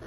la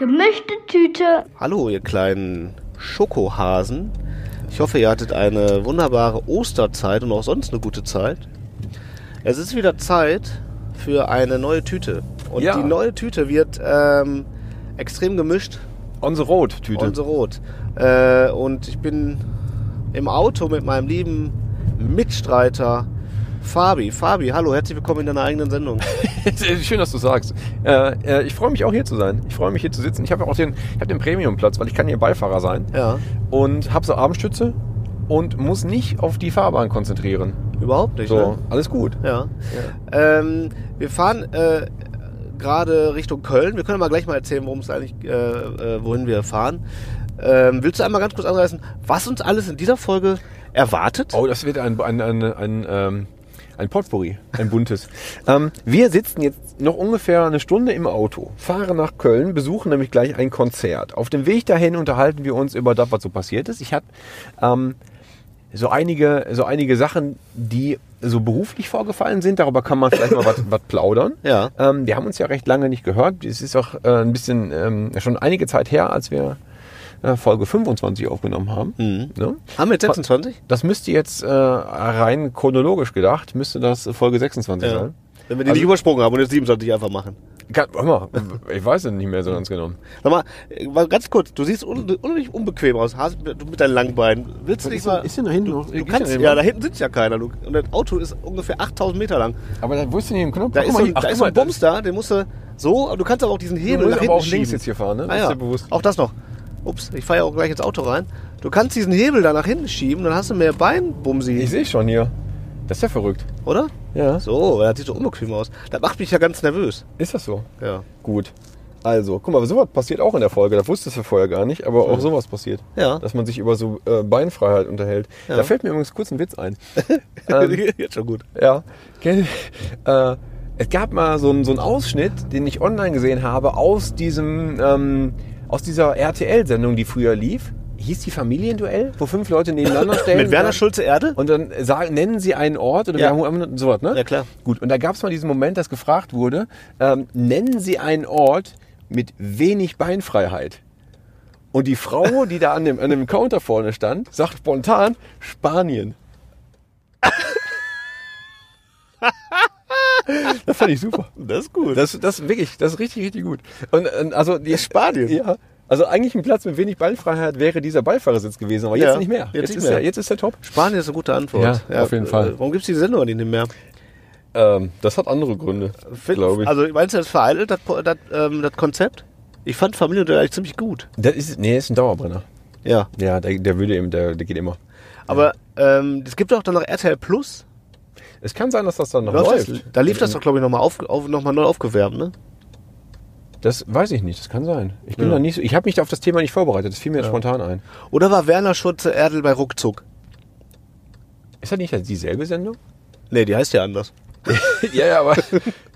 Gemischte Tüte. Hallo, ihr kleinen Schokohasen. Ich hoffe, ihr hattet eine wunderbare Osterzeit und auch sonst eine gute Zeit. Es ist wieder Zeit für eine neue Tüte. Und Ja. die neue Tüte wird ähm, extrem gemischt Unsere Rot-Tüte. und so rot. Äh, und ich bin im Auto mit meinem lieben Mitstreiter Fabi. Fabi, hallo, herzlich willkommen in deiner eigenen Sendung. Schön, dass du sagst. Äh, äh, ich freue mich auch hier zu sein. Ich freue mich hier zu sitzen. Ich habe auch den, ich hab den Premium-Platz, weil ich kann hier Beifahrer sein. Ja, Und habe so Abendstütze und muss nicht auf die Fahrbahn konzentrieren. überhaupt nicht. So, Ne? alles gut. Ja. Ähm, wir fahren äh, gerade Richtung Köln. Wir können mal gleich mal erzählen, worum es eigentlich, äh, äh, wohin wir fahren. Ähm, willst du einmal ganz kurz anreißen, was uns alles in dieser Folge erwartet? Oh, das wird ein, ein, ein, ein, ähm, ein Potpourri, ein buntes. ähm, wir sitzen jetzt noch ungefähr eine Stunde im Auto, fahren nach Köln, besuchen nämlich gleich ein Konzert. Auf dem Weg dahin unterhalten wir uns über das, was so passiert ist. Ich habe ähm, so, einige, so einige Sachen, die so beruflich vorgefallen sind, darüber kann man vielleicht mal was was plaudern. Ja. Ähm, wir haben uns ja recht lange nicht gehört. Es ist auch äh, ein bisschen ähm, schon einige Zeit her, als wir äh, Folge 25 aufgenommen haben. Ne? Haben wir jetzt 26? Das müsste jetzt äh, rein chronologisch gedacht, müsste das Folge 26 sein. Wenn wir die Also- nicht übersprungen haben und jetzt 27 einfach machen. Kann, warte mal, ich weiß es nicht mehr so ganz genau. Sag mal, äh, mal ganz kurz, du siehst un unheimlich unbequem aus, hast, du mit deinen langen Beinen. Willst du nicht mal... denn da hinten noch? Du kannst, ja, da hinten sitzt ja keiner. Du, und dein Auto ist ungefähr 8000 Meter lang. aber da, wo ist denn hier ein Knopf? Da Guck ist mal so, hier. ein- Ach, da ist guck so mal, ein Bums da, den musst du so, aber du kannst aber auch diesen Hebel musst nach aber hinten auch schieben. links jetzt hier fahren, ne? Ah, Ist ja. dir bewusst. Auch das noch. Ups, ich fahre ja auch gleich ins Auto rein. Du kannst diesen Hebel da nach hinten schieben, dann hast du mehr Ich Beinbumsi, sehe schon hier. Das ist ja verrückt. oder? Ja. So, weil das sieht so unbequem aus. Das macht mich ja ganz nervös. Ist das so? Ja. Gut. Also, guck mal, sowas passiert auch in der Folge. Das wusstest du vorher gar nicht, aber auch sowas passiert. Ja. Dass man sich über so äh, Beinfreiheit unterhält. Da fällt mir übrigens kurz ein Witz ein. ähm, Jetzt schon gut. Ja. Kenn- Äh, es gab mal so, einen- so einen Ausschnitt, den ich online gesehen habe, aus diesem, ähm, aus dieser RTL-Sendung, die früher lief. Hieß die Familienduell, wo fünf Leute nebeneinander stellen. Mit Werner und- Schulze Erde? Und dann sagen, nennen sie einen Ort oder Ja. wir haben immer sowas, ne? Ja, klar. Gut, und da gab es mal diesen Moment, dass gefragt wurde, ähm, nennen sie einen Ort mit wenig Beinfreiheit. Und die Frau, die da an dem, an dem Counter vorne stand, sagt spontan Spanien. Das fand ich super. Das ist gut. Das, das wirklich, das ist richtig, richtig gut. Und, und also die Spanien. Ja. Also eigentlich ein Platz mit wenig Ballfreiheit wäre dieser Beifahrersitz gewesen, aber jetzt Ja, nicht mehr. jetzt nicht ist mehr. Er, jetzt ist er top. Spanien ist eine gute Antwort. Ja, auf jeden äh, Fall. Warum gibt es die Sendung eigentlich nicht mehr? Ähm, das hat andere Gründe, glaube ich. Also meinst du, das vereitelt, das, das, ähm, das Konzept? Ich fand Familienduell eigentlich ziemlich gut. das ist, nee, ist ein Dauerbrenner. Ja. Ja, der, der würde eben, der, der geht immer. Aber ähm, es gibt auch dann noch RTL Plus. Es kann sein, dass das dann noch Läuft läuft. das? Da lief das doch, glaube ich, nochmal auf, auf, noch mal neu aufgewärmt, ne? Das weiß ich nicht, das kann sein. Ich bin da nicht so, ich habe mich auf das Thema nicht vorbereitet, das fiel mir jetzt spontan ein. Oder war Werner Schulze Erdel bei Ruckzuck? Ist das nicht dieselbe Sendung? Nee, die heißt ja anders. ja, ja, aber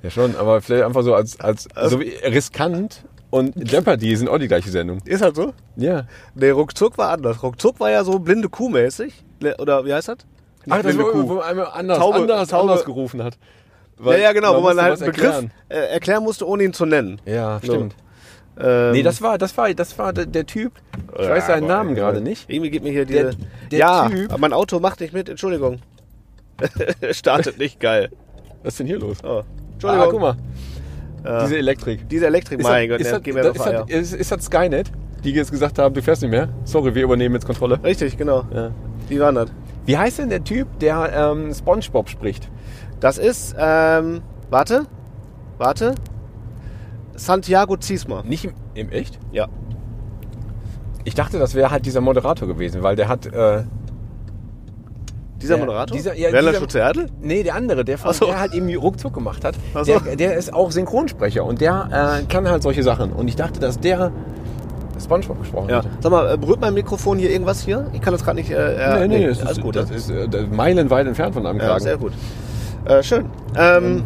ja schon, aber vielleicht einfach so als, als Also- so wie riskant und Jeopardy sind auch die gleiche Sendung. Ist das so? Ja. Nee, Ruckzuck war anders. Ruckzuck war ja so blinde Kuh mäßig. Ne, Oder wie heißt das? Ach, das blinde war, Kuh. wo man einmal anders, Taube- anders, Taube- anders gerufen hat. Ja, Weil ja, genau, wo man musste halt was einen Begriff erklären. äh, erklären musste, ohne ihn zu nennen. Ja, So. stimmt. Ähm, Nee, das war, das war, das war der, der Typ. Ich weiß seinen Namen gerade nicht. Irgendwie gibt mir hier diese. der ja, Typ- mein Auto macht nicht mit, Entschuldigung. Startet nicht geil. Was ist denn hier los? Oh. Entschuldigung. Ah, guck mal. Diese Elektrik. Äh, Diese Elektrik, Ist mein das- Gott, ist ne, das- gehen wir noch ist auf, das- ist- Ist das Skynet, die jetzt gesagt haben, du fährst nicht mehr? Sorry, wir übernehmen jetzt Kontrolle. Richtig, genau. Ja. Die waren das. Wie heißt denn der Typ, der ähm, Spongebob spricht? Das ist, ähm, warte, warte. Santiago Ziesma. Nicht im, im Echt? Ja. Ich dachte, das wäre halt dieser Moderator gewesen, weil der hat. Äh, Dieser Der- Moderator? dieser- ja, Werner dieser- Schulze-Erdl? Nee, der andere, der, von, Ach so. der halt eben ruckzuck gemacht hat, Ach so. der, der ist auch Synchronsprecher und der äh, kann halt solche Sachen. Und ich dachte, dass der Spongebob gesprochen Ja. hätte. Sag mal, äh, berührt mein Mikrofon hier irgendwas hier? Ich kann das gerade nicht. Äh, äh, nee, nee, nee, das alles ist, gut. Das ne? ist äh, meilenweit entfernt von einem ja, Kragen. sehr gut. Äh, schön. Ähm,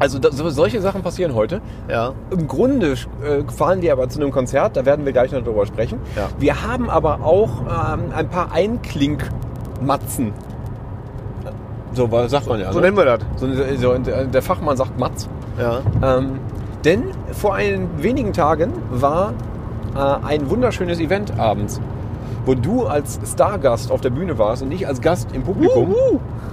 also da, so, solche Sachen passieren heute. ja. Im Grunde äh, fahren wir aber zu einem Konzert, da werden wir gleich noch drüber sprechen. Ja. Wir haben aber auch ähm, ein paar Einklinkmatzen. So was sagt man ja. So ne? nennen wir das. so, so, der Fachmann sagt Matz. Ja. Ähm, denn vor ein, wenigen Tagen war äh, ein wunderschönes Event abends, wo du als Stargast auf der Bühne warst und ich als Gast im Publikum.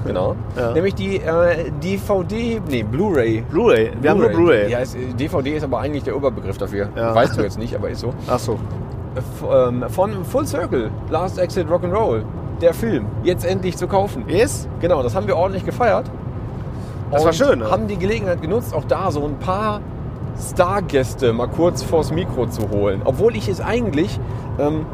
Genau. Ja. Nämlich die äh, DVD, nee, Blu-ray. Blu-ray. Wir haben nur Blu-ray. Ja, es, äh, DVD ist aber eigentlich der Oberbegriff dafür. Ja. Weißt du jetzt nicht, aber ist so. Ach so. Äh, f- ähm, Von Full Circle, Last Exit Rock'n'Roll, der Film, jetzt endlich zu kaufen. Yes? Genau, das haben wir ordentlich gefeiert. Das Und war schön, ne? Haben die Gelegenheit genutzt, auch da so ein paar Stargäste mal kurz vors Mikro zu holen. Obwohl ich es eigentlich ähm,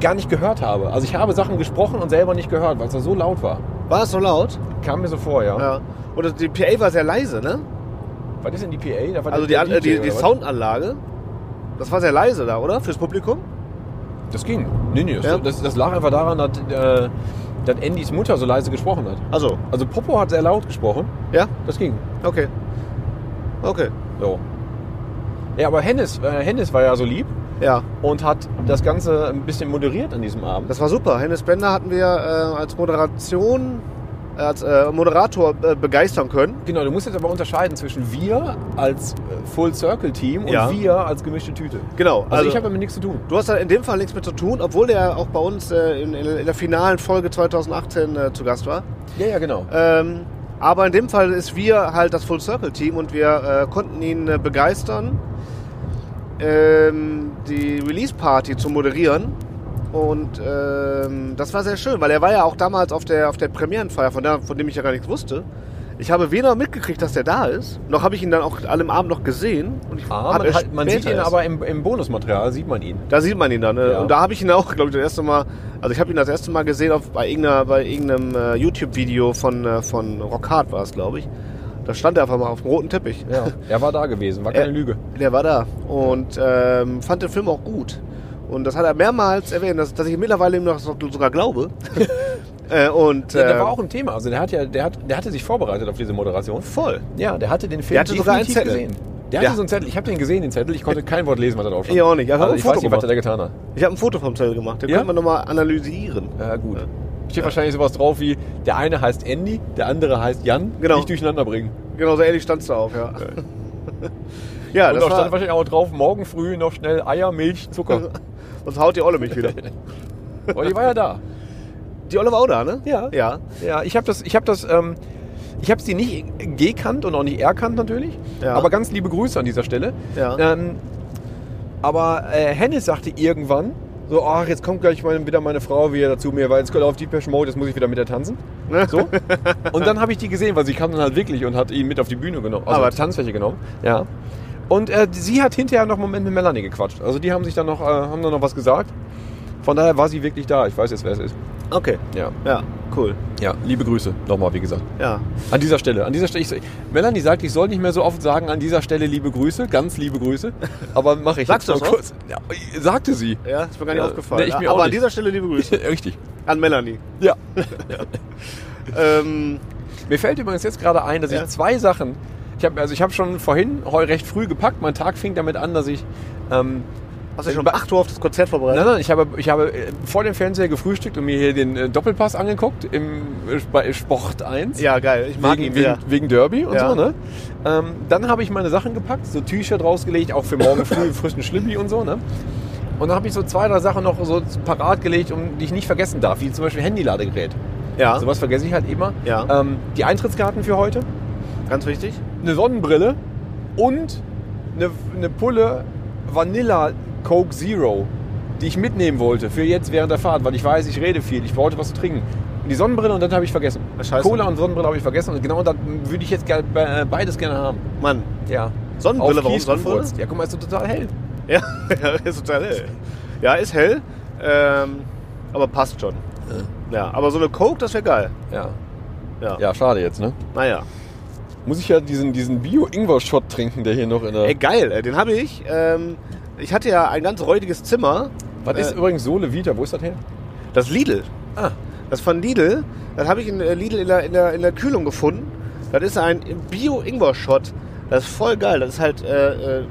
gar nicht gehört habe. Also ich habe Sachen gesprochen und selber nicht gehört, weil es da so laut war. War es so laut? Kam mir so vor, ja. Ja. Und die PA war sehr leise, ne? Was ist denn die PA? Da war Also die, der An- DJ die, die oder was? Soundanlage. Das war sehr leise da, oder? Fürs Publikum? Das ging. Nee, nee, das, Ja. das, das lag einfach daran, dass, äh, dass Andys Mutter so leise gesprochen hat. Also, Also Popo hat sehr laut gesprochen. ja? Das ging. Okay. Okay. So. Ja, aber Hennis, äh, Hennis war ja so lieb. Ja, und hat das Ganze ein bisschen moderiert an diesem Abend. das war super. Hennes Bender hatten wir äh, als Moderation, äh, als äh, Moderator äh, begeistern können. Genau, du musst jetzt aber unterscheiden zwischen wir als äh, Full Circle Team und Ja. wir als gemischte Tüte. Genau. Also, ich habe damit nichts zu tun. Du hast da in dem Fall nichts mit zu tun, obwohl der auch bei uns äh, in, in der finalen Folge 2018 äh, zu Gast war. Ja, ja, genau. Ähm, aber in dem Fall ist wir halt das Full Circle Team und wir äh, konnten ihn äh, begeistern, ähm, die Release Party zu moderieren. Und ähm, das war sehr schön, weil er war ja auch damals auf der, auf der Premierenfeier, von, der, von dem ich ja gar nichts wusste. Ich habe weder mitgekriegt, dass der da ist, noch habe ich ihn dann auch an dem Abend noch gesehen. Und ich Ah, hab man, erst hat, man sieht später ihn erst- aber im, im Bonusmaterial, sieht man ihn. da sieht man ihn dann. Ne? Ja. Und da habe ich ihn auch, glaube ich, das erste Mal, also ich habe ihn das erste Mal gesehen auf, bei, irgendeiner, bei irgendeinem äh, YouTube-Video von, äh, von Rockhard war es, glaube ich. Da stand er einfach mal auf dem roten Teppich. Ja, er war da gewesen, war keine Äh, Lüge. Der war da und ähm, fand den Film auch gut. Und das hat er mehrmals erwähnt, dass, dass ich mittlerweile ihm noch so, sogar glaube. äh, und Der, der äh, war auch im Thema, also der, hat ja, der, hat, der hatte sich vorbereitet auf diese Moderation. voll. Ja, der hatte den Film Der hatte sogar einen definitiv Zettel. gesehen. Der hatte Ja. so einen Zettel, ich habe den gesehen, den Zettel, ich konnte kein Wort lesen, was er drauf stand. Ich auch nicht, aber also, ein ich Foto weiß nicht, gemacht. was der da getan hat. Ich habe ein Foto vom Zettel gemacht, den Ja? können wir nochmal analysieren. Äh, Ja, gut. Steht wahrscheinlich sowas drauf wie, der eine heißt Andy, der andere heißt Jan, Genau. nicht durcheinander bringen. Genau, so ehrlich standst du auf, ja. ja, Und das da stand war, wahrscheinlich auch drauf, morgen früh noch schnell Eier, Milch, Zucker. sonst haut die Olle mich wieder. Aber die war ja da. Die Olle war auch da, ne? Ja. Ja. Ja, ich habe das, ich habe das, ähm, ich habe sie nicht gekannt und auch nicht erkannt natürlich. Ja. Aber ganz liebe Grüße an dieser Stelle. Ja. Ähm, aber äh, Hennes sagte irgendwann, so, ach, jetzt kommt gleich meine, wieder meine Frau wieder zu mir, weil jetzt kommt auf Depeche Mode, jetzt muss ich wieder mit der tanzen. So. Und dann habe ich die gesehen, weil sie kam dann halt wirklich und hat ihn mit auf die Bühne genommen, also Aber- auf die Tanzfläche genommen. Ja. Und äh, sie hat hinterher noch einen Moment mit Melanie gequatscht. Also die haben sich dann noch, äh, haben dann noch was gesagt. Von daher war sie wirklich da. Ich weiß jetzt, wer es ist. Okay. Ja. Ja, cool. Ja, liebe Grüße. Nochmal, wie gesagt. Ja. An dieser Stelle, an dieser Stelle. Ich, Melanie sagt, ich soll nicht mehr so oft sagen, an dieser Stelle liebe Grüße, ganz liebe Grüße. Aber mache ich Sagst jetzt du mal das kurz. Ja, sagte sie. Ja, ist mir gar nicht Ja, aufgefallen. nee, ich mir Aber auch an nicht. dieser Stelle liebe Grüße Richtig. an Melanie. Ja. Ähm, Mir fällt übrigens jetzt gerade ein, dass Ja. ich zwei Sachen. Ich habe also ich habe schon vorhin heu recht früh gepackt. Mein Tag fing damit an, dass ich ähm, hast du dich schon um 8 Uhr auf das Konzert vorbereitet? Nein, nein, ich habe, ich habe äh, vor dem Fernseher gefrühstückt und mir hier den äh, Doppelpass angeguckt im, äh, bei Sport 1. Ja, geil. Ich mag Wegen, ihn wieder. wegen, wegen Derby und Ja. so, ne? Ähm, dann habe ich meine Sachen gepackt, so T-Shirt rausgelegt, auch für morgen früh frischen Schlippi und so, ne? Und dann habe ich so zwei, drei Sachen noch so parat gelegt, um die ich nicht vergessen darf, wie zum Beispiel Handyladegerät. Ja, Sowas vergesse ich halt immer. Ja. Ähm, die Eintrittskarten für heute, ganz wichtig. eine Sonnenbrille und eine, eine Pulle Vanilla Coke Zero, die ich mitnehmen wollte für jetzt während der Fahrt, weil ich weiß, ich rede viel, ich brauchte was zu trinken. Und die Sonnenbrille und dann habe ich vergessen. Ah, scheiße. Cola und Sonnenbrille habe ich vergessen und genau das würde ich jetzt gerne, äh, beides gerne haben. Mann. Ja. Sonnenbrille, Auf warum Kies Sonnenbrille? gefurzt. Ja, guck mal, ist doch total hell. Ja, ja ist total hell. Ja, ist hell. Ähm, aber passt schon. Ja, aber so eine Coke, das wäre geil. Ja. Ja. Ja, schade jetzt, ne? Naja. Muss ich ja diesen, diesen Bio-Ingwer-Shot trinken, der hier noch in der. Ey, geil, äh, den habe ich. Ähm, ich hatte ja ein ganz räudiges Zimmer. Was ist äh, übrigens Sole Vita? Wo ist das her? Das Lidl. Ah. Das von Lidl. Das habe ich in äh, Lidl in der, in, der, in der Kühlung gefunden. Das ist ein Bio-Ingwer-Shot. Das ist voll geil. Das ist halt. Äh, äh, äh,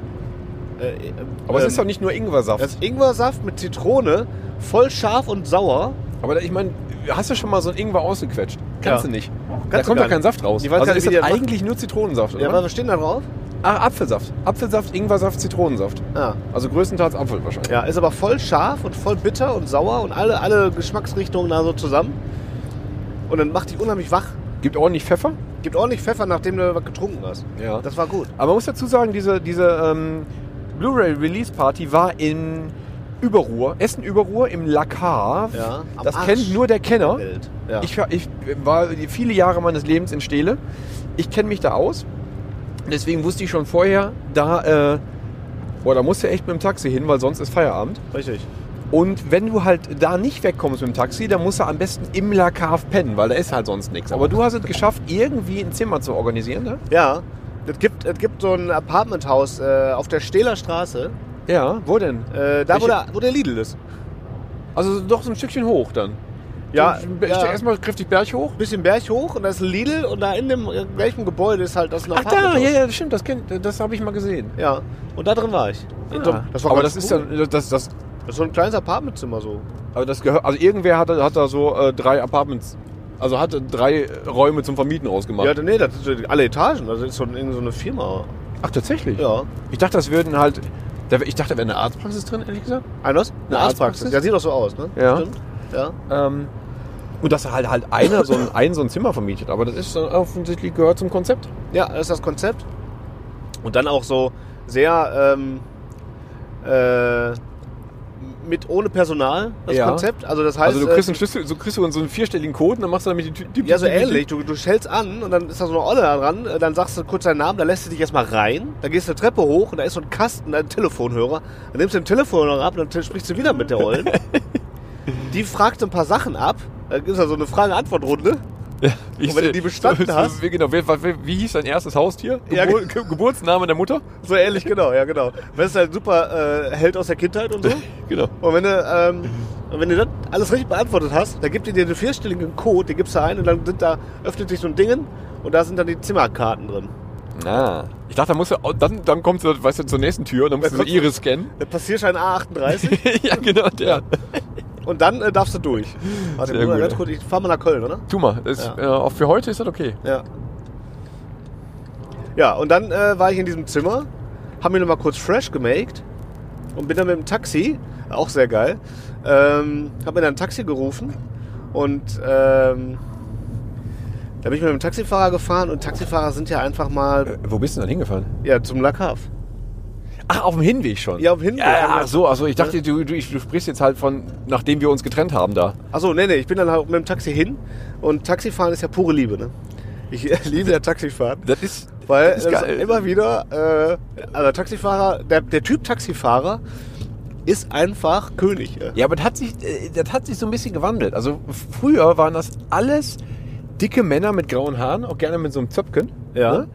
Aber ähm, es ist doch nicht nur Ingwersaft. Das ist Ingwersaft mit Zitrone, voll scharf und sauer. Aber da- ich meine, hast du schon mal so einen Ingwer ausgequetscht? Kannst Ja. du nicht. da Kannst du kommt gar ja kein nicht. Saft raus. Ich weiß also gar nicht, ist wie das die das eigentlich nur Zitronensaft, Ja, oder? was steht denn da drauf? Ach, Apfelsaft. Apfelsaft, Ingwersaft, Zitronensaft. Ah. Also größtenteils Apfel wahrscheinlich. Ja, ist aber voll scharf und voll bitter und sauer und alle, alle Geschmacksrichtungen da so zusammen. Und dann macht dich unheimlich wach. Gibt ordentlich Pfeffer. Gibt ordentlich Pfeffer, nachdem du was getrunken hast. Ja. Das war gut. Aber man muss dazu sagen, diese, diese ähm, Blu-ray-Release-Party war in Überruhr, Essen-Überruhr im Lakar. Ja, am das Arsch kennt nur der Kenner. Welt. Ja. Ich, war- ich war viele Jahre meines Lebens in Stele. Ich kenne mich da aus. Deswegen wusste ich schon vorher, da, äh, boah, da musst du echt mit dem Taxi hin, weil sonst ist Feierabend. Richtig. Und wenn du halt da nicht wegkommst mit dem Taxi, dann musst du am besten im La Cave pennen, weil da ist halt sonst nichts. Aber du hast es geschafft, irgendwie ein Zimmer zu organisieren, ne? Oh. Ja, es gibt, es gibt so ein Apartmenthaus äh, auf der Stehler Straße, Ja, wo denn? äh, da wo Welche- der, wo der Lidl ist. Also doch so ein Stückchen hoch dann. Ja, So ein- ich ja. erstmal kräftig Berg hoch. Bisschen Berg hoch und da ist Lidl und da in dem äh, gleichen Gebäude ist halt das ein Ach da, Apartmenthaus. ja, ja, das stimmt, das, kennt- das habe ich mal gesehen. Ah. Ja, und da drin war ich. In so einem- war aber ganz das ist cool. dann, das, das, Das ist so ein kleines Apartmentzimmer so. aber das gehört, also irgendwer hat, da- hat da so äh, drei Apartments, also hatte drei Räume zum Vermieten ausgemacht. Ja, nee, das sind alle Etagen. Das ist so, irgend so eine Firma. Ach tatsächlich? Ja. Ich dachte, das würden halt, da, wär- ich dachte, da wäre eine Arztpraxis drin, ehrlich gesagt. Ein was? Eine, Eine Arztpraxis. Arztpraxis? Ja, sieht doch so aus, ne? Ja. Stimmt. Ja. Ähm, und dass halt halt einer so ein, ein so ein Zimmer vermietet, aber das ist dann offensichtlich gehört zum Konzept. ja, das ist das Konzept. Und dann auch so sehr ähm, äh, mit ohne Personal das Ja. Konzept. Also das heißt. also du kriegst äh, einen Schlüssel, so kriegst du so einen vierstelligen Code und dann machst du damit die Tür. die- ja, so die- die- ähnlich. Du, du schellst an und dann ist da so eine Olle da dran. äh, Dann sagst du kurz deinen Namen, dann lässt sie dich erstmal rein. Dann gehst du eine Treppe hoch und da ist so ein Kasten, ein Telefonhörer. Dann nimmst du den Telefonhörer ab und dann sprichst du wieder mit der Ollen. die fragt ein paar Sachen ab. Dann gibt's da so eine Frage-Antwort-Runde. Ich Und wenn du seh- die bestanden so- so- hast- Wie, genau, wie, wie, wie hieß dein erstes Haustier? Ja, Gebur Ge Geburtsname der Mutter? So ähnlich, genau, ja, genau. Das ist ein super äh, Held aus der Kindheit und so. Genau. Und wenn du, ähm, und wenn du das alles richtig beantwortet hast, dann gibt ihr dir den vierstelligen Code, den gibst du ein und dann sind da, öffnet sich so ein Dingen und da sind dann die Zimmerkarten drin. Na. Ich dachte, da musst du, au- dann, dann kommst du, weißt du, zur nächsten Tür und dann musst Da du kommt- so Iris scannen. Der Passierschein A38 ja, genau, der. und dann äh, darfst du durch. Warte, Sehr Bruder, gut, ganz ey. kurz, ich fahr mal nach Köln, oder? Tu mal, das, Ja. äh, auch für heute ist das okay. Ja. Ja, und dann äh, war ich in diesem Zimmer, hab mir nochmal kurz fresh gemaked und bin dann mit dem Taxi, auch sehr geil, ähm, hab mir dann ein Taxi gerufen und ähm, da bin ich mit dem Taxifahrer gefahren und Taxifahrer sind ja einfach mal Äh, Wo bist du denn hingefahren? ja, zum Lackhaf. Ach, auf dem Hinweg schon. Ja, auf dem Hinweg. Ja, ach so, also ich dachte, du, du, ich- du sprichst jetzt halt von, nachdem wir uns getrennt haben da. Achso, nee, nee, ich bin dann halt mit dem Taxi hin und Taxifahren ist ja pure Liebe, ne? Ich liebe ja Taxifahren. Das ist, Weil es das ist geil. immer wieder, äh, also Taxifahrer, der, der Typ Taxifahrer ist einfach König. Ja. Ja, aber das hat, sich, äh, das hat sich so ein bisschen gewandelt. Also f- früher waren das alles dicke Männer mit grauen Haaren, auch gerne mit so einem Zöpfchen. Ja. Ne?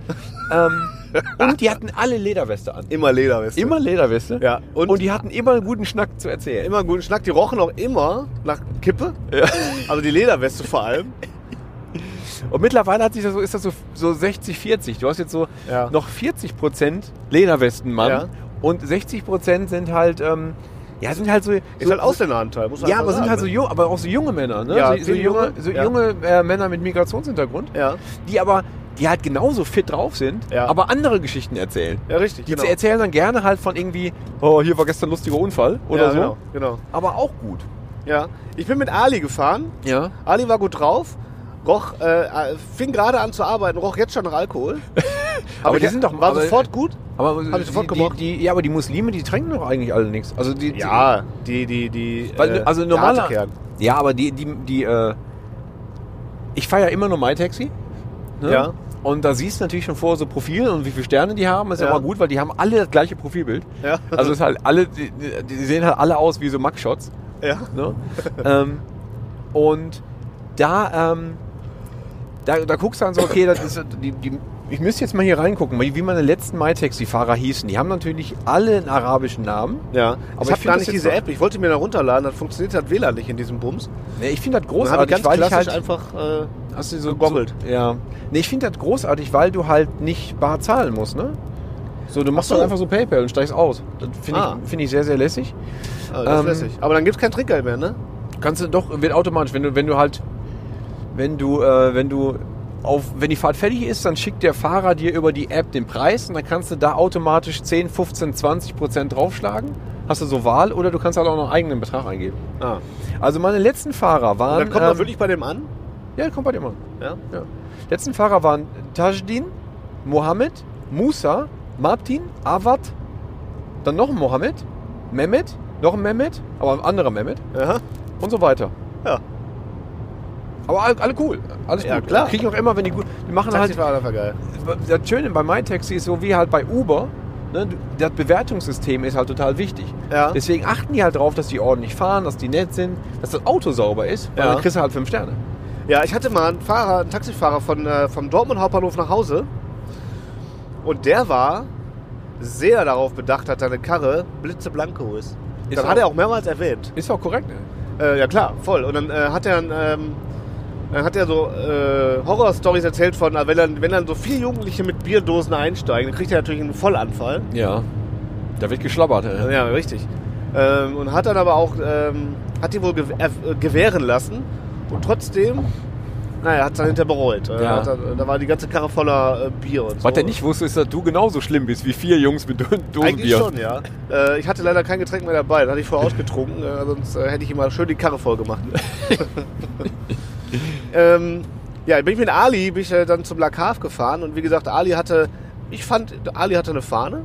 ähm, und die hatten alle Lederweste an. Immer Lederweste. Immer Lederweste. Ja, Und, und- die hatten immer einen guten Schnack zu erzählen. Immer einen guten Schnack. Die rochen auch immer nach Kippe. Ja. Also die Lederweste vor allem. Und mittlerweile hat sich das so, ist das so, so 60-40. Du hast jetzt so Ja. noch 40 Prozent Lederwestenmann Ja. und 60 Prozent sind halt, ähm, ja, sind halt so. Ist so, halt Ausländeranteil, muss man ja, einfach aber sind sagen, halt so ne? jung, aber auch so junge Männer, ne? Ja, so, so viele junge, junge, so ja. junge äh, Männer mit Migrationshintergrund. Ja, die aber die halt genauso fit drauf sind, Ja. aber andere Geschichten erzählen. ja richtig, Die genau. erzählen dann gerne halt von irgendwie, oh, hier war gestern ein lustiger Unfall oder ja, so. Genau, genau. Aber auch gut. Ja. Ich bin mit Ali gefahren. Ja. Ali war gut drauf. Roch, äh, fing gerade an zu arbeiten, roch jetzt schon nach Alkohol. Aber die der- sind doch- War aber- sofort gut. Aber Hab ich sofort die, gemocht. die, die, ja, aber die Muslime, die trinken doch eigentlich alle nichts. Also die, Ja, Ah, die, die, die. die, weil, äh, also der normaler. harte Kern. Ja, aber die, die, die, äh, ich fahre ja immer nur MyTaxi. Ne? Ja. Und da siehst du natürlich schon vor so Profile und wie viele Sterne die haben. Ist ja Ja. immer gut, weil die haben alle das gleiche Profilbild. Ja. Also ist halt alle, die, die sehen halt alle aus wie so Mugshots. Ja. Ne? ähm, und da, ähm, da, da guckst du dann so, okay, das ist, die, die, ich müsste jetzt mal hier reingucken, wie wie meine letzten MyTaxi-Fahrer hießen. Die haben natürlich alle einen arabischen Namen. Ja, Aber ich ich habe find gar das nicht jetzt diese mal- App. Ich wollte mir da runterladen, dann funktioniert das WLAN nicht in diesem Bums. Nee, Ich finde das Dann habe ich großartig, ganz weil ich klassisch halt... einfach. Äh, Hast du so gegoggelt. So, ja. Nee, ich finde das großartig, weil du halt nicht bar zahlen musst, ne? So, du machst so. dann einfach so PayPal und steigst aus. Das finde Ah. ich, finde ich sehr, sehr lässig. ah, das Ähm, lässig. Aber dann gibt's kein Trinkgeld mehr, ne? Kannst du doch, wird automatisch, wenn du, wenn du halt, wenn du, äh, wenn du auf, wenn die Fahrt fertig ist, dann schickt der Fahrer dir über die App den Preis und dann kannst du da automatisch 10, 15, 20 Prozent draufschlagen. Hast du so Wahl oder du kannst halt auch noch einen eigenen Betrag eingeben. Ah. Also meine letzten Fahrer Und waren. dann kommt man ähm, wirklich bei dem an. Ja, kommt bei dir mal. Ja. Ja. Letzten Fahrer waren Tajdin, Mohammed, Musa, Martin, Awad, dann noch ein Mohammed, Mehmet, noch ein Mehmet, aber ein anderer Mehmet Aha. und so weiter. Ja. Aber alle, alle cool, alles Ja, gut. klar. Kriegen auch immer, wenn die gut. Die machen halt. Taxifahrer einfach geil. Das Schöne bei MyTaxi ist so wie halt bei Uber, ne, du- das Bewertungssystem ist halt total wichtig. Ja. Deswegen achten die halt drauf, dass die ordentlich fahren, dass die nett sind, dass das Auto sauber ist, weil Ja. dann kriegst du halt fünf Sterne. Ja, ich hatte mal einen Fahrer, einen Taxifahrer von, äh, vom Dortmund Hauptbahnhof nach Hause. Und der war sehr darauf bedacht, dass seine Karre blitzeblanco ist. Ist das auch- hat er auch mehrmals erwähnt. Ist auch korrekt, ne? Äh, ja klar, voll. Und dann äh, hat er ähm, dann hat er so äh, Horror-Stories erzählt von, äh, wenn dann, wenn dann so vier Jugendliche mit Bierdosen einsteigen, dann kriegt er natürlich einen Vollanfall. Ja. Da wird geschlabbert. Äh. Ja, richtig. Ähm, und hat dann aber auch, ähm, hat die wohl gew erf- äh, gewähren lassen. Und trotzdem, naja, hat es dann hinter bereut. Äh, Ja. hat dann, da war die ganze Karre voller äh, Bier und so. Was der nicht wusste, ist, dass du genauso schlimm bist wie vier Jungs mit Dosen Eigentlich Bier. schon, ja. Äh, ich hatte leider kein Getränk mehr dabei. Das hatte ich vorher ausgetrunken, äh, sonst äh, hätte ich immer schön die Karre voll gemacht. ähm, ja, bin ich mit Ali bin ich, äh, dann zum Lakav gefahren und wie gesagt, Ali hatte, ich fand, Ali hatte eine Fahne.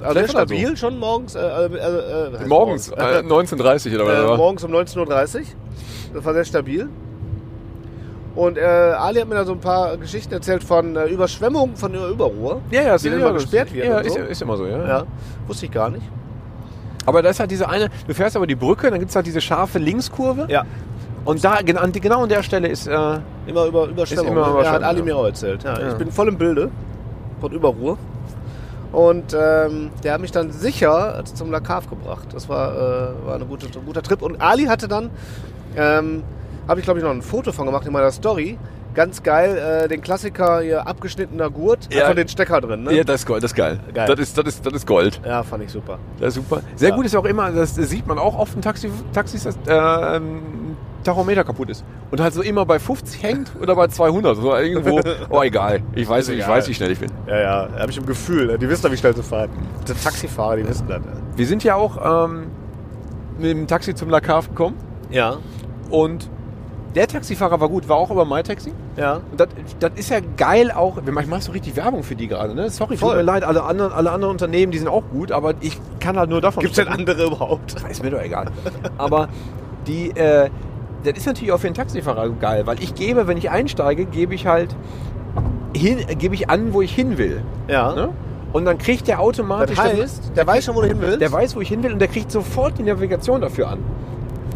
Also sehr Vielleicht war das stabil, schon morgens. Äh, äh, äh, was heißt Morgens, äh, 19.30 oder äh, was? morgens um 19.30 Uhr. Das war sehr stabil. Und äh, Ali hat mir da so ein paar Geschichten erzählt von äh, Überschwemmungen von der Überruhr. ja, ja, ist die dann mal gesperrt wird Ja, und ist, so. ist immer so, ja. Ja, wusste ich gar nicht. Aber da ist halt diese eine, du fährst aber die Brücke, dann gibt es halt diese scharfe Linkskurve. Ja, Und da, genau, an- genau an der Stelle ist, äh, immer über Überschwemmung. Ist ne? immer ja, hat Überschwemmung, Ali ja. mir auch erzählt. Ja, Ja. Ich bin voll im Bilde von Überruhr. Und ähm, der hat mich dann sicher zum Lakav gebracht. Das war, äh, war eine gute, ein guter Trip. Und Ali hatte dann, ähm, habe ich glaube ich noch ein Foto von gemacht in meiner Story, ganz geil äh, den Klassiker hier abgeschnittener Gurt, Ja. einfach den Stecker drin. Ne? ja, das ist Gold, das ist geil. Geil. Das, ist, das, ist, das ist Gold. Ja, fand ich super. Das ist super. Sehr Ja. gut ist auch immer, das sieht man auch oft in Taxi, Taxis, dass äh, ähm, Tachometer kaputt ist. Und halt so immer bei 50 hängt oder bei 200. So irgendwo, oh egal, ich weiß, ich egal. weiß, wie schnell ich bin. Ja, ja, habe ich im Gefühl. Die wissen doch, wie schnell sie fahren. Die Taxifahrer, die wissen das. Wir sind ja auch ähm, mit dem Taxi zum Lakav gekommen Ja, und der Taxifahrer war gut, war auch über MyTaxi. ja. Und das, das ist ja geil auch, ich mache so richtig Werbung für die gerade, ne? Sorry, Voll. tut mir leid, alle anderen, alle anderen Unternehmen, die sind auch gut, aber ich kann halt nur davon Gibt es denn sprechen. andere überhaupt? Ist mir doch egal. Aber die, äh, das ist natürlich auch für einen Taxifahrer geil, weil ich gebe, wenn ich einsteige, gebe ich halt hin, gebe ich an, wo ich hin will. Ja. Ne? Und dann kriegt der automatisch. Das heißt, der weiß schon, wo du hin willst. Der weiß, wo ich hin will und der kriegt sofort die Navigation dafür an.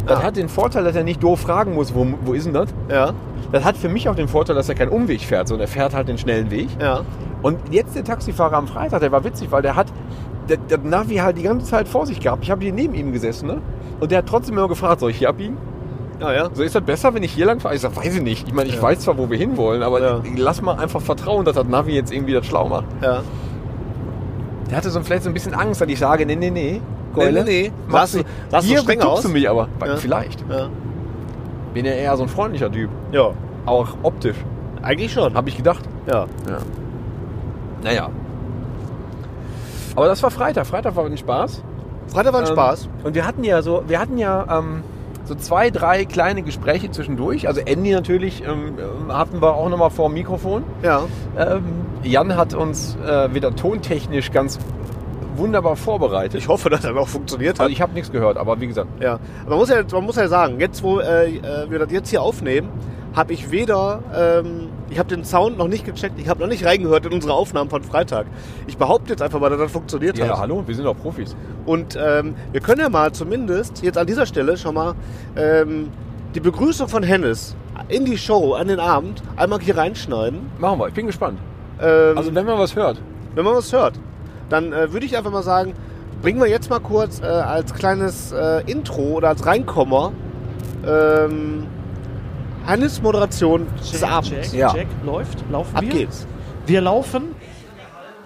Das Ah. hat den Vorteil, dass er nicht doof fragen muss, wo, wo ist denn das? Ja, Das hat für mich auch den Vorteil, dass er keinen Umweg fährt, sondern er fährt halt den schnellen Weg. ja. Und jetzt der Taxifahrer am Freitag, der war witzig, weil der hat der, der Navi halt die ganze Zeit vor sich gehabt. Ich habe hier neben ihm gesessen, ne? Und der hat trotzdem immer gefragt, soll ich hier abbiegen? Ja, ja. So ist das besser, wenn ich hier lang fahre? Ich sage, weiß ich nicht. Ich meine, ich weiß zwar, wo wir hinwollen, aber Ja. lass mal einfach vertrauen, dass das Navi jetzt irgendwie das schlau macht. ja. Der hatte so ein- vielleicht so ein bisschen Angst, dass ich sage, nee, nee, nee. Keule, nee, nee. Sahst Machst du- du, sahst du hier streng betupst aus? du mich aber. Ja. Vielleicht. Ja. Bin ja eher so ein freundlicher Typ. ja. Auch optisch. Eigentlich schon. Habe ich gedacht. Ja. Ja. Naja. Aber das war Freitag. Freitag war ein Spaß. Freitag war ein Ähm, Spaß. Und wir hatten ja so, wir hatten ja ähm, so zwei, drei kleine Gespräche zwischendurch. Also Andy natürlich ähm, ähm, hatten wir auch nochmal vor dem Mikrofon. Ja. Ähm, Jan hat uns äh, wieder tontechnisch ganz wunderbar vorbereitet. Ich hoffe, dass das auch funktioniert hat. Also ich habe nichts gehört, aber wie gesagt. ja. Aber Man muss ja, man muss ja sagen, jetzt wo äh, äh, wir das jetzt hier aufnehmen, habe ich weder, ähm, ich habe den Sound noch nicht gecheckt, ich habe noch nicht reingehört in unsere Aufnahmen von Freitag. Ich behaupte jetzt einfach mal, dass das funktioniert Ja, hat. hallo, wir sind doch Profis. Und ähm, wir können ja mal zumindest jetzt an dieser Stelle schon mal ähm, die Begrüßung von Hennes in die Show, an den Abend, einmal hier reinschneiden. Machen wir, ich bin gespannt. Ähm, Also wenn man was hört. wenn man was hört, dann äh, würde ich einfach mal sagen, bringen wir jetzt mal kurz äh, als kleines äh, Intro oder als Reinkommer ähm, Hannes Moderation des Abends. Jack, Ja. Jack läuft. Laufen Ab wir? geht's. Wir laufen.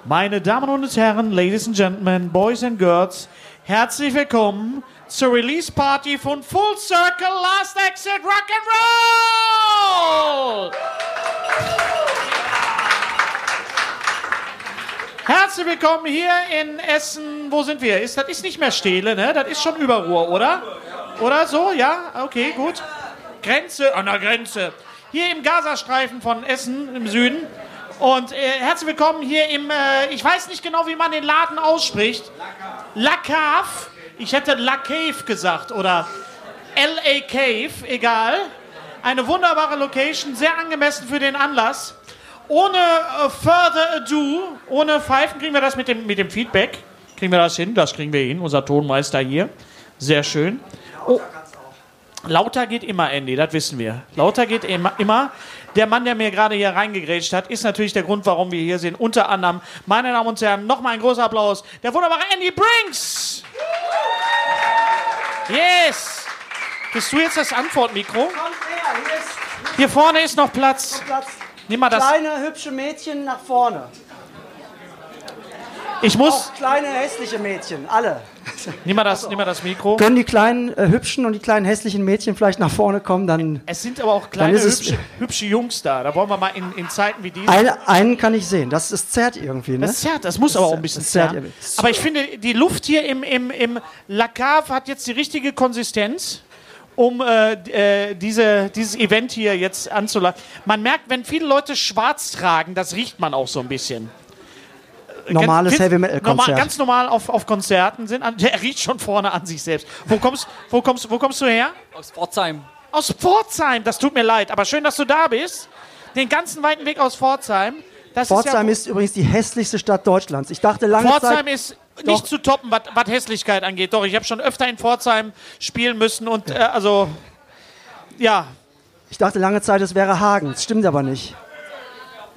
Meine Damen und Herren, Ladies and Gentlemen, Boys and Girls, herzlich willkommen zur Release Party von Full Circle Last Exit Rock'n'Roll! Herzlich willkommen hier in Essen. Wo sind wir? Ist, das ist nicht mehr Stehle, ne? Das ist schon Überruhr, oder? Oder so? Ja? Okay, gut. Grenze, an der Grenze. Hier im Gazastreifen von Essen im Süden. Und äh, herzlich willkommen hier im, äh, ich weiß nicht genau, wie man den Laden ausspricht. Lacave. Ich hätte La Cave gesagt oder LA Cave, egal. Eine wunderbare Location, sehr angemessen für den Anlass. Ohne äh, further ado, ohne Pfeifen kriegen wir das mit dem, mit dem Feedback. Kriegen wir das hin? Das kriegen wir hin, unser Tonmeister hier. Sehr schön. Oh, Lauter geht immer, Andy, das wissen wir. Lauter geht immer, immer. Der Mann, der mir gerade hier reingegrätscht hat, ist natürlich der Grund, warum wir hier sind. Unter anderem, meine Damen und Herren, nochmal ein großer Applaus. Der wunderbare Andy Brinks! Yes! Bist du jetzt das Antwortmikro? Kommt her, hier ist Hier vorne ist noch Platz. Platz. Nimm mal das. Kleine, hübsche Mädchen nach vorne. Ich muss. Auch kleine, hässliche Mädchen, alle. Also, Nimm mal das, nimm mal das Mikro. Können die kleinen, äh, hübschen und die kleinen, hässlichen Mädchen vielleicht nach vorne kommen, dann... Es sind aber auch kleine, ist es- hübsche, hübsche Jungs da. Da wollen wir mal in, in Zeiten wie diesen. Ein, einen kann ich sehen, das ist zerrt irgendwie, ne? Das zerrt, das muss aber auch ein bisschen das zerrt zerren. irgendwie. Aber ich finde, die Luft hier im, im, im Lacave hat jetzt die richtige Konsistenz, um äh, d- äh, diese, dieses Event hier jetzt anzuleiten. Man merkt, wenn viele Leute schwarz tragen, das riecht man auch so ein bisschen. Normales Ganz- Heavy Metal normal- Konzert. Ganz normal auf, auf Konzerten sind. an- Der riecht schon vorne an sich selbst. Wo kommst, wo kommst, wo kommst du her? Aus Pforzheim. Aus Pforzheim, das tut mir leid, aber schön, dass du da bist. Den ganzen weiten Weg aus Pforzheim. Das Pforzheim ja, ist übrigens die hässlichste Stadt Deutschlands. Ich dachte lange Pforzheim Zeit... ist nicht Doch. zu toppen, was was Hässlichkeit angeht. Doch, ich habe schon öfter in Pforzheim spielen müssen und äh, also ja, Ich dachte lange Zeit, es wäre Hagen, das stimmt aber nicht.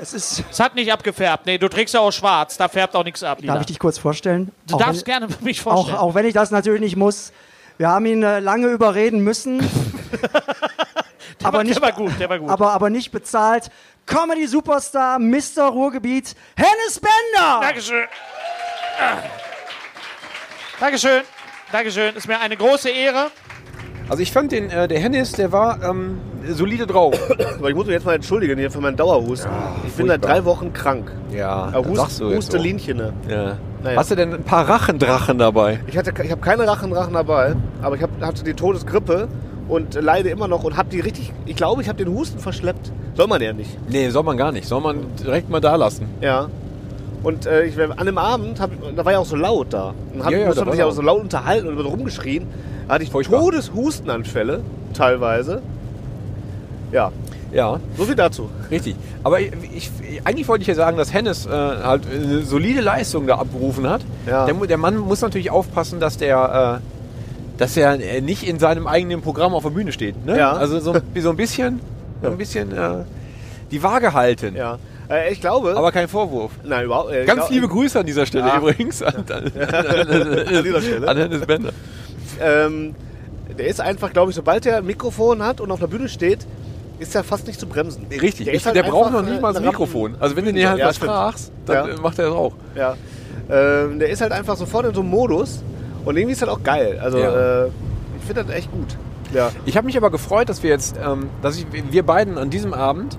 Es ist... es hat nicht abgefärbt. Nee, du trägst ja auch schwarz, da färbt auch nichts ab. Lila. Darf ich dich kurz vorstellen? du Auch darfst wenn- gerne mich auch, vorstellen. auch wenn ich das natürlich nicht muss. Wir haben ihn äh, lange überreden müssen. der, aber war, nicht- der war gut, der war gut. aber, aber nicht bezahlt. Comedy Superstar, Mr. Ruhrgebiet, Hennes Bender! Dankeschön. Ah. Dankeschön. Dankeschön. Ist mir eine große Ehre. Also ich fand den, äh, der Hennis, der war ähm, solide drauf. Aber ich muss mich jetzt mal entschuldigen hier für meinen Dauerhusten. ich bin seit furchtbar. drei Wochen krank. Ja, Äh, das sagst du jetzt so. Hustelinchen. ja. Naja. Hast du denn ein paar Rachendrachen dabei? ne? Ich, hatte, ich habe keine Rachendrachen dabei, aber ich hab, hatte die Todesgrippe und leide immer noch und habe die richtig. Ich glaube, ich habe den Husten verschleppt. Soll man ja nicht. Nee, soll man gar nicht. Soll man direkt mal da lassen. Ja. Und äh, ich, an dem Abend, hab, da war ja auch so laut da. Und hab, Ja, ja, musste da man war sich auch laut. so laut unterhalten und rumgeschrien. Da hatte ich Furchtbar. Todeshustenanfälle, teilweise. Ja, Ja, so viel dazu. richtig. Aber ich, ich, eigentlich wollte ich ja sagen, dass Hennis äh, halt eine solide Leistung da abgerufen hat. Ja. Der, mu- der Mann muss natürlich aufpassen, dass der... Äh, dass er äh, nicht in seinem eigenen Programm auf der Bühne steht. Ne? Ja. Also so, ein- so ein bisschen, so ein bisschen äh, die Waage halten. Ja. Äh, ich glaube. Aber kein Vorwurf. nein, überhaupt. äh, ich Ganz glaub- liebe Grüße an dieser Stelle Ja. übrigens. An, an, an dieser Stelle. An Hennes Bender. Ähm, der ist einfach, glaube ich, sobald er ein Mikrofon hat und auf der Bühne steht, ist er fast nicht zu bremsen. Richtig, der, ist halt der einfach, braucht noch nicht äh, mal das eine Rappen- Mikrofon. Also wenn du den halt Ja, was stimmt. fragst, dann Ja. äh, macht er das auch. Ja. Ähm, der ist halt einfach sofort in so einem Modus und irgendwie ist das auch geil. Also Ja. äh, ich finde das echt gut. Ja. Ich habe mich aber gefreut, dass wir jetzt, ähm, dass ich, wir beiden an diesem Abend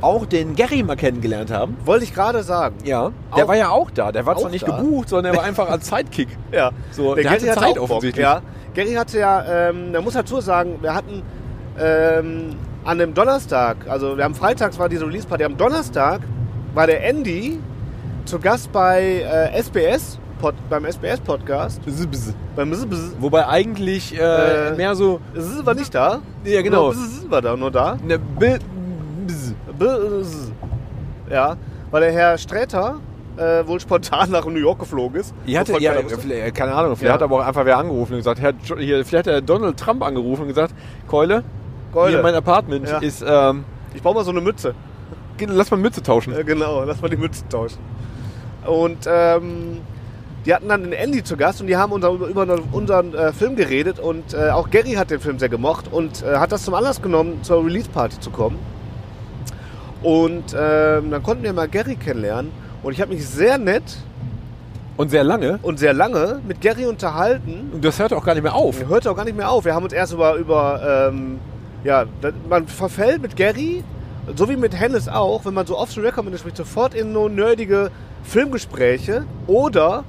auch den Gary mal kennengelernt haben. Wollte ich gerade sagen. Ja, der Auch- war ja auch da. Der war zwar auch nicht da? gebucht, sondern er war einfach als Sidekick. Ja. So, der hatte hatte Zeit auch Bock, offensichtlich. Ja. Gary hatte ja, ähm, da muss dazu sagen, wir hatten ähm, an dem Donnerstag, also wir haben freitags war diese Release Party, am Donnerstag war der Andy zu Gast bei äh, SBS, Pod, beim SBS Podcast. Beim Bzz, Wobei eigentlich äh, Äh, mehr so, Bzz war nicht da. ja Nur genau, Bzz war da, nur da. ne, B- Bzz. Bzz. Ja, weil der Herr Sträter äh, wohl spontan nach New York geflogen ist. Ihr hatte, Wovon ja, keiner wusste. vielleicht- keine Ahnung, vielleicht Ja. hat aber auch einfach wer angerufen und gesagt, Herr, Jo- hier, vielleicht hat der Donald Trump angerufen und gesagt, Keule, Hier Freude. mein Apartment Ja. ist. Ähm, ich brauche mal so eine Mütze. geh- lass mal Mütze tauschen. Ja, genau, lass mal die Mütze tauschen. Und ähm, die hatten dann den Andy zu Gast und die haben unser, über unseren äh, Film geredet und äh, auch Gary hat den Film sehr gemocht und äh, hat das zum Anlass genommen, zur Release-Party zu kommen. Und ähm, dann konnten wir mal Gary kennenlernen und ich habe mich sehr nett Und sehr lange. und sehr lange mit Gary unterhalten. Und das hört auch gar nicht mehr auf. Und hört auch gar nicht mehr auf. Wir haben uns erst über, über ähm, ja, da- man verfällt mit Gary, so wie mit Hennes auch, wenn man so off the record mit ihm spricht, sofort in so nerdige Filmgespräche oder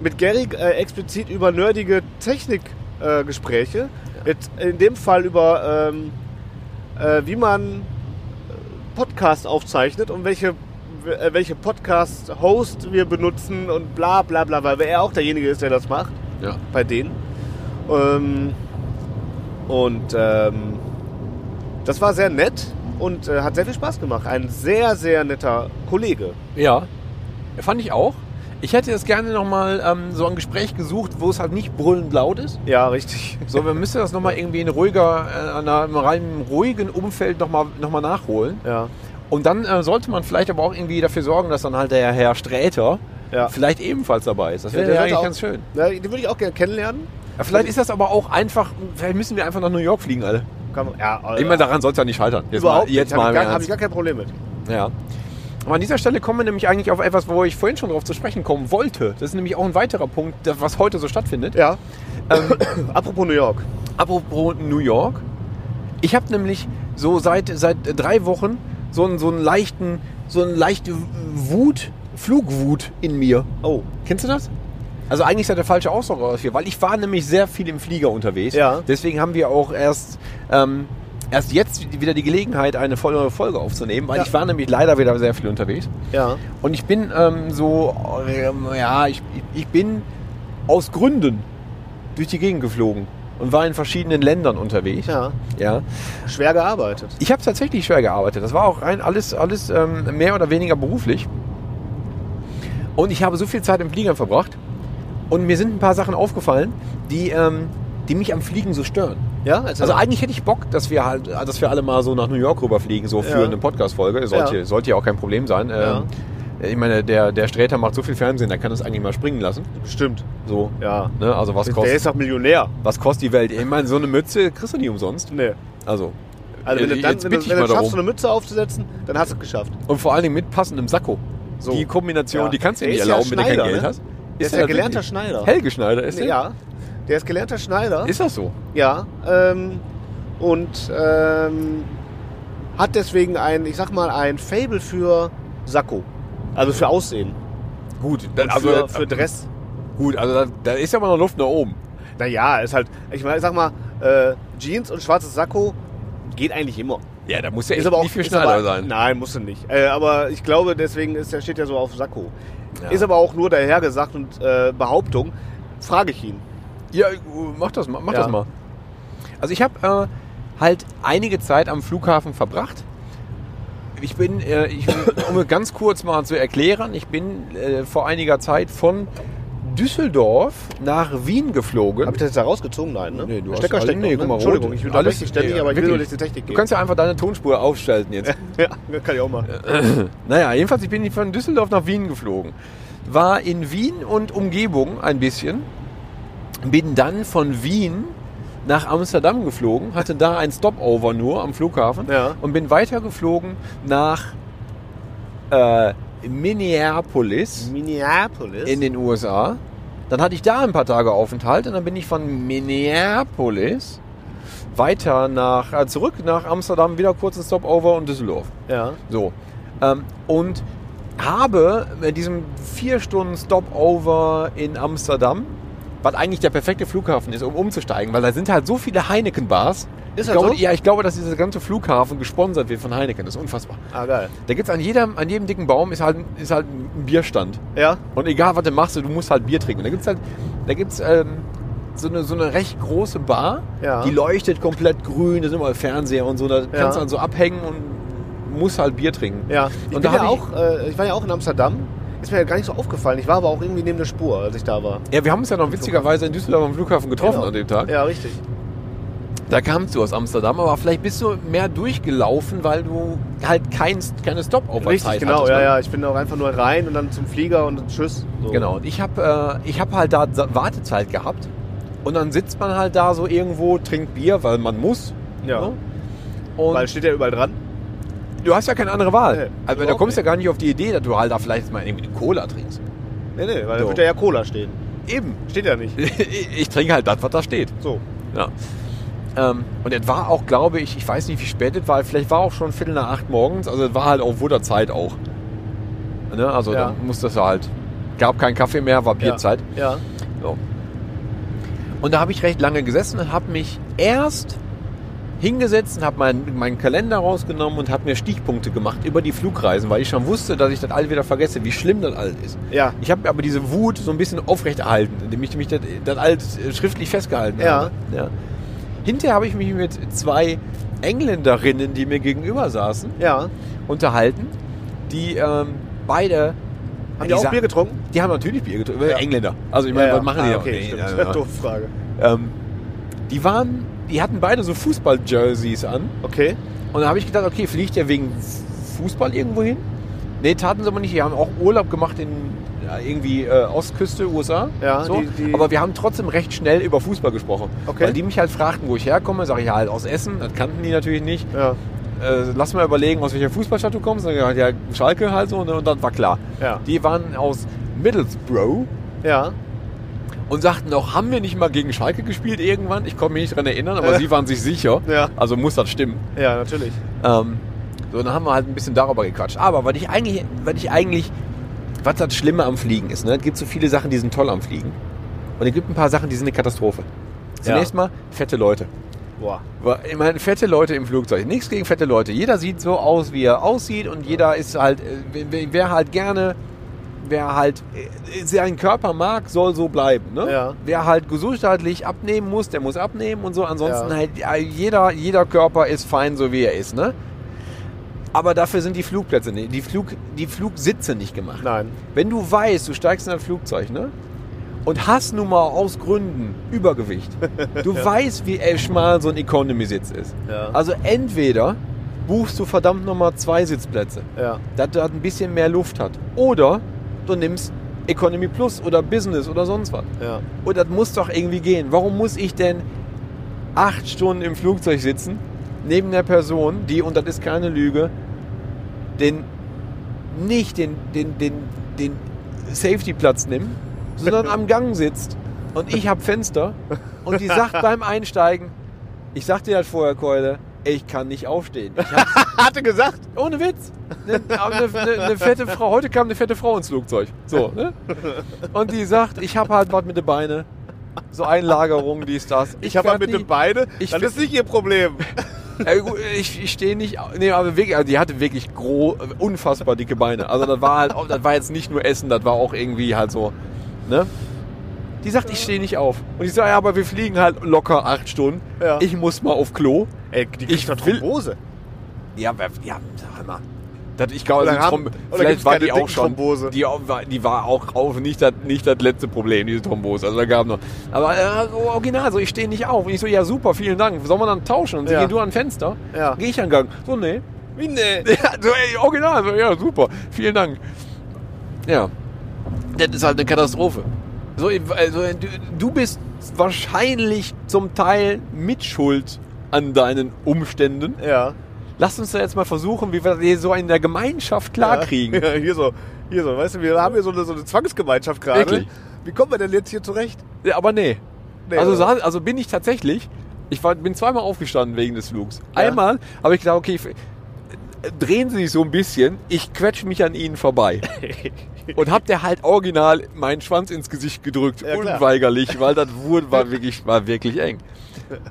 mit Gary äh, explizit über nerdige Technikgespräche. Äh, Gespräche. Jetzt in dem Fall über, ähm, äh, wie man Podcast aufzeichnet und welche, äh, welche Podcast-Host wir benutzen und bla bla bla, weil er auch derjenige ist, der das macht Ja. bei denen. Ähm, und ähm, das war sehr nett und äh, hat sehr viel Spaß gemacht. Ein sehr, sehr netter Kollege. Ja, fand ich auch. Ich hätte es gerne nochmal ähm, so ein Gespräch gesucht, wo es halt nicht brüllend laut ist. Ja, richtig. So, wir müssen das nochmal irgendwie in ruhiger, äh, an einem rein ruhigen Umfeld nochmal noch mal nachholen. Ja. Und dann äh, sollte man vielleicht aber auch irgendwie dafür sorgen, dass dann halt der Herr Sträter Ja. vielleicht ebenfalls dabei ist. Das wäre der ja sollte eigentlich auch- ganz schön. ja den würde ich auch gerne kennenlernen. Ja, vielleicht ist das aber auch einfach, vielleicht müssen wir einfach nach New York fliegen alle. Kann man, ja, äh, Ich meine, daran soll es ja nicht scheitern. Jetzt überhaupt mal, jetzt habe ich, mal im gar- hab Ernst. ich gar kein Problem mit. Ja. Aber an dieser Stelle kommen wir nämlich eigentlich auf etwas, wo ich vorhin schon drauf zu sprechen kommen wollte. Das ist nämlich auch ein weiterer Punkt, das, was heute so stattfindet. Ähm, Ja. Apropos New York. Apropos New York. Ich habe nämlich so seit, seit drei Wochen so einen, so einen leichten, so einen leichte Wut, Flugwut in mir. Oh. Kennst du das? Also eigentlich ist das der falsche Ausdruck dafür, weil ich war nämlich sehr viel im Flieger unterwegs. Ja. Deswegen haben wir auch erst, ähm, erst jetzt wieder die Gelegenheit, eine volle Folge aufzunehmen, weil Ja. ich war nämlich leider wieder sehr viel unterwegs. Ja. Und ich bin ähm, so, ähm, ja, ich, ich- ich bin aus Gründen durch die Gegend geflogen und war in verschiedenen Ländern unterwegs. Ja. Ja. Schwer gearbeitet. Ich habe tatsächlich schwer gearbeitet. Das war auch rein alles, alles ähm, mehr oder weniger beruflich. Und ich habe so viel Zeit im Flieger verbracht und mir sind ein paar Sachen aufgefallen, die, ähm, die mich am Fliegen so stören. Ja? Also, Also eigentlich hätte ich Bock, dass wir halt, dass wir alle mal so nach New York rüberfliegen, so für Ja. eine Podcast-Folge. Sollte, Ja. sollte ja auch kein Problem sein. Ähm, Ich meine, der, der Sträter macht so viel Fernsehen, der kann das eigentlich mal springen lassen. stimmt. So. Ja. Ne? Also was Der ist kostet, doch Millionär. was kostet die Welt? Ich meine, so eine Mütze kriegst du nie umsonst. Nee. Also. Also wenn äh, du dann, jetzt wenn bitte du, ich wenn mal du schaffst, so darum. eine Mütze aufzusetzen, dann hast du es geschafft. Und vor allen Dingen mit passendem Sakko. So. Die Kombination, Ja. die kannst du dir Der nicht ist ja erlauben, wenn du Schneider, kein Geld ne? hast. Der ist er ja tatsächlich. gelernter Schneider. Helge Schneider ist der? Ja, der ist gelernter Schneider. Ist das so? ja, ähm, und ähm, hat deswegen ein, ich sag mal, ein Fable für Sakko. Also für Aussehen. Gut, Und für, also, für Dress. gut, also da, da ist ja mal noch Luft nach oben. Naja, ist halt, ich meine, ich sag mal, äh, Jeans und schwarzes Sakko geht eigentlich immer. Ja, da muss ja echt nicht viel Schneider aber, sein. Nein, musste nicht. Äh, aber ich glaube, deswegen ist, der steht ja so auf Sakko. Ja. Ist aber auch nur dahergesagt und äh, Behauptung. Frage ich ihn. Ja, mach das mal. Mach Ja. das mal. Also ich habe äh, halt einige Zeit am Flughafen verbracht. Ich bin, äh, ich, um ganz kurz mal zu erklären, ich bin äh, vor einiger Zeit von Düsseldorf nach Wien geflogen. Habe ich das jetzt da rausgezogen? Nein, ne? Nee, du hast Stecker alle- steckt nee, noch, guck ne? mal, Entschuldigung, rot. ich unterbreche Alles- dich ständig, nee, aber ich will wirklich. nur nicht die Technik Du gehen. kannst ja einfach deine Tonspur aufschalten jetzt. ja, das kann ich auch mal. Äh, Naja, jedenfalls, ich bin von Düsseldorf nach Wien geflogen. War in Wien und Umgebung ein bisschen. Bin dann von Wien nach Amsterdam geflogen, hatte da ein Stopover nur am Flughafen Ja. und bin weitergeflogen nach äh, Minneapolis Minneapolis. in den USA. Dann hatte ich da ein paar Tage Aufenthalt und dann bin ich von Minneapolis weiter nach, äh, zurück nach Amsterdam, wieder kurz ein Stopover und Düsseldorf. ja. So. Ähm, und habe mit diesem vier Stunden Stopover in Amsterdam, was eigentlich der perfekte Flughafen ist, um umzusteigen, weil da sind halt so viele Heineken-Bars. Ist ich das glaube, so? Ja, ich glaube, dass dieser ganze Flughafen gesponsert wird von Heineken. Das ist unfassbar. Ah, geil. Da gibt's an jedem, an jedem dicken Baum ist halt, ist halt ein Bierstand. Ja, Und egal, was du machst, du musst halt Bier trinken. Und da gibt's halt, da gibt's ähm, so, eine, so eine recht große Bar, Ja. die leuchtet komplett grün, da sind überall Fernseher und so. Da kannst du dann so abhängen und musst halt Bier trinken. ja. Ich, Und bin da ja hab ich- auch, äh, ich war ja auch in Amsterdam. Ist mir ja gar nicht so aufgefallen. Ich war aber auch irgendwie neben der Spur, als ich da war. Ja, wir haben uns ja noch witzigerweise in Düsseldorf am Flughafen getroffen Genau. an dem Tag. Ja, richtig. Da kamst du aus Amsterdam, aber vielleicht bist du mehr durchgelaufen, weil du halt kein, keine Stop-Over-Zeit Richtig, genau, hattest. ja, ne? ja. Ich bin auch einfach nur rein und dann zum Flieger und dann tschüss. So. Genau, und ich habe äh, ich hab halt da Sa- Wartezeit gehabt und dann sitzt man halt da so irgendwo, trinkt Bier, weil man muss. Ja. Ne? Und Weil steht ja überall dran. du hast ja keine andere Wahl. Nee, also da überhaupt kommst du nicht. ja gar nicht auf die Idee, dass du halt da vielleicht mal irgendwie eine Cola trinkst. Nee, nee, weil da So. wird ja, ja Cola stehen. Eben. Steht ja nicht. ich trinke halt das, was da steht. So. Ja. Ähm, und es war auch, glaube ich, ich weiß nicht, wie spät es war, vielleicht war auch schon Viertel nach acht morgens, also es war halt auch Wutterzeit auch. Ne? Also Ja. dann musste es halt, gab keinen Kaffee mehr, war Bierzeit. Ja. So. Und da habe ich recht lange gesessen und habe mich erst hingesetzt und habe meinen, meinen Kalender rausgenommen und habe mir Stichpunkte gemacht über die Flugreisen, weil ich schon wusste, dass ich das all wieder vergesse, wie schlimm das alles ist. Ja. Ich habe aber diese Wut so ein bisschen aufrechterhalten, indem ich mich das, das alles äh, schriftlich festgehalten Ja. habe. Ja. Hinterher habe ich mich mit zwei Engländerinnen, die mir gegenüber saßen, Ja. unterhalten, die ähm, beide Haben die Dieser- auch Bier getrunken? die haben natürlich Bier getrunken, Ja. Engländer. Also ich meine, was machen die ah, da? okay, Nee, stimmt. ja, ja. Doofe Frage. Ähm, die waren, die hatten beide so Fußball-Jerseys an. Okay. Und da habe ich gedacht, okay, fliegt der wegen Fußball irgendwo hin? Nee, taten sie aber nicht. Die haben auch Urlaub gemacht in ja, irgendwie äh, Ostküste USA. Ja, so. die- die- aber wir haben trotzdem recht schnell über Fußball gesprochen. Okay. Weil die mich halt fragten, wo ich herkomme. Sag ich ja halt aus Essen. Das kannten die natürlich nicht. Ja. Äh, lass mal überlegen, aus welcher Fußballstadt du kommst. Dann hab ich gesagt, ja, Schalke halt so. Ne? Und dann war klar. Ja. Die waren aus Middlesbrough Ja. und sagten auch, haben wir nicht mal gegen Schalke gespielt irgendwann? Ich konnte mich nicht dran erinnern, aber sie waren sich sicher. Ja. Also muss das stimmen. Ja, natürlich. Ähm, so, dann haben wir halt ein bisschen darüber gequatscht. Aber was ich eigentlich, was ich eigentlich, was das Schlimme am Fliegen ist, ne? Es gibt so viele Sachen, die sind toll am Fliegen. Und es gibt ein paar Sachen, die sind eine Katastrophe. Zunächst mal fette Leute. Boah. Weil, Ich meine, fette Leute im Flugzeug. Nichts gegen fette Leute. Jeder sieht so aus, wie er aussieht und jeder ist halt, äh, wer- wer wer halt gerne, wer halt äh, seinen Körper mag, soll so bleiben. Ne? Ja. Wer halt gesundheitlich abnehmen muss, der muss abnehmen und so. Ansonsten Ja. halt äh, jeder, jeder Körper ist fein, so wie er ist. Ne? Aber dafür sind die Flugplätze, nicht- die, Flug, die Flugsitze nicht gemacht. Nein. Wenn du weißt, du steigst in ein Flugzeug, ne? Und hast nun mal aus Gründen Übergewicht. Du weißt, wie ey, schmal so ein Economy-Sitz ist. Ja. Also entweder buchst du verdammt nochmal zwei Sitzplätze, Ja. dass du halt ein bisschen mehr Luft hat. Oder du nimmst Economy Plus oder Business oder sonst was. Ja. Und das muss doch irgendwie gehen. Warum muss ich denn acht Stunden im Flugzeug sitzen, neben einer Person, die, und das ist keine Lüge, den nicht den, den, den, den Safety-Platz nimmt, sondern am Gang sitzt und ich hab Fenster und die sagt beim Einsteigen, ich sagte dir das vorher, Keule, ich kann nicht aufstehen. Ich Hatte gesagt. ohne Witz. Eine, eine, eine, eine fette Frau. Heute kam eine fette Frau ins Flugzeug. So, ne? Und die sagt, ich habe halt was mit den Beinen. So Einlagerung, dies, das. Ich habe mal werd mit nie- dem Beine. Ich Dann werd- ist nicht ihr Problem. Äh, gut, Ich, ich stehe nicht. au- Nee, aber wirklich, also die hatte wirklich gro, unfassbar dicke Beine. Also das war halt, auch- das war jetzt nicht nur Essen, das war auch irgendwie halt so, ne? Die sagt, ich stehe nicht auf. Und ich sage, ja, aber wir fliegen halt locker acht Stunden. Ja. Ich muss mal auf Klo. Ey, die Ich kriegt doch will- Thrombose. Ja, aber- ja, sag Ne? mal. Das, ich glaube, Oder also haben- Throm- oder vielleicht gibt's war keine die auch schon. Dickthrombose? Die, au- war- die war auch auf, nicht das, nicht das letzte Problem, diese Thrombose. Also da gab noch. Aber äh, so original, so ich stehe nicht auf. Und ich so, ja super, vielen Dank. Soll man dann tauschen? Und sie Ja. geh du an ein Fenster? Ja. Geh ich an den Gang. So, nee. Wie ne? Ja, so, ey, original, so, ja, super, vielen Dank. Ja, das ist halt eine Katastrophe. So, also, du, du bist wahrscheinlich zum Teil mitschuld an deinen Umständen. Ja. Lass uns da jetzt mal versuchen, wie wir das hier so in der Gemeinschaft klarkriegen. Ja, hier so. Hier so. Weißt du, wir haben hier so eine, so eine Zwangsgemeinschaft gerade. Wirklich? Wie kommen wir denn jetzt hier zurecht? Ja, aber nee. Nee, also, oder? sa- also bin ich tatsächlich, ich war, bin zweimal aufgestanden wegen des Flugs. Einmal habe ich gedacht, okay, f- äh, drehen Sie sich so ein bisschen, ich quetsche mich an Ihnen vorbei. und hab der halt original meinen Schwanz ins Gesicht gedrückt, Ja, klar. unweigerlich, weil das wurde, war, wirklich, war wirklich eng.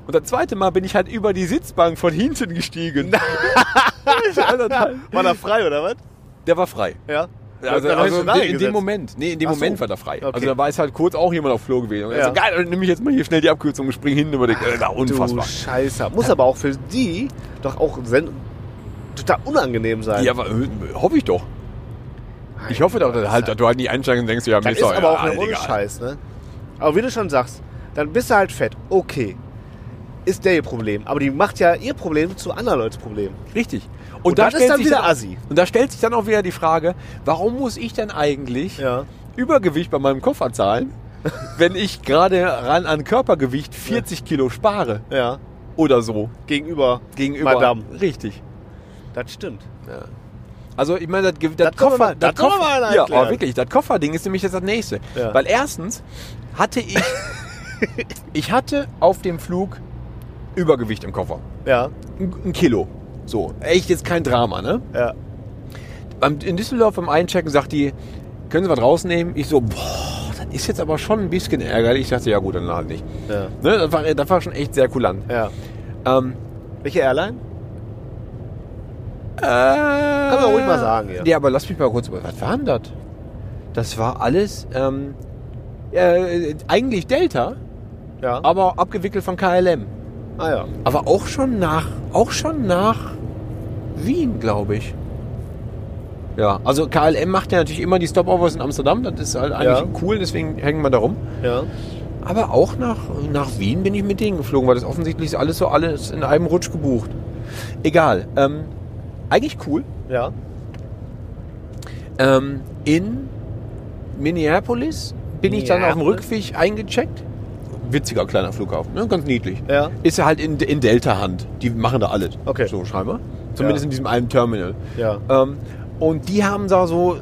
Und das zweite Mal bin ich halt über die Sitzbank von hinten gestiegen. War da frei oder was? der war frei. Ja. Also, Dann hast also du in, da de- in hingesetzt. dem Moment. Nee, in dem Ach so. Moment war der frei. Okay. Also da war es halt kurz auch jemand auf Flo gewesen. Und er Ja. so, geil, dann nehme ich jetzt mal hier schnell die Abkürzung und spring hin über den. Äh, war unfassbar. Du Scheiße. Muss aber auch für die doch auch sen- total unangenehm sein. Ja, aber äh, hoffe ich doch. Ich hoffe doch, dass, halt, dass du halt nicht einsteigst und denkst, ja, das Mist, ist aber auch ja, eine ohne egal. Scheiß, ne? Aber wie du schon sagst, dann bist du halt fett. Okay. ist der ihr Problem. Aber die macht ja ihr Problem zu anderen Leute's Problem. Richtig. Und, Und da das ist stellt dann sich wieder assi. Und da stellt sich dann auch wieder die Frage, warum muss ich denn eigentlich Ja. Übergewicht bei meinem Koffer zahlen, wenn ich gerade ran an Körpergewicht 40 Kilo spare Ja. oder so Gegenüber. gegenüber. Madame. Richtig. Das stimmt. Also ich meine, das, Ge- Das kann man mal- das kann man mal einer ja, erklären. aber wirklich, das Kofferding ist nämlich jetzt das nächste, Ja. weil erstens hatte ich ich hatte auf dem Flug Übergewicht im Koffer, Ja. ein, ein Kilo. So, echt jetzt kein Drama, ne? Ja. Am- in Düsseldorf beim Einchecken sagt die, können Sie was rausnehmen? Ich so, boah, das ist jetzt aber schon ein bisschen ärgerlich. Ich dachte, ja gut, dann halt nicht. Ja. Ne, das, war, das war schon echt sehr kulant. ja. Ähm, Welche Airline? äh, Kann man ruhig mal sagen, ja. Ja, aber lass mich mal kurz über. Was war denn das? Das war alles ähm, äh, eigentlich Delta, Ja. aber abgewickelt von KLM. Ah ja. Aber auch schon nach, auch schon nach Wien, glaube ich. Ja, also KLM macht ja natürlich immer die Stopovers in Amsterdam. Das ist halt eigentlich Ja. cool, deswegen hängen wir da rum. Ja. Aber auch nach, nach Wien bin ich mit denen geflogen, weil das offensichtlich ist alles so alles in einem Rutsch gebucht. Egal. Ähm, eigentlich cool. Ja. Ähm, in Minneapolis bin ich dann auf dem Minneapolis. Rückweg eingecheckt. Witziger kleiner Flughafen, ne? ganz niedlich. Ja. Ist ja halt in, in Delta-Hand. Die machen da alles. Okay. So scheinbar. Zumindest Ja. in diesem einen Terminal. Ja. Ähm, und die haben da so, äh,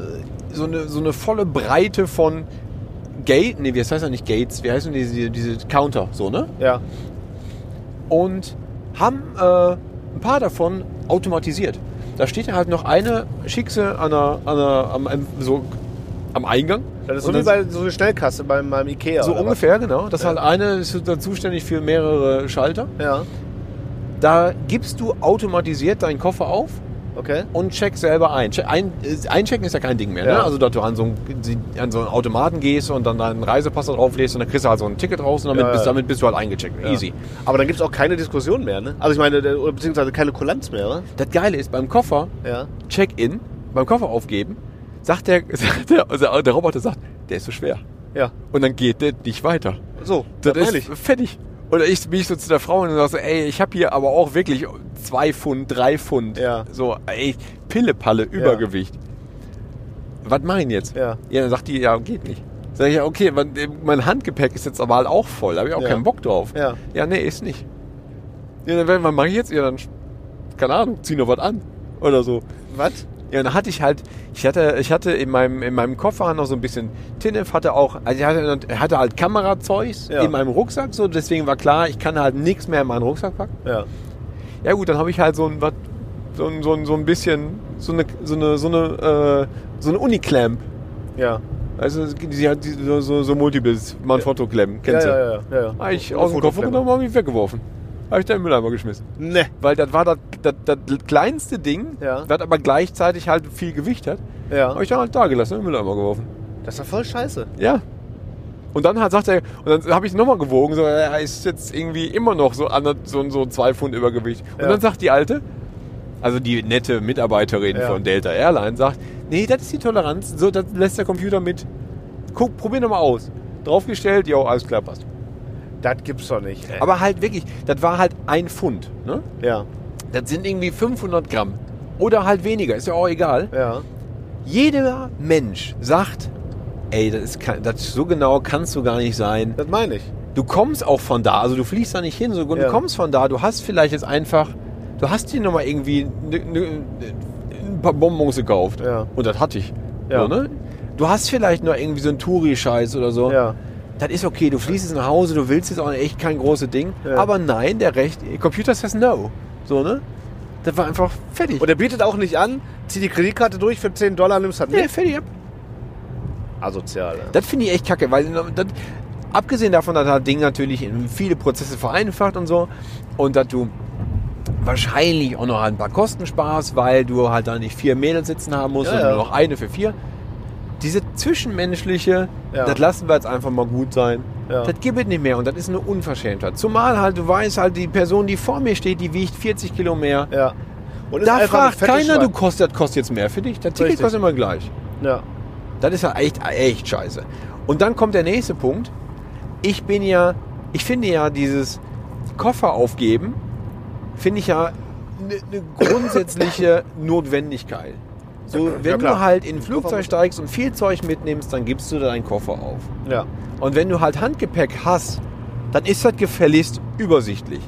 so, eine, so eine volle Breite von Gate, nee, wie heißt das nicht Gates, wie heißen diese, diese Counter, so, ne? Ja. und haben äh, ein paar davon automatisiert. Da steht dann halt noch eine Schickse an der, an der, am, am, so, am Eingang. Das ist so Und wie dann- bei so einer Schnellkasse beim, beim Ikea. so oder was? ungefähr, genau. Das ist halt eine ist dann zuständig für mehrere Schalter. Ja. Da gibst du automatisiert deinen Koffer auf Okay. und check selber ein. Che- ein äh, einchecken ist ja kein Ding mehr. Ja. Ne? Also, dass du an so, einen, die- an so einen Automaten gehst und dann deinen Reisepass da drauflegst und dann kriegst du halt so ein Ticket raus und damit, Ja, ja. bist, damit bist du halt eingecheckt. Easy. Aber dann gibt es auch keine Diskussion mehr, ne? Also ich meine, der- oder beziehungsweise keine Kulanz mehr, oder? Das Geile ist, beim Koffer Ja. Check-in, beim Koffer aufgeben, sagt der, sagt der, also der Roboter sagt, der ist so schwer. Ja. Und dann geht der nicht weiter. So, Das, das meine ist ich. fertig. Oder ich bin ich so zu der Frau und sage so, ey, ich habe hier aber auch wirklich zwei Pfund, drei Pfund. Ja. So, ey, Pillepalle, Übergewicht. Was mache ich denn jetzt? Ja. Ja, dann sagt die, ja, geht nicht. Sag ich, ja, okay, mein, mein Handgepäck ist jetzt aber halt auch voll, da habe ich auch Ja. keinen Bock drauf. Ja. Ja, nee, ist nicht. Ja, dann, wenn- was mache ich jetzt? Ja, dann, keine Ahnung, zieh noch was an. Oder so. Was? Ja, und dann hatte ich halt, ich hatte, ich hatte in meinem, in meinem Koffer noch so ein bisschen Tinef, hatte auch, also ich hatte, hatte halt Kamerazeugs Ja. in meinem Rucksack, so, deswegen war klar, ich kann halt nichts mehr in meinen Rucksack packen. Ja. Ja gut, dann habe ich halt so ein, was- so ein, so ein, so ein bisschen, so eine, so eine, so eine, äh, so eine Uniclamp. Ja. Also die hat die, so, so, so Multiples, man Fotoklemmen, Ja, kennst ja, du? ja, ja, ja. Habe ich Oder aus dem Koffer Fotoklemme. genommen, habe ich weggeworfen. Habe ich da in den Mülleimer geschmissen. Ne. Weil das war das, das, das kleinste Ding, Ja. das aber gleichzeitig halt viel Gewicht hat. Ja. Habe ich dann halt da gelassen, im Mülleimer geworfen. Das ist ja voll scheiße. Ja. Und dann hat, sagt er, und dann habe ich nochmal gewogen, so, er ist jetzt irgendwie immer noch so, ander- so, so zwei Pfund Übergewicht. Und Ja. dann sagt die Alte, also die nette Mitarbeiterin Ja. von Delta Airlines, sagt, nee, das ist die Toleranz, so, das lässt der Computer mit. Guck, probier nochmal aus. Draufgestellt, ja, alles klar, passt. Das gibt's doch nicht. ey. Aber halt wirklich, das war halt ein Pfund, ne? Ja. Das sind irgendwie 500 Gramm. Oder halt weniger, ist ja auch egal. Ja. Jeder Mensch sagt, ey, das ist kein, das so genau kannst du gar nicht sein. Das meine ich. Du kommst auch von da, also du fliegst da nicht hin, sondern Ja. du kommst von da. Du hast vielleicht jetzt einfach, du hast dir nochmal irgendwie ne, ne, ein paar Bonbons gekauft. Ja. Und das hatte ich. Ja. So, ne? Du hast vielleicht noch irgendwie so einen Touri-Scheiß oder so. Ja. Das ist okay, du fliegst jetzt nach Hause, du willst jetzt auch echt kein großes Ding. Ja. Aber nein, der Recht, Computer says no. So, ne? Das war einfach fertig. Und er bietet auch nicht an, zieh die Kreditkarte durch für 10 Dollar, nimmst halt nee, mit. fertig ab. Asozial. ey. Das finde ich echt kacke, weil das, abgesehen davon, dass das Ding natürlich viele Prozesse vereinfacht und so und dass du wahrscheinlich auch noch ein paar Kosten sparst, weil du halt da nicht vier Mädels sitzen haben musst, Ja, sondern ja. nur noch eine für vier. Diese zwischenmenschliche, Ja. das lassen wir jetzt einfach mal gut sein. Ja. Das gibt es nicht mehr und das ist eine Unverschämtheit. Zumal halt, du weißt halt, die Person, die vor mir steht, die wiegt 40 Kilo mehr. Ja. Und ist Da einfach fragt ein fettes keiner, du Schwein. kostet, das kostet jetzt mehr für dich. Das Ticket Richtig. kostet immer gleich. Ja. Das ist ja echt, echt scheiße. Und dann kommt der nächste Punkt. Ich bin ja, ich finde ja dieses, Koffer aufgeben, finde ich ja eine ne grundsätzliche Notwendigkeit. So, wenn du halt Mhm. in ein Flugzeug steigst und viel Zeug mitnimmst, dann gibst du deinen Koffer auf. Ja. Und wenn du halt Handgepäck hast, dann ist das gefälligst übersichtlich.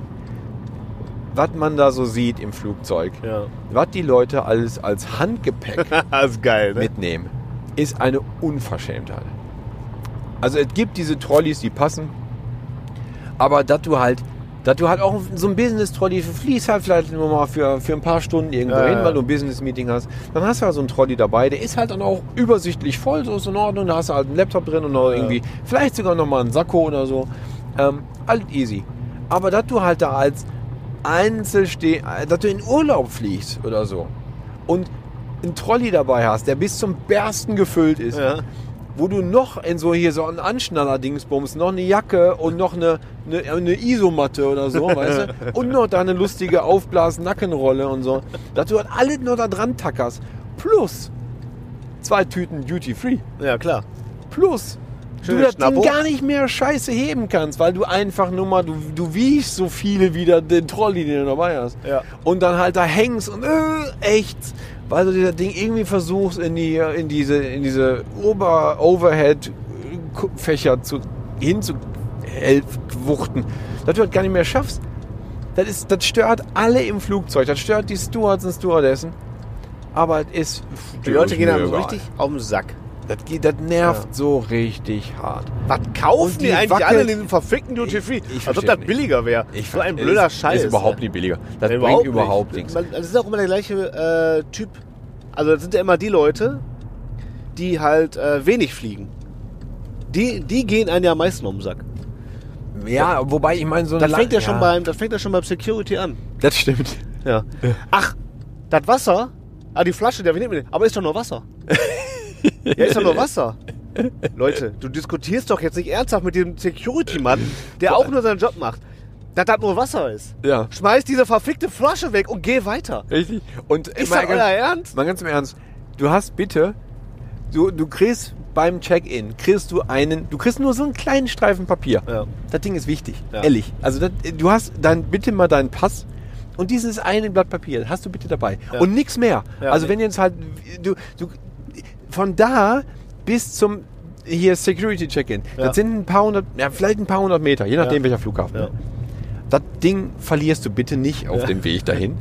Was man da so sieht im Flugzeug, Ja. was die Leute alles als Handgepäck Das ist geil, ne? mitnehmen, ist eine Unverschämtheit. Also es gibt diese Trolleys, die passen, aber dass du halt, dass du halt auch so ein Business-Trolley fließt halt vielleicht nur mal für, für ein paar Stunden irgendwo Ja, hin, ja. weil du ein Business-Meeting hast, dann hast du halt so einen Trolley dabei, der ist halt dann auch übersichtlich voll, so ist in Ordnung, da hast du halt einen Laptop drin und noch irgendwie, vielleicht sogar nochmal einen Sakko oder so, ähm, alles easy. Aber dass du halt da als Einzelsteh, äh, dass du in Urlaub fliegst oder so und einen Trolley dabei hast, der bis zum Bersten gefüllt ist, Ja. wo du noch in so hier so einen Anschnaller-Dingsbums, noch eine Jacke und noch eine, eine, eine Isomatte oder so, weißt du? Und noch deine lustige Aufblas-Nackenrolle und so. Dass du halt alles noch da dran tackerst. Plus zwei Tüten Duty-Free. Ja, klar. Plus Schön du das Ding Schnappo. gar nicht mehr scheiße heben kannst, weil du einfach nur mal, du, du wiegst so viele wieder den Trolley, den du dabei hast. Ja. Und dann halt da hängst und äh, echt, weil du dir das Ding irgendwie versuchst, in, die, in diese, in diese Ober-Overhead-Fächer zu, hinzuwuchten, dass du das gar nicht mehr schaffst. Das, ist, das stört alle im Flugzeug, das stört die Stewards und Stewardessen. Aber es ist. Die Leute gehen einem so überall. richtig auf den Sack. Das, geht, das nervt so richtig hart. Was kaufen Und die, die eigentlich wackeln- alle in diesem verfickten Duty Free? Ich- ich Als ob versteh's das nicht. billiger wäre. So ein blöder ist, Scheiß. Ist überhaupt ne? nicht billiger. Das Nee, bringt nicht. überhaupt nichts. Man- Das ist auch immer der gleiche äh, Typ. Also das sind ja immer die Leute, die halt äh, wenig fliegen. Die, die gehen einen ja am meisten um den Sack. Ja, wobei ich meine so eine Das fängt ja, lang- schon beim, das fängt ja schon beim Security an. Das stimmt. Ja. Ach, das Wasser? Ah, die Flasche, ja, wie nehmen wir den? Aber ist doch nur Wasser. ja, ist doch nur Wasser. Leute, du diskutierst doch jetzt nicht ernsthaft mit dem Security-Mann, der auch nur seinen Job macht. Dass das nur Wasser ist. Ja. Schmeiß diese verfickte Flasche weg und geh weiter. Richtig. Und Ist mal das euer Ernst? Mal ganz im Ernst. Du hast bitte, du, du kriegst beim Check-in, kriegst du einen, du kriegst nur so einen kleinen Streifen Papier. Ja. Das Ding ist wichtig, Ja. ehrlich. Also das, du hast dann bitte mal deinen Pass und dieses eine Blatt Papier das hast du bitte dabei. Und nichts mehr. Ja, also nee. wenn jetzt halt, du, du, von da bis zum hier Security Check-in, Ja. das sind ein paar hundert, ja, vielleicht ein paar hundert Meter, je nachdem Ja. welcher Flughafen. Ja. Das Ding verlierst du bitte nicht auf dem Weg dahin.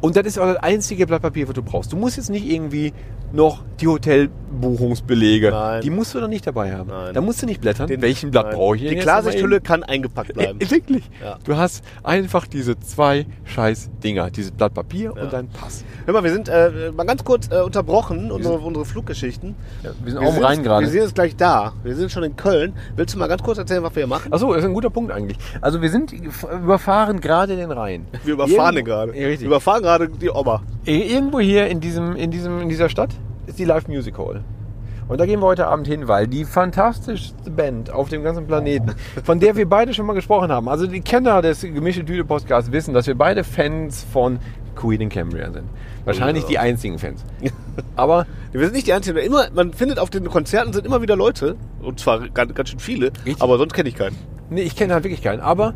Und das ist auch das einzige Blatt Papier, was du brauchst. Du musst jetzt nicht irgendwie noch die Hotelbuchungsbelege. Nein. Die musst du doch nicht dabei haben. Nein. Da musst du nicht blättern. Welchen Blatt Nein. brauche ich denn Die jetzt Klarsichthülle kann eingepackt nochmal bleiben. eben? Äh, Wirklich. Ja. Du hast einfach diese zwei scheiß Dinger. Dieses Blatt Papier Ja. und dein Pass. Hör mal, wir sind äh, mal ganz kurz äh, unterbrochen, unsere, unsere Fluggeschichten. wir sind Wir sind- Wir sind jetzt gleich da. Wir sind schon in Köln. Willst du mal ganz kurz erzählen, was wir hier machen? Achso, das ist ein guter Punkt eigentlich. Also wir sind überfahren gerade den Rhein. Wir überfahren den Irgendwo- gerade. Ja, Wir Richtig. überfahren gerade die Oma. Ir- Irgendwo hier in, diesem, in, diesem, in dieser Stadt ist die Live Music Hall. Und da gehen wir heute Abend hin, weil die fantastischste Band auf dem ganzen Planeten, von der wir beide schon mal gesprochen haben, also die Kenner des gemischte Tüte Podcasts wissen, dass wir beide Fans von Queen in Cambria sind. Wahrscheinlich die einzigen Fans. Aber Wir sind nicht die Einzigen. Immer, man findet auf den Konzerten sind immer wieder Leute. Und zwar ganz, ganz schön viele. Richtig. Aber sonst kenne ich keinen. Nee, ich kenne halt wirklich keinen. Aber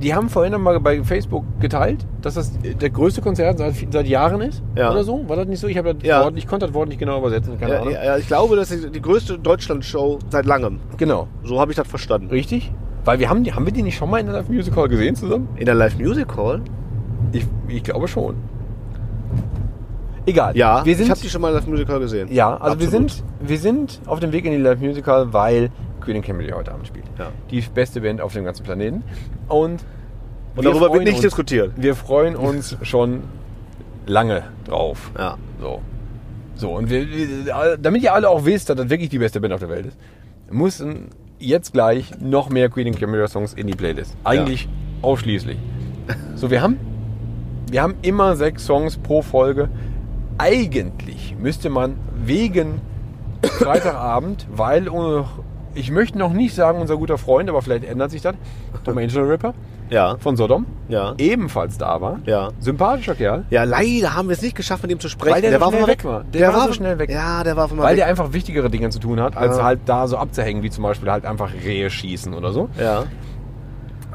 die haben vorhin noch mal bei Facebook geteilt, dass das der größte Konzert seit, seit Jahren ist. Ja. Oder so? War das nicht so? Ich, hab das Ja. Wort, ich konnte das Wort nicht genau übersetzen. Keine Ja, Ahnung. ja, ja, ich glaube, das ist die größte Deutschland-Show seit langem. Genau. So habe ich das verstanden. Richtig? Weil wir haben, die- haben wir die nicht schon mal in der Live Music Hall gesehen zusammen? In der Live Music Hall? Ich, ich glaube schon. Egal. Ja, wir sind, ich habe die schon mal in der Live Music Hall gesehen. ja also wir Absolut. sind, wir sind auf dem Weg in die Live Music Hall, weil Queen and Camille heute Abend spielt. Ja. Die beste Band auf dem ganzen Planeten. Und, Und wir darüber freuen wird nicht uns- diskutiert. Wir freuen uns schon lange drauf. Ja. So. So, und wir, wir- damit ihr alle auch wisst, dass das wirklich die beste Band auf der Welt ist, müssen jetzt gleich noch mehr Queen and Camilla Songs in die Playlist. Eigentlich ausschließlich. So, wir haben, wir haben immer sechs Songs pro Folge. Eigentlich müsste man wegen Freitagabend, weil uh, ich möchte noch nicht sagen, unser guter Freund, aber vielleicht ändert sich das, Tom Angel Ripper Ja. von Sodom, Ja. ebenfalls da war. Ja. Sympathischer Kerl. Ja, leider haben wir es nicht geschafft, mit ihm zu sprechen. Weil der so war auf schnell einmal weg war. Der war so schnell weg. Ja, der war auf einmal Weil der weg. einfach wichtigere Dinge zu tun hat, als Ja. halt da so abzuhängen, wie zum Beispiel halt einfach Rehe schießen oder so. ja.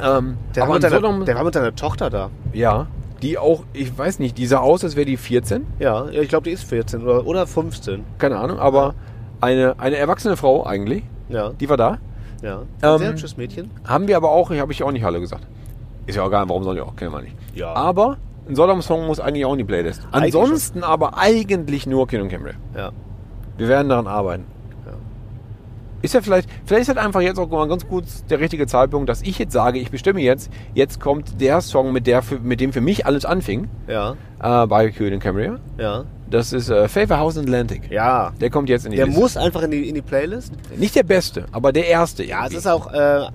Ähm, Der, war aber mit seiner, ansonsten- der war mit seiner Tochter da. ja, die auch, ich weiß nicht, die sah aus, als wäre die 14, Ja, ich glaube, die ist 14 oder, oder 15. keine Ahnung, aber eine, eine erwachsene Frau eigentlich, Ja, die war da. ja. Ein Ähm, sehr hübsches Mädchen. Haben wir aber auch, ich habe ich auch nicht Hallo gesagt. Ist ja auch egal, warum soll ich auch, kennen wir nicht. Ja. Aber ein Sodom-Song muss eigentlich auch in die Playlist. Eigentlich schon. Ansonsten aber eigentlich nur Kin und Camry. Ja. Wir werden daran arbeiten. Ja. Ist ja vielleicht, vielleicht ist das einfach jetzt auch mal ganz gut der richtige Zeitpunkt, dass ich jetzt sage, ich bestimme jetzt, jetzt kommt der Song, mit, der für, mit dem für mich alles anfing, Ja, äh, bei Kin und Camry. ja. Das ist äh, Favor House Atlantic. Ja. Der kommt jetzt in die Der Liste. muss einfach in die, in die Playlist. Nicht der beste, aber der erste. Ja, es irgendwie. ist auch äh,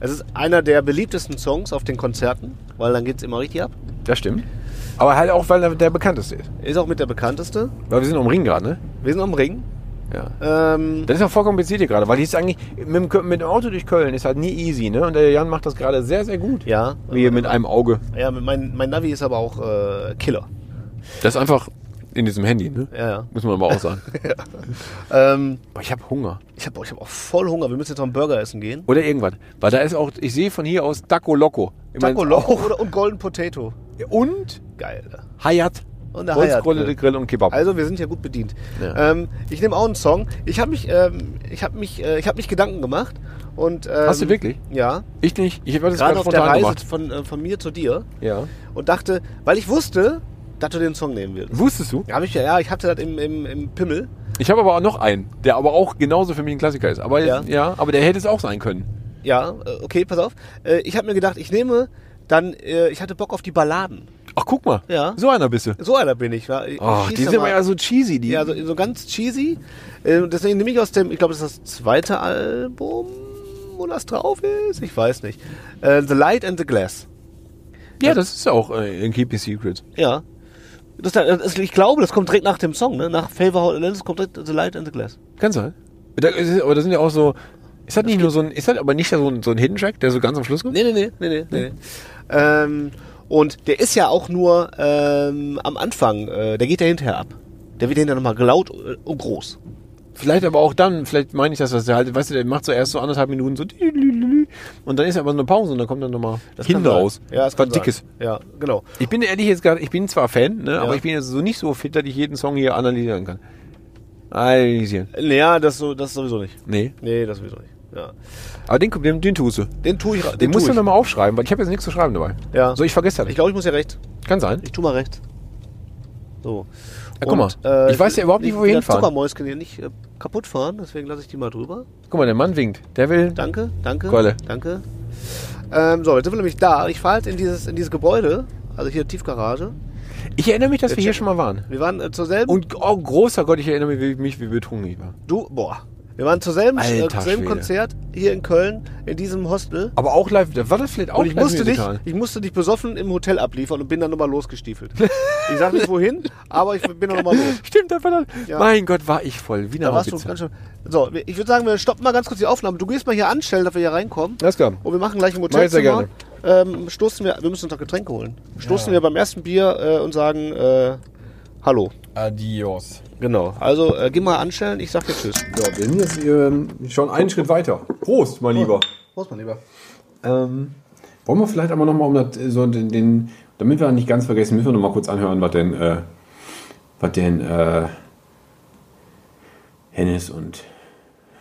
es ist einer der beliebtesten Songs auf den Konzerten, weil dann geht's immer richtig ab. Das stimmt. Aber halt auch, weil er der bekannteste ist. Ist auch mit der bekannteste. Weil wir sind am Ring gerade, ne? Wir sind am Ring. Ja. Ähm, Das ist auch voll kompliziert hier gerade, weil die ist eigentlich mit dem, Kö- mit dem Auto durch Köln ist halt nie easy, ne? Und der Jan macht das gerade sehr, sehr gut. ja, Wie hier mit einem Auge. ja mein, mein Navi ist aber auch äh, Killer. Das ist einfach in diesem Handy, ne? Ja, ja. Muss man aber auch sagen. Ähm, Aber ich habe Hunger. ich habe ich hab auch voll Hunger. Wir müssen jetzt noch einen Burger essen gehen. Oder irgendwas. Weil da ist auch, ich sehe von hier aus Taco Loco. Ich mein, Taco Loco oder, und Golden Potato. Und Geil. ne? Hayat. Und der Holzkohle, Hayat-Grill. Grill und Kebab. Also wir sind hier gut bedient. Ja. Ähm, ich nehme auch einen Song. Ich habe mich, ähm, ich habe mich, äh, ich habe mich Gedanken gemacht. Und, ähm, Hast du wirklich? Ja. ich nicht. Ich habe das gerade gerade auf der spontan Reise gemacht. von, äh, von mir zu dir Ja. und dachte, weil ich wusste, dass du den Song nehmen willst. Wusstest du? Ja, hab ich, ja, ja ich hatte das im, im, im Pimmel. Ich habe aber auch noch einen, der aber auch genauso für mich ein Klassiker ist. Aber Ja. ja, aber der hätte es auch sein können. Ja, äh, okay, pass auf. Äh, Ich habe mir gedacht, ich nehme dann, äh, ich hatte Bock auf die Balladen. Ach, guck mal. Ja. So einer bist du. So einer bin ich. Ja. Ich Oh, schieß die da sind mal- immer ja so cheesy, die. ja, so, so ganz cheesy. Äh, Deswegen nehme ich aus dem, ich glaube, das ist das zweite Album, wo das drauf ist. Ich weiß nicht. Äh, the Light and the Glass. Ja, das ist ja auch äh, in Keeping Secret. Ja. Das, äh, das, ist- ich glaube, das kommt direkt nach dem Song, ne? Nach Favor Hot Lennon kommt direkt The Light and the Glass. Kann sein. Da, ist- aber da sind ja auch so. Ist das nicht nur so ein. Ist das aber nicht so ein, so ein Hidden Track, der so ganz am Schluss kommt? Nee, nee, nee, nee, nee. nee. Ähm, und der ist ja auch nur ähm, am Anfang, äh, der geht ja hinterher ab. Der wird ja hinterher nochmal laut äh, und groß. Vielleicht aber auch dann, vielleicht meine ich das, dass der halt, weißt du, der macht so erst so anderthalb Minuten so Hm. tüdelülülü und dann ist aber so eine Pause und dann kommt dann nochmal Das hin kann sein. raus. Ja, das Was kann sein. Dickes. Ja, genau. Ich bin ehrlich jetzt gerade, ich bin zwar Fan, ne, aber ich bin jetzt so nicht so fit, dass ich jeden Song hier analysieren kann. Analysieren. Naja, das, so, das sowieso nicht. Nee. Nee, das sowieso nicht. Ja. Aber den, den, den tust du. Den tue ich. ra- Den, Den tu musst du ich. nochmal aufschreiben, weil ich habe jetzt nichts zu schreiben dabei. Ja. So, ich vergesse das ich nicht. glaube, ich muss ja rechts. Kann sein. Ich tu mal rechts. So. äh, Ja, guck mal. Ich weiß ja überhaupt nicht, wo wir wieder hinfahren. Zuckermäuschen hier nicht äh, kaputt fahren, deswegen lasse ich die mal drüber. Guck mal, der Mann winkt. Der will. Danke, danke. Keule. Danke. Ähm, so, jetzt sind wir nämlich da. Ich fahre jetzt in dieses, in dieses Gebäude, also hier Tiefgarage. Ich erinnere mich, dass wir hier schon mal waren. Wir waren äh, zur selben. Und oh, großer Gott, ich erinnere mich, wie, mich, wie betrunken ich war. du, boah. Wir waren zur selben, äh, Alter zur selben Schwede. Konzert hier in Köln, in diesem Hostel. Aber auch live, war das vielleicht auch Und ich live musste, dich, Musical? ich musste dich besoffen im Hotel abliefern und bin dann nochmal losgestiefelt. ich sag nicht wohin, aber ich bin dann nochmal los. Stimmt, da war das. Ja. Mein Gott, war ich voll. Wie Da nach warst du ganz schön. So, wir- ich würde sagen, wir stoppen mal ganz kurz die Aufnahme. Du gehst mal hier anstellen, dass wir hier reinkommen. Alles klar. Und wir machen gleich im Mach ich sehr Hotelzimmer. Ähm, stoßen wir, wir müssen uns noch Getränke holen. Stoßen wir beim ersten Bier äh, und sagen äh, Hallo. Adios. Genau. Also äh, geh mal anstellen, ich sag dir Tschüss. So, wir sind jetzt ähm, schon einen Schritt weiter. Prost, mein Lieber. Prost, mein Lieber. Ähm, wollen wir vielleicht aber nochmal um das, äh, so den, den, damit wir nicht ganz vergessen, müssen wir nochmal kurz anhören, was denn, äh, was denn, äh, Hennes und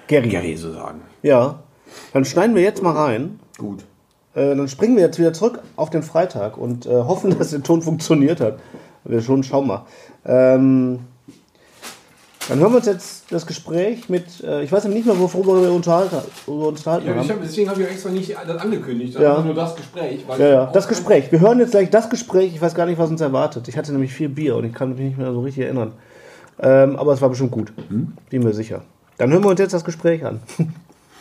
Gary. so sagen. Ja. Dann schneiden wir jetzt mal rein. Gut. Äh, dann springen wir jetzt wieder zurück auf den Freitag und äh, hoffen, dass der Ton funktioniert hat. Wir schon schauen mal. Ähm, dann hören wir uns jetzt das Gespräch mit, äh, ich weiß nämlich nicht mehr, worüber wir unterhalten, worüber uns unterhalten haben. deswegen habe ich extra nicht das angekündigt, Ja. nur das Gespräch. Ja, ja, das Gespräch. Wir hören jetzt gleich das Gespräch. Ich weiß gar nicht, was uns erwartet. Ich hatte nämlich vier Bier und ich kann mich nicht mehr so richtig erinnern. Ähm, aber es war bestimmt gut. Hm? Bin mir sicher. Dann hören wir uns jetzt das Gespräch an.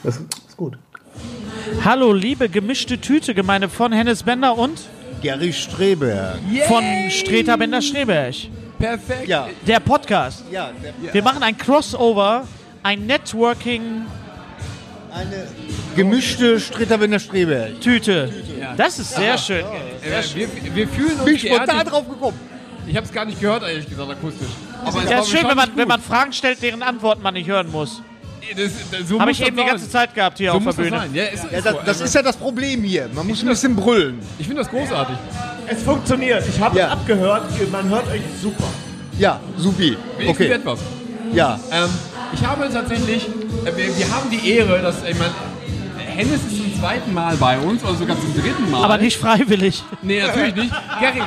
Das ist gut. Hallo, liebe gemischte Tüte, Gemeinde von Hennes Bender und Gary Streberg. von Streter Bender Schneeberg. Perfekt. Ja, Der Podcast. ja. der- Wir machen ein Crossover, ein Networking-Tüte. Eine gemischte Stritterbinder Streberg. Das ist sehr schön. Äh, Ja, wir, wir fühlen uns Bin ich spontan geerdet. drauf gekommen. Ich habe es gar nicht gehört, ehrlich gesagt, akustisch. Aber es war Ja, ist schön, bestimmt wenn man, gut. wenn man Fragen stellt, deren Antworten man nicht hören muss. Das, das, so Habe muss ich das eben die sein. ganze Zeit gehabt hier so auf muss der das Bühne. sein. Ja, es ist Ja, das, so. das Also, ist ja das Problem hier. Man muss ein bisschen brüllen. ich finde das großartig. Es funktioniert. Ich habe Ja. abgehört. Man hört euch super. Ja, supi. Wenigstens Okay. etwas. Ja. Ähm, ich habe tatsächlich, äh, wir, wir haben die Ehre, dass, ich meine, Hennes ist zum zweiten Mal bei uns, oder sogar zum dritten Mal. Aber nicht freiwillig. Nee, natürlich nicht. Gary,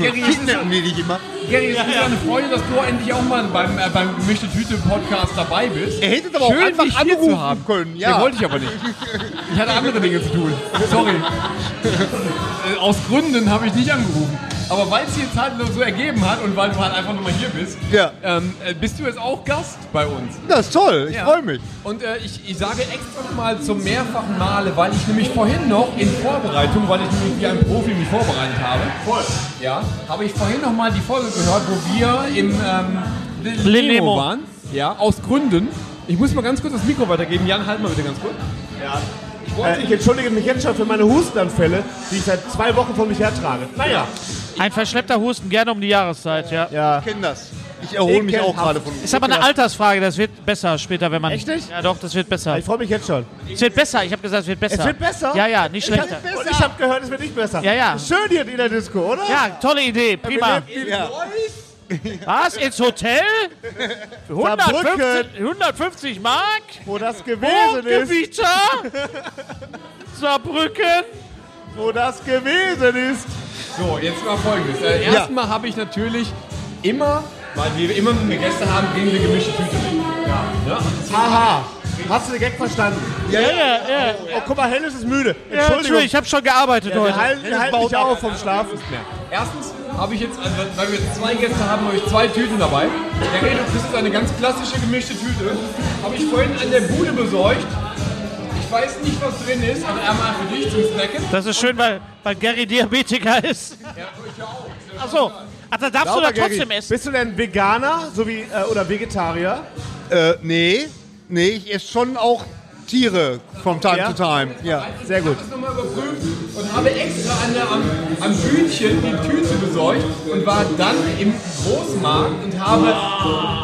Gary, es ist, Kidnappen wir dich immer. Gary, es ist eine Freude, dass du endlich auch mal beim, äh, beim Gemischte Tüte Podcast dabei bist. Er hätte aber auch Schön, einfach dich hier anrufen zu haben. können, ja. Nee, wollte ich aber nicht. Ich hatte andere Dinge zu tun. Sorry. Äh, Aus Gründen habe ich nicht angerufen. Aber weil es sich jetzt halt so ergeben hat und weil du halt einfach nochmal hier bist, Ja. ähm, äh, bist du jetzt auch Gast bei uns. Das ist toll. Ich Ja. freue mich. Und äh, ich, ich sage extra nochmal zum mehrfachen Male, weil ich nämlich vorhin noch in Vorbereitung, weil ich nämlich wie ein Profi mich vorbereitet habe, ja, habe ich vorhin nochmal die Folge gehört, wo wir im ähm, Le Nemo Nemo. waren. Ja, aus Gründen. Ich muss mal ganz kurz das Mikro weitergeben. Jan, halt mal bitte ganz kurz. Äh, ich entschuldige mich jetzt schon für meine Hustenanfälle, die ich seit zwei Wochen vor mich hertrage. Naja, Ein verschleppter Husten, gerne um die Jahreszeit, ja. Ich kenne das. Ich erhole mich auch gerade von. Ist aber eine Altersfrage, das wird besser später, wenn man. Echt nicht? Ja, doch, das wird besser. ich freue mich jetzt schon. Es wird besser, ich habe gesagt, es wird besser. Es wird besser? Ja, ja, nicht schlechter. Und ich habe gehört, es wird nicht besser. Ja, ja. Ist Schön hier in der Disco, oder? Ja, tolle Idee, prima. Ja. Was? Ins Hotel? Für 150, 150 Mark? Wo das gewesen ist. Hochgebieter? Saarbrücken? Wo das gewesen ist. So, jetzt mal folgendes. Äh, Erstmal habe ich natürlich immer, weil wir immer mit Gäste haben, gehen wir gemischte Tüte mit. Ja, ne? Haha. Hast du den Gag verstanden? Ja, ja, ja. Oh, guck mal, Hennes ist müde. Entschuldigung, ich habe schon gearbeitet Wir heute. halten, wir halten dich auf vom Schlafen. Mehr. Erstens habe ich jetzt, also, weil wir jetzt zwei Gäste haben, habe ich zwei Tüten dabei. Der Redo das ist eine ganz klassische gemischte Tüte. Habe ich vorhin an der Bude besorgt. Ich weiß nicht, was drin ist, aber einmal für dich zum Snacken. Das ist schön, weil, weil Gary Diabetiker ist. Ach so. Ach, da darfst du da Sauber, Gary. trotzdem essen. Bist du denn Veganer so wie, äh, oder Vegetarier? Äh, nee. Nee, ich esse schon auch Tiere from time to Ja? time. Ja. Sehr gut. Ich habe das nochmal überprüft und habe extra an der, am, am Bütchen die Tüte besorgt und war dann im Großmarkt und habe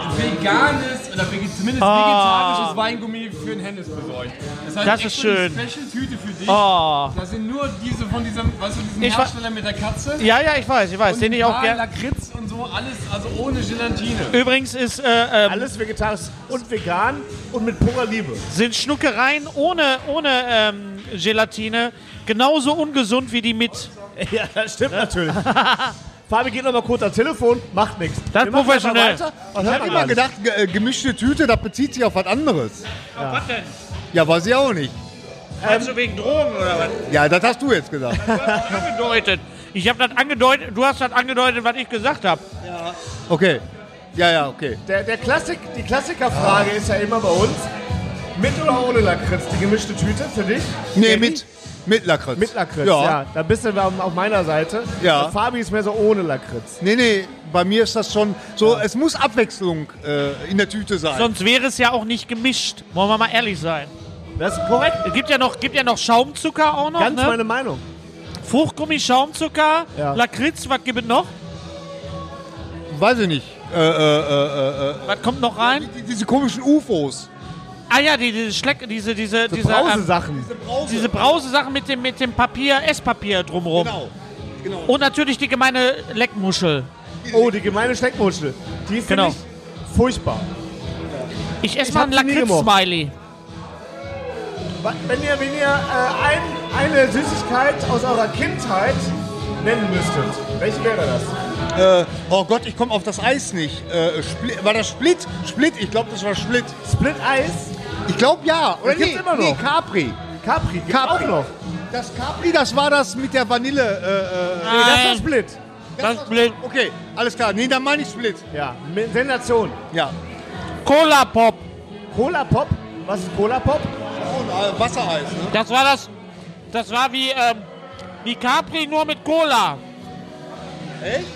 veganes oder vege- zumindest vegetarisches Weingummi für den Hennes besorgt. Das, Ah. heißt, Das ist extra eine schön. Special-Tüte für dich. Oh. Da sind nur diese von diesem, weißt du, diesem Ich wa- Hersteller mit der Katze. Ja, ja, ich weiß, ich weiß. und Den ich ein auch paar gerne. Lakritz und so, alles, also ohne Gelatine. Übrigens ist, äh, ähm, Alles vegetarisch und vegan und mit purer Liebe. sind Schnuckereien ohne, ohne ähm, Gelatine genauso ungesund wie die mit. Ja, das stimmt natürlich. Fabi geht nochmal kurz ans Telefon, macht nichts. Das Wir machen professionell. einfach weiter Und Ich hört habe immer immer gedacht. gedacht, ge äh, gemischte Tüte, das bezieht sich auf was anderes. Was denn? Ja, weiß ich auch nicht. Ähm, Also wegen Drogen oder was? Ja, das hast du jetzt gesagt. Angedeutet. Ich habe das angedeutet, du hast das angedeutet, was ich gesagt habe. Okay. Ja, ja, okay. Der, der Klassik, die Klassikerfrage ist ja immer bei uns: Mit oder ohne Lakritz? Die gemischte Tüte für dich? Nee, Danny? mit, mit Lakritz. Mit Lakritz, ja. ja. Da bist du auf auf meiner Seite. Ja. Und Fabi ist mehr so ohne Lakritz. Nee, nee, bei mir ist das schon so, es muss Abwechslung äh, in der Tüte sein. Sonst wäre es ja auch nicht gemischt. Wollen wir mal ehrlich sein. Das ist korrekt. Es gibt ja noch, gibt ja noch Schaumzucker auch noch. Ganz ne? meine Meinung. Fruchtgummi, Schaumzucker, Ja. Lakritz, was gibt es noch? Weiß ich nicht. Äh, äh, äh, äh, äh, Was kommt noch rein? die- diese komischen UFOs. Ah ja, die, diese Schleck, diese, diese, Die diese, ähm, Brausesachen. diese Brausesachen mit dem, mit dem Papier, Esspapier drumrum. Genau. Und natürlich die gemeine Leckmuschel. Oh, die gemeine Schleckmuschel. Die finde Genau. ich furchtbar. Ich esse mal einen hab sie nie gemocht. Lakritz-Smiley. Wa- Wenn ihr, wenn ihr äh, ein, eine Süßigkeit aus eurer Kindheit nennen müsstet, welche wäre das? Äh, oh Gott, ich komme auf das Eis nicht. Äh, Spli- war das Split? Split, ich glaube, das war Split. Split Eis, Ich glaube, ja. Oder Das gibt's immer noch. nee, Capri. Capri, gibt's Capri. auch noch. Das Capri, das war das mit der Vanille. Äh, äh, Nee, das war Nein. Split. Das war- Split. Okay, alles klar. Nee, dann meine ich Split. Ja, mit Sensation. Ja. Cola Pop. Cola Pop? Was ist Cola Pop? Und, äh, Wassereis, ne? Das war das. Das war wie, ähm, wie Capri nur mit Cola.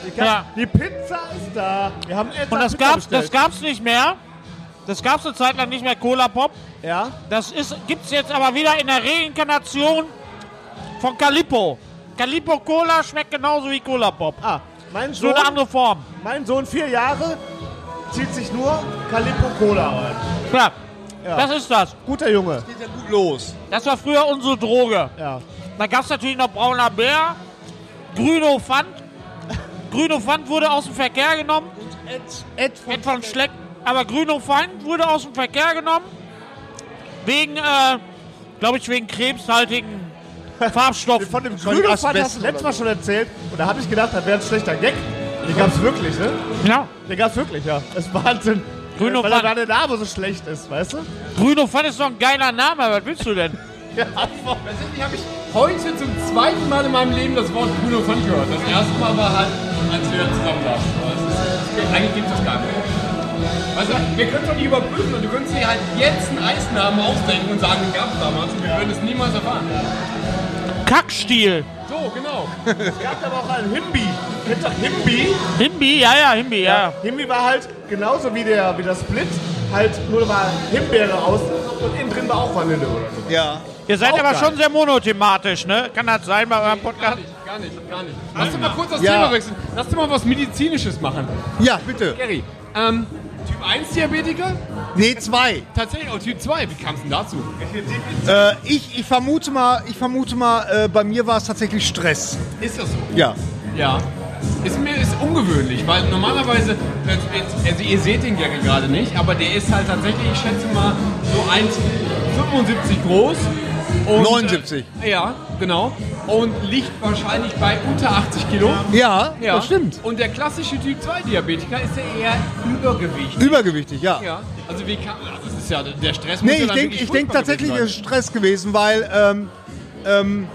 Die, Ka- Ja. die Pizza ist da. Wir haben extra Und das Pizza gab's, das bestellt. gab's nicht mehr. Das gab's eine Zeit lang nicht mehr, Cola Pop. Ja, Das ist, gibt's jetzt aber wieder in der Reinkarnation von Calippo. Calippo Cola schmeckt genauso wie Cola Pop. ah, mein So Sohn, eine andere Form. mein Sohn vier Jahre, zieht sich nur Calippo Cola rein. Klar. Das ist das. Guter Junge. Geht ja gut los. Das war früher unsere Droge. Ja. Da gab es natürlich noch brauner Bär, Grüno Pfand. Grüno Pfand wurde aus dem Verkehr genommen. Ed von Ed von Schleck. Aber Grüno Pfand wurde aus dem Verkehr genommen. Wegen, äh, glaube ich, wegen krebshaltigen Farbstoffen. Von dem Grünofan hast du Asbest letztes Mal schon erzählt. Und da habe ich gedacht, das wäre ein schlechter Gag. Den gab's wirklich, ne? Ja. Den gab's wirklich, ja. Das ist Wahnsinn. Grünofan. Weil da der Name so schlecht ist, weißt du? Grüno Pfand ist doch ein geiler Name. Was willst du denn? Tatsächlich habe ich heute zum zweiten Mal in meinem Leben das Wort Bruno Font gehört. Das erste Mal war halt, als wir zusammen waren. Aber es ist- es gibt- Eigentlich gibt es das gar nicht. Also, wir können doch nicht überprüfen und du könntest dir halt jetzt einen Eisnamen ausdenken und sagen, den gab es damals und wir würden es niemals erfahren. Kackstiel. So, genau. Es gab aber auch einen Himbi. Kennt doch Himbi? Himbi, ja, ja, Himbi, ja. Himbi war halt genauso wie der, wie der Split. Halt nur mal Himbeere außen und innen drin war auch Vanille oder so. Ja. Ihr seid Auch aber geil. schon sehr monothematisch, ne? Kann das sein bei eurem Gar Podcast? nicht, gar nicht, gar nicht. Lass uns mal kurz das Ja. Thema wechseln. Lass uns mal was Medizinisches machen. Ja, bitte. Gary, ähm, Typ 1 Diabetiker? Nee, zwei. Tatsächlich auch Typ 2. Wie kam es denn dazu? Äh, ich, ich vermute mal, ich vermute mal äh, bei mir war es tatsächlich Stress. Ist das so? Ja. Ja. Ist mir ist ungewöhnlich, weil normalerweise, äh, jetzt- also ihr seht den Gary gerade nicht, aber der ist halt tatsächlich, ich schätze mal, so 1,75 groß. Und, 79. Äh, ja, genau. Und liegt wahrscheinlich bei unter 80 Kilo. Ja, Ja. das stimmt. Und der klassische Typ 2 Diabetiker ist ja eher Übergewicht. Übergewichtig, ja. Ja. Also wie kann, ja, das ist ja, der Stress muss Nee, ja ich dann denke wirklich ich denk furchtbar tatsächlich, es ist gewesen Stress gewesen, weil ähm, ähm,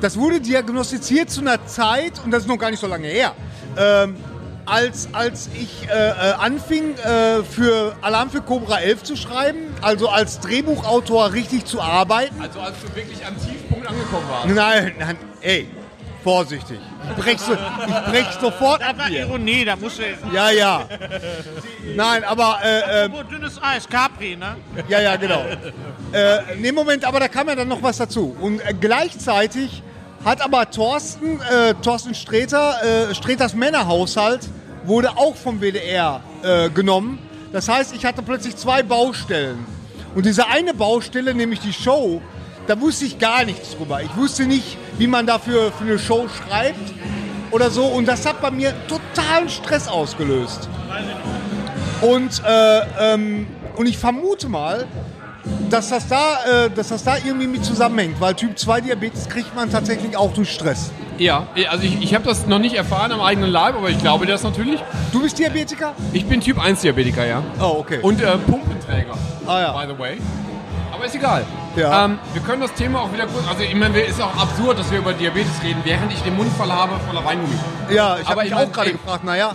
das wurde diagnostiziert zu einer Zeit, und das ist noch gar nicht so lange her, ähm, als, als ich äh, äh, anfing, äh, für Alarm für Cobra 11 zu schreiben, also als Drehbuchautor richtig zu arbeiten. sein. Also als du wirklich am Tiefpunkt angekommen warst. Nein, nein, ey, vorsichtig. Ich brech, so, ich brech sofort ab Aber hier. Ironie, da musst du jetzt. Ja, ja. Nein, aber äh, äh, Oh, dünnes Eis, Capri, ne? Ja, ja, genau. Äh, nee, Moment, aber da kam ja dann noch was dazu. Und äh, gleichzeitig hat aber Thorsten, äh, Thorsten Streter, äh, Streters Männerhaushalt wurde auch vom WDR äh, genommen. Das heißt, ich hatte plötzlich zwei Baustellen. Und diese eine Baustelle, nämlich die Show, da wusste ich gar nichts drüber. Ich wusste nicht, wie man dafür für eine Show schreibt oder so. Und das hat bei mir totalen Stress ausgelöst. Und, äh, ähm, und ich vermute mal, dass das, da, äh, dass das da irgendwie mit zusammenhängt, weil Typ 2 Diabetes kriegt man tatsächlich auch durch Stress. Ja, also ich, ich habe das noch nicht erfahren am eigenen Leib, aber ich glaube das natürlich. Du bist Diabetiker? Ich bin Typ 1 Diabetiker, ja. Oh, okay. Und äh, Pumpenträger. Ah, ja. By the way. Aber ist egal. Ja. Ähm, wir können das Thema auch wieder kurz. Also, ich meine, es ist auch absurd, dass wir über Diabetes reden, während ich den Mund voll habe voller Weingummi. ja, ich aber habe mich ich mein, auch gerade ey. gefragt, naja,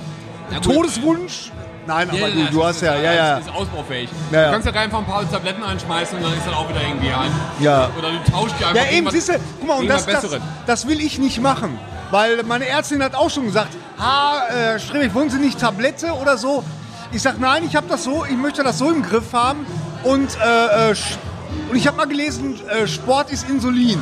Na gut. Todeswunsch? Nein, aber Ja, ja, gut, du das hast ist- ja, ja, ja. Das ist ausbaufähig. Ja, ja. Du kannst ja einfach ein paar Tabletten einschmeißen und dann ist das auch wieder irgendwie ein. Ja. Oder du tauschst dir einfach. Ja, eben, irgendwas- siehst du, guck mal, und das, irgendwas das, Besseres. das will ich nicht machen. Weil meine Ärztin hat auch schon gesagt, ah, äh, Schrimmig, wollen Sie nicht Tablette oder so? Ich sag, nein, ich habe das so, ich möchte das so im Griff haben. Und, äh, äh, sch- und ich habe mal gelesen, äh, Sport ist Insulin.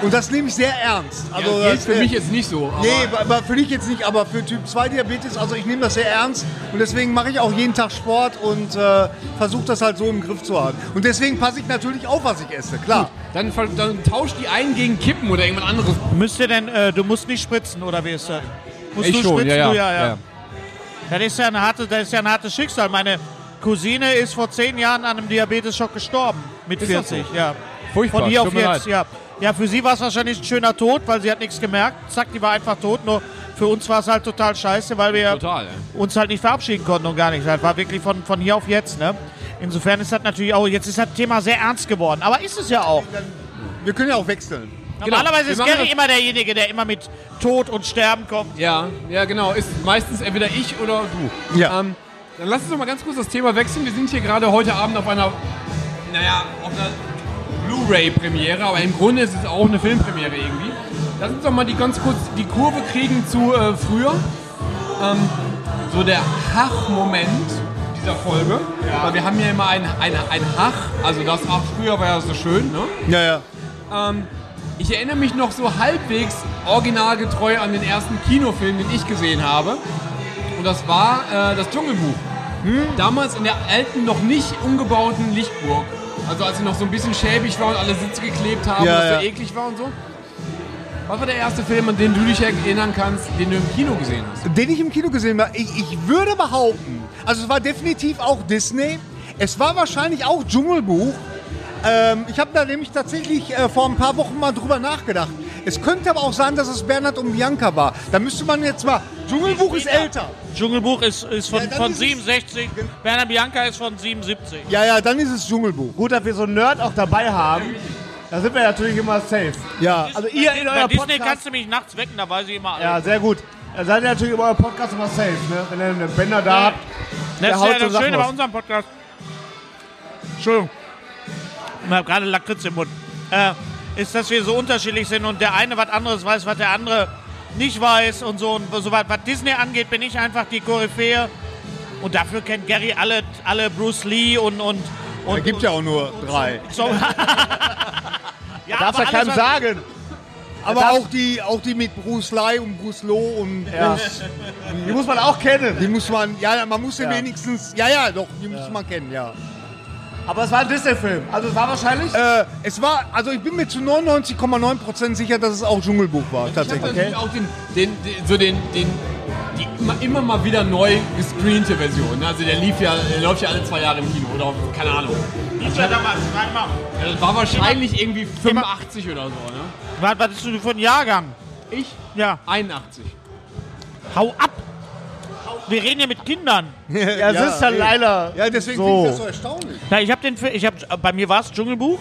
Und das nehme ich sehr ernst. Also, ja, gilt das, für äh, mich jetzt nicht so. Aber Nee, aber- aber für dich jetzt nicht, aber für Typ 2 Diabetes, also ich nehme das sehr ernst und deswegen mache ich auch jeden Tag Sport und äh, versuche das halt so im Griff zu haben. Und deswegen passe ich natürlich auf, was ich esse, klar. dann, ver- dann tauscht die einen gegen Kippen oder irgendwas anderes. Müsst ihr denn, äh, du musst nicht spritzen, oder wie ist das? Musst du spritzen? Du, ja, ja. Das ist ja, ein harte, das ist ja ein hartes Schicksal. Meine Cousine ist vor zehn Jahren an einem Diabetesschock gestorben. Mit Ist das so? 40, ja. Furchtbar. Von hier tut auf mir jetzt, leid. ja. Ja, für sie war es wahrscheinlich ein schöner Tod, weil sie hat nichts gemerkt. Zack, die war einfach tot. Nur für uns war es halt total scheiße, weil wir Total, ey. uns halt nicht verabschieden konnten und gar nichts. Das war wirklich von, von hier auf jetzt, ne? Insofern ist das natürlich auch, jetzt ist das Thema sehr ernst geworden. Aber ist es ja auch. Genau. Wir können ja auch wechseln. Normalerweise Genau. Wir ist machen Gary das- immer derjenige, der immer mit Tod und Sterben kommt. Ja, ja, genau. Ist meistens entweder ich oder du. Ja. Ähm, dann lass uns doch mal ganz kurz das Thema wechseln. Wir sind hier gerade heute Abend auf einer, naja, auf einer Blu-ray-Premiere, aber im Grunde ist es auch eine Filmpremiere irgendwie. Lass uns doch mal die ganz kurz die Kurve kriegen zu äh, früher. Ähm, so der Hach-Moment dieser Folge. Weil wir haben ja immer ein, ein, ein Hach, also das auch früher war ja so schön, ne? Ja, ja. Ähm, ich erinnere mich noch so halbwegs originalgetreu an den ersten Kinofilm, den ich gesehen habe. Und das war äh, das Dschungelbuch. Hm? Damals in der alten, noch nicht umgebauten Lichtburg. Also als sie noch so ein bisschen schäbig war und alle Sitze geklebt haben, Ja, dass ja. so eklig war und so. Was war der erste Film, an den du dich erinnern kannst, den du im Kino gesehen hast? den ich im Kino gesehen habe, ich, ich würde behaupten, also es war definitiv auch Disney, es war wahrscheinlich auch Dschungelbuch. Ähm, ich habe da nämlich tatsächlich äh, vor ein paar Wochen mal drüber nachgedacht. Es könnte aber auch sein, dass es Bernhard und Bianca war. Da müsste man jetzt mal. Dschungelbuch ist älter. Dschungelbuch ist, ist von, Ja, dann von ist es- 67. Werner Bianca ist von 77. Ja, ja, dann ist es Dschungelbuch. Gut, dass wir so einen Nerd auch dabei haben. Da sind wir natürlich immer safe. Ja. Also ihr in Bei eurem Disney Podcast. kannst du mich nachts wecken, da weiß ich immer alles. Ja, sehr gut. Da seid ihr natürlich über euren Podcast immer safe, ne? Wenn ihr einen Bänder da habt. Das haut ist ja so das Sachen Schöne bei raus. unserem Podcast. Entschuldigung. Ich habe gerade Lakritz im Mund. Äh, ist, dass wir so unterschiedlich sind und der eine was anderes weiß, was der andere nicht weiß und so. Und so was, was Disney angeht, bin ich einfach die Koryphäe. Und dafür kennt Gary alle, alle Bruce Lee und. und, und Da gibt ja auch nur drei. So. ja, Darfst aber ja keinem alles, was- sagen. Aber Das- auch die, auch die mit Bruce Lai und Bruce Loh und Ja. das, Die muss man auch kennen. die muss man, ja, man muss sie Ja. wenigstens, ja, ja, doch, die muss man kennen, ja. Aber es war ein Disney-Film. Also es war wahrscheinlich. Äh, es war, also ich bin mir zu 99,9% sicher, dass es auch Dschungelbuch war, Ich tatsächlich. habe natürlich auch den, den, den, so den, den, die immer, immer mal wieder neu gescreente Version. ne? Also der lief ja, der läuft ja alle zwei Jahre im Kino oder keine Ahnung. Ich war damals, warte mal. Das war wahrscheinlich irgendwie 85 oder so, ne? Was, was bist du für ein Jahrgang? Ich? Ja. 81. Hau ab! Wir reden hier mit Kindern. ja, es ist halt dann leider. Ja, deswegen So. finde ich das so erstaunlich. Na, ich habe den Film, ich hab, bei mir war es Dschungelbuch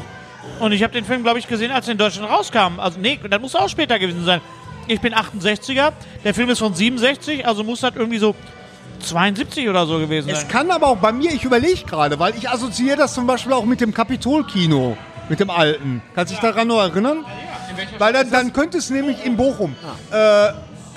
und ich habe den Film, glaube ich, gesehen, als er in Deutschland rauskam. Also nee, das muss auch später gewesen sein. Ich bin 68er, der Film ist von 67, also muss das irgendwie so 72 oder so gewesen Es sein. kann aber auch bei mir, ich überlege gerade, weil ich assoziiere das zum Beispiel auch mit dem Kapitolkino, mit dem alten. Kannst du dich daran noch erinnern? Weil dann, dann könnte es nämlich in Bochum. Äh,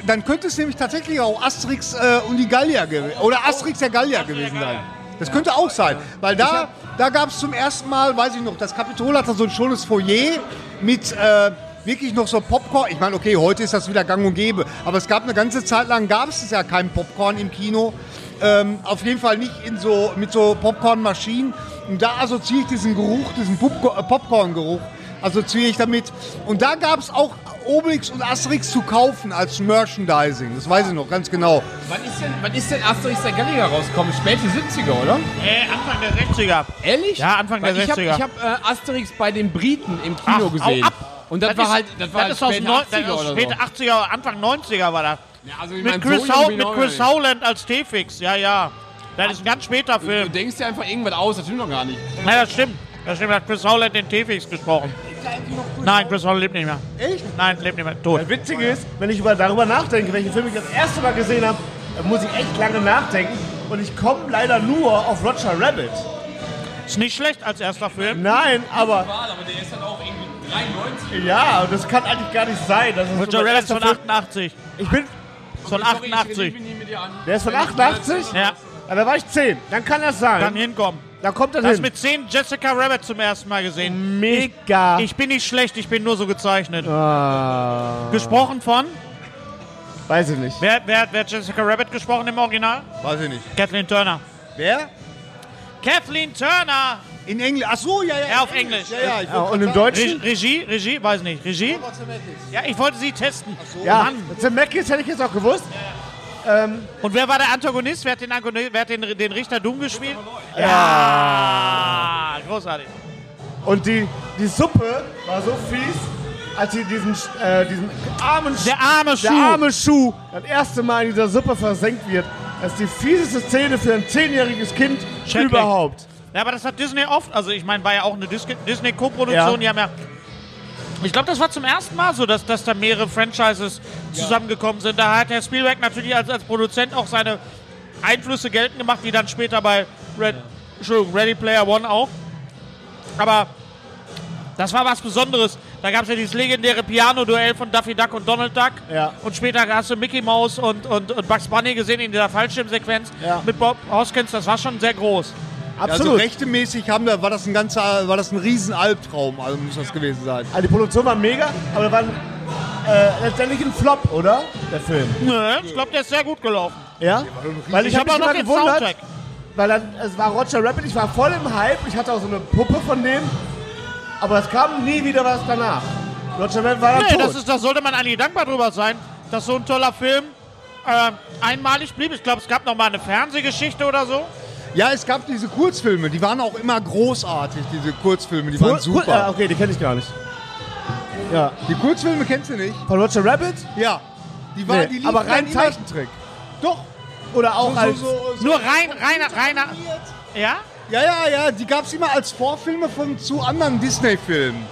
dann könnte es nämlich tatsächlich auch Asterix äh, und die Gallier gewesen oder Asterix der Gallier gewesen sein. Das könnte auch sein, weil da, da gab es zum ersten Mal, weiß ich noch, das Kapitol hatte so ein schönes Foyer mit äh, wirklich noch so Popcorn. Ich meine, okay, heute ist das wieder gang und gäbe, aber es gab eine ganze Zeit lang, gab es ja keinen Popcorn im Kino. Ähm, auf jeden Fall nicht in so, mit so Popcornmaschinen. Und da assoziiere ich diesen Geruch, diesen Popco- äh, Popcorn-Geruch, assoziiere ich damit. Und da gab es auch Obelix und Asterix zu kaufen als Merchandising. Das weiß ich noch ganz genau. Wann ist denn, wann ist denn Asterix der Gallier rausgekommen? Späte 70er, oder? Äh, Anfang der 60er. Ehrlich? Ja, Anfang Weil der ich hab- 60er. Ich habe hab, äh, Asterix bei den Briten im Kino Ach, hau gesehen. ab! Und das, war ist- halt, das war halt ist aus späte neun- 80er das ist oder so. späte 80er, Anfang 90er war das. Ja, also ich Mit mein, Chris, so jung Hau- bin ich mit auch Chris noch nicht. Howland als T-Fix, ja, ja. Das ist ein ganz später Du Film. denkst dir einfach irgendwas aus, das stimmt doch gar nicht. Ja, das stimmt. Das stimmt, hat Chris Howland den T-Fix gesprochen. Nein, Chris Howland lebt nicht mehr. Echt? Nein, lebt nicht mehr. Tot. Das Witzige ist, wenn ich über, darüber nachdenke, welchen Film ich das erste Mal gesehen habe, dann muss ich echt lange nachdenken. Und ich komme leider nur auf Roger Rabbit. Ist nicht schlecht als erster Film. Nein, aber Aber der ist dann auch irgendwie 93. ja, und das kann eigentlich gar nicht sein. Das ist Roger mein Rabbit ist erster von Film. 88. Ich bin, Ist Von 88. der ist von 88? Ja, Ja, da war ich 10. Dann kann das sein. kann hinkommen. da kommt er Du hast hin. mit 10 Jessica Rabbit zum ersten Mal gesehen. Mega. Ich bin nicht schlecht, ich bin nur so gezeichnet. Gesprochen von? Ah. Weiß ich nicht. Wer, wer, hat- wer hat Jessica Rabbit gesprochen im Original? Weiß ich nicht. Kathleen Turner. Wer? Kathleen Turner! In Englisch. Ach so, ja, ja. Ja, auf in Englisch. Ja, ja, ich Ja, wollte und im gerade Deutschen? Re Regie, Regie, weiß nicht. Regie? Ja, ich wollte sie testen. Ja. Mann. Zemeckis hätte ich jetzt auch gewusst. Ähm, Und wer war der Antagonist? Wer hat den, Antagonist, wer hat den, den Richter Doom gespielt? Ja! Großartig. Und die, die Suppe war so fies, als sie diesen, Sch- äh, diesen armen Sch- Der arme Schuh. der arme Schuh das erste Mal in dieser Suppe versenkt wird. Das ist die fieseste Szene für ein zehnjähriges Kind Schrecklich. überhaupt. Ja, aber das hat Disney oft. Also ich meine, war ja auch eine Dis Disney-Co-Produktion. Ja. Die haben ja. Ich glaube, das war zum ersten Mal so, dass, dass da mehrere Franchises zusammengekommen sind. Da hat Herr Spielberg natürlich als, als Produzent auch seine Einflüsse geltend gemacht, wie dann später bei Red, Entschuldigung, Ready Player One auch. Aber das war was Besonderes. Da gab es ja dieses legendäre Piano-Duell von Daffy Duck und Donald Duck. Ja. Und später hast du Mickey Mouse und, und, und Bugs Bunny gesehen in dieser Fallschirmsequenz Ja. mit Bob Hoskins. Das war schon sehr groß. Also Absolut. rechtemäßig haben wir, war das ein ganzer, war das ein riesen Albtraum, also muss das gewesen sein. Also die Produktion war mega, aber war äh, letztendlich ein Flop, oder? Der Film. Nö, ich glaube, der ist sehr gut gelaufen. Ja? Weil ich, Ich, habe habe auch mich noch immer den gewundert, Soundtrack. Weil dann, es war Roger Rabbit, ich war voll im Hype, ich hatte auch so eine Puppe von dem. Aber es kam nie wieder was danach. Roger Rabbit war dann Nee, tot. das ist, da sollte man eigentlich dankbar drüber sein, dass so ein toller Film äh, einmalig blieb. Ich glaube, es gab noch mal eine Fernsehgeschichte oder so. Ja, es gab diese Kurzfilme, die waren auch immer großartig, diese Kurzfilme, die waren Kur- Kur- äh, super. okay, die kenne ich gar nicht. Ja. Die Kurzfilme kennst du nicht? Von Roger Rabbit? Ja. Die waren, Nee, die liefen aber rein dann Teich- Zeichentrick. Doch. Oder auch als. Nur rein, reiner, reiner. Ja? Ja, ja, ja, die gab es immer als Vorfilme von zu anderen Disney-Filmen.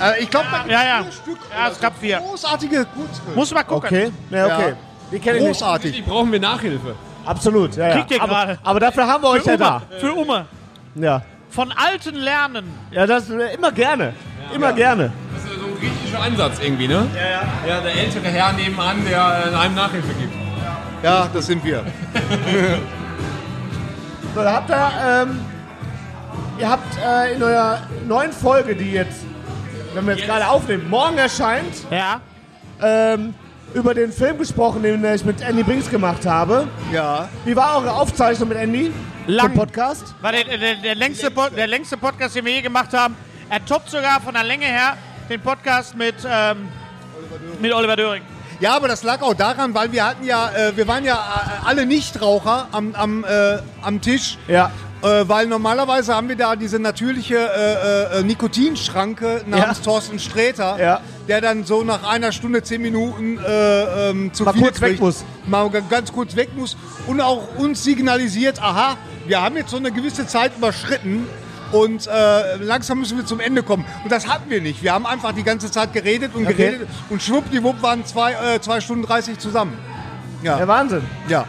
Äh, ich glaube, Ja, ja. vier Stück. Ja, es gab vier. Großartige Kurzfilme. Muss mal gucken. Okay, ja, okay. Ja. Die kenne ich nicht. Großartig. Die brauchen wir Nachhilfe. Absolut, ja, ja. Kriegt ihr aber, gerade. aber dafür haben wir euch Für ja Umme. da. Für Umme. Ja, Von Alten lernen. ja das äh, immer gerne. Immer gerne. Das ist so ein griechischer Ansatz irgendwie, ne? Ja, ja. Ja, der ältere Herr nebenan, der äh, einem Nachhilfe gibt. Ja, das sind wir. So, da habt ihr, ähm, ihr habt äh, in eurer neuen Folge, die jetzt, wenn wir jetzt gerade aufnehmen, morgen erscheint, Ja. ähm, über den Film gesprochen, den ich mit Andy Brinks gemacht habe. Ja. Wie war eure Aufzeichnung mit Andy? Lang. Zum Podcast? War der, der, der, längste Pod, der längste Podcast, den wir je gemacht haben. Er toppt sogar von der Länge her den Podcast mit, ähm, mit Oliver Döring. Ja, aber das lag auch daran, weil wir hatten ja, äh, wir waren ja äh, alle Nichtraucher am, am, äh, am Tisch. Ja. Äh, weil normalerweise haben wir da diese natürliche äh, äh, Nikotinschranke namens Ja. Thorsten Sträter, Ja. der dann so nach einer Stunde, zehn Minuten äh, ähm, zu Mal viel kurz weg kriegt. muss. Mal ga- ganz kurz weg muss und auch uns signalisiert, aha, wir haben jetzt so eine gewisse Zeit überschritten und äh, langsam müssen wir zum Ende kommen. Und das hatten wir nicht. Wir haben einfach die ganze Zeit geredet und Okay. geredet und schwuppdiwupp waren zwei, äh, zwei Stunden 30 zusammen. Ja, Wahnsinn. Ja,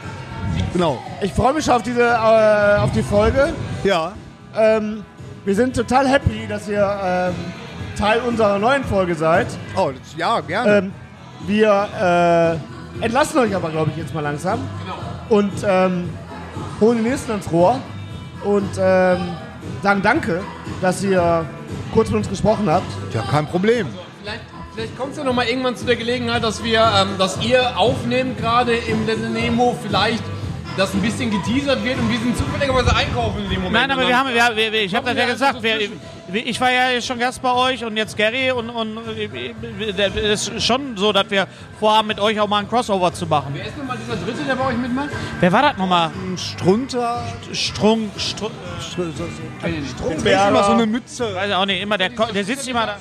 genau. Ich freue mich schon auf diese, äh, auf die Folge. Ja. Ähm, wir sind total happy, dass ihr ähm, Teil unserer neuen Folge seid. Oh, das, ja, gerne. Ähm, wir äh, entlassen euch aber, glaube ich, jetzt mal langsam. Genau. Und ähm, holen den nächsten ans Rohr und ähm, sagen Danke, dass ihr kurz mit uns gesprochen habt. Ja, kein Problem. Vielleicht, vielleicht kommt es ja noch mal irgendwann zu der Gelegenheit, dass wir, ähm, dass ihr aufnehmt gerade im Little Nemo vielleicht, dass ein bisschen geteasert wird und wir sind zufälligerweise einkaufen in dem Moment. Nein, aber Und wir dann- haben, wir, wir, wir, ich habe das Hoffen ja wir, gesagt, dass wir, es dazwischen. wir- ich war ja schon Gast bei euch und jetzt Gary und, und äh, das ist schon so, dass wir vorhaben, mit euch auch mal ein Crossover zu machen. Wer ist nochmal dieser Dritte, der bei euch mitmacht? Wer war das nochmal? Strunter. Strung, Strung, Trägst immer so eine Mütze. weiß ich auch nicht, immer, der, Ko- der sitzt immer da,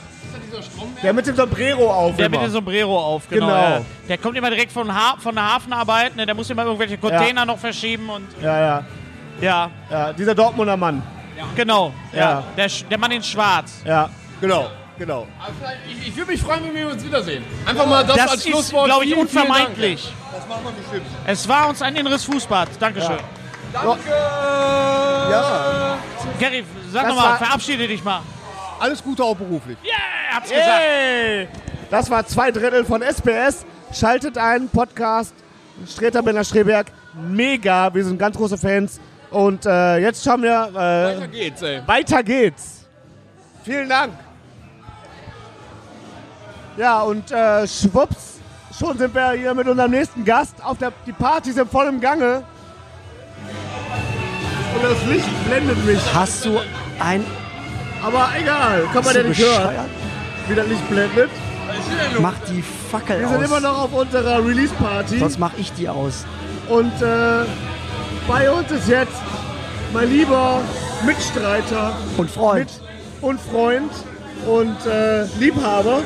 Der mit dem Sombrero auf. der immer. mit dem Sombrero auf, genau. Genau. ja. Der kommt immer direkt von, ha von der Hafenarbeit, ne, der muss immer irgendwelche Container noch verschieben und ja, ja, ja, ja, dieser Dortmunder Mann. genau. Ja. Ja. Der, Sch- der Mann in Schwarz. Ja. Genau, genau. Aber vielleicht- Also, Ich, ich würde mich freuen, wenn wir uns wiedersehen. Einfach mal das, Das, als ist, Schlusswort. glaube ich, Vielen, vielen Dank. unvermeidlich. Das machen wir bestimmt. es war uns ein inneres Fußbad. Dankeschön. Ja. Gary, sag Das nochmal, war- verabschiede dich mal. Alles Gute auch beruflich. Er hat's gesagt. Hey! Das war zwei Drittel von SPS. Schaltet ein, Podcast, Streter Benner Schreberg. Mega, wir sind ganz große Fans. Und äh, jetzt schauen wir, Weiter geht's, ey. äh, weiter geht's. Vielen Dank. Ja, und äh, schwupps, schon sind wir hier mit unserem nächsten Gast. Auf der, die Party sind voll im Gange. Und das Licht blendet mich. Hast du ein Aber egal, kann man Bist du denn nicht hören, bescheuert? wie das Licht blendet. Mach die Fackel Wir aus. sind immer noch auf unserer Release-Party Sonst mach ich die aus. und äh, bei uns ist jetzt mein lieber Mitstreiter Und Freund. mit und Freund und äh, Liebhaber,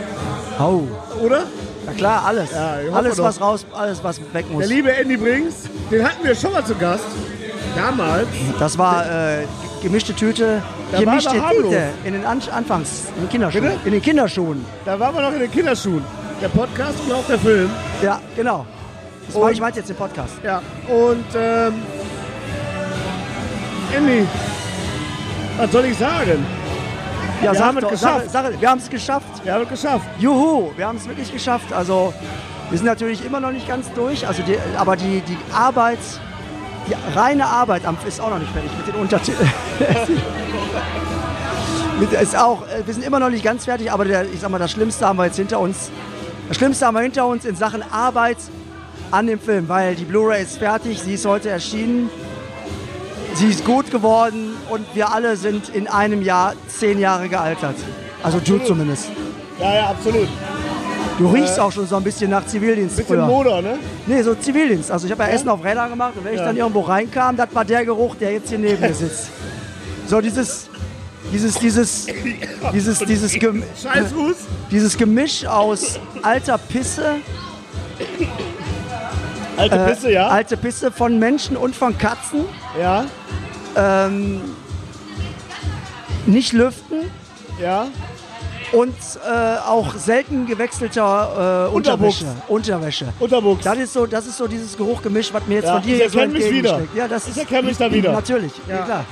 Oh. oder? Na klar, alles. Ja, ich hoffe alles, doch. was raus, alles, was weg muss. Der liebe Andy Brings, den hatten wir schon mal zu Gast. Damals. Das war äh, gemischte Tüte. Da gemischte war aber Tüte. In den An Anfangs. In den Kinderschuhen. Bitte? In den Kinderschuhen. Da waren wir noch in den Kinderschuhen. Der Podcast und auch der Film. Ja, genau. Das Und- war, ich meinte jetzt den Podcast. Ja. Und ähm, Andy, was soll ich sagen? Ja, sag haben es doch, geschafft. Sag, sag, wir haben es geschafft. Wir haben es geschafft. Juhu, wir haben es wirklich geschafft. Also, wir sind natürlich immer noch nicht ganz durch. Also die, aber die, die Arbeit, die reine Arbeit am, ist auch noch nicht fertig mit den Untertiteln. Mit- ist auch, äh, wir sind immer noch nicht ganz fertig, aber der, ich sag mal, das Schlimmste haben wir jetzt hinter uns. Das Schlimmste haben wir hinter uns in Sachen Arbeit an dem Film, weil die Blu-ray ist fertig, sie ist heute erschienen. Sie ist gut geworden und wir alle sind in einem Jahr zehn Jahre gealtert. Also du zumindest. Ja, ja, absolut. Äh, Du riechst auch schon so ein bisschen nach Zivildienst Bisschen früher. Moder, ne? Nee, so Zivildienst. Also ich habe ja, Essen auf Rädern gemacht und wenn ich dann irgendwo reinkam, das war der Geruch, der jetzt hier neben mir sitzt. So dieses, dieses, dieses, dieses, dieses, Gem Scheißfuß. dieses Gemisch aus alter Pisse, Äh, Alte Pisse, ja? alte Pisse von Menschen und von Katzen, ja, ähm, nicht lüften ja. und äh, auch selten gewechselter äh, Unterwuchs. Unterwäsche. Unterwäsche. Unterwuchs. Das ist so, das ist so dieses Geruchgemisch, was mir jetzt Ja, von dir ich hier so erkenne mich wieder. entgegensteckt. Ja, das Ich ist erkenne mich da wieder. Natürlich, ja. Ja. klar.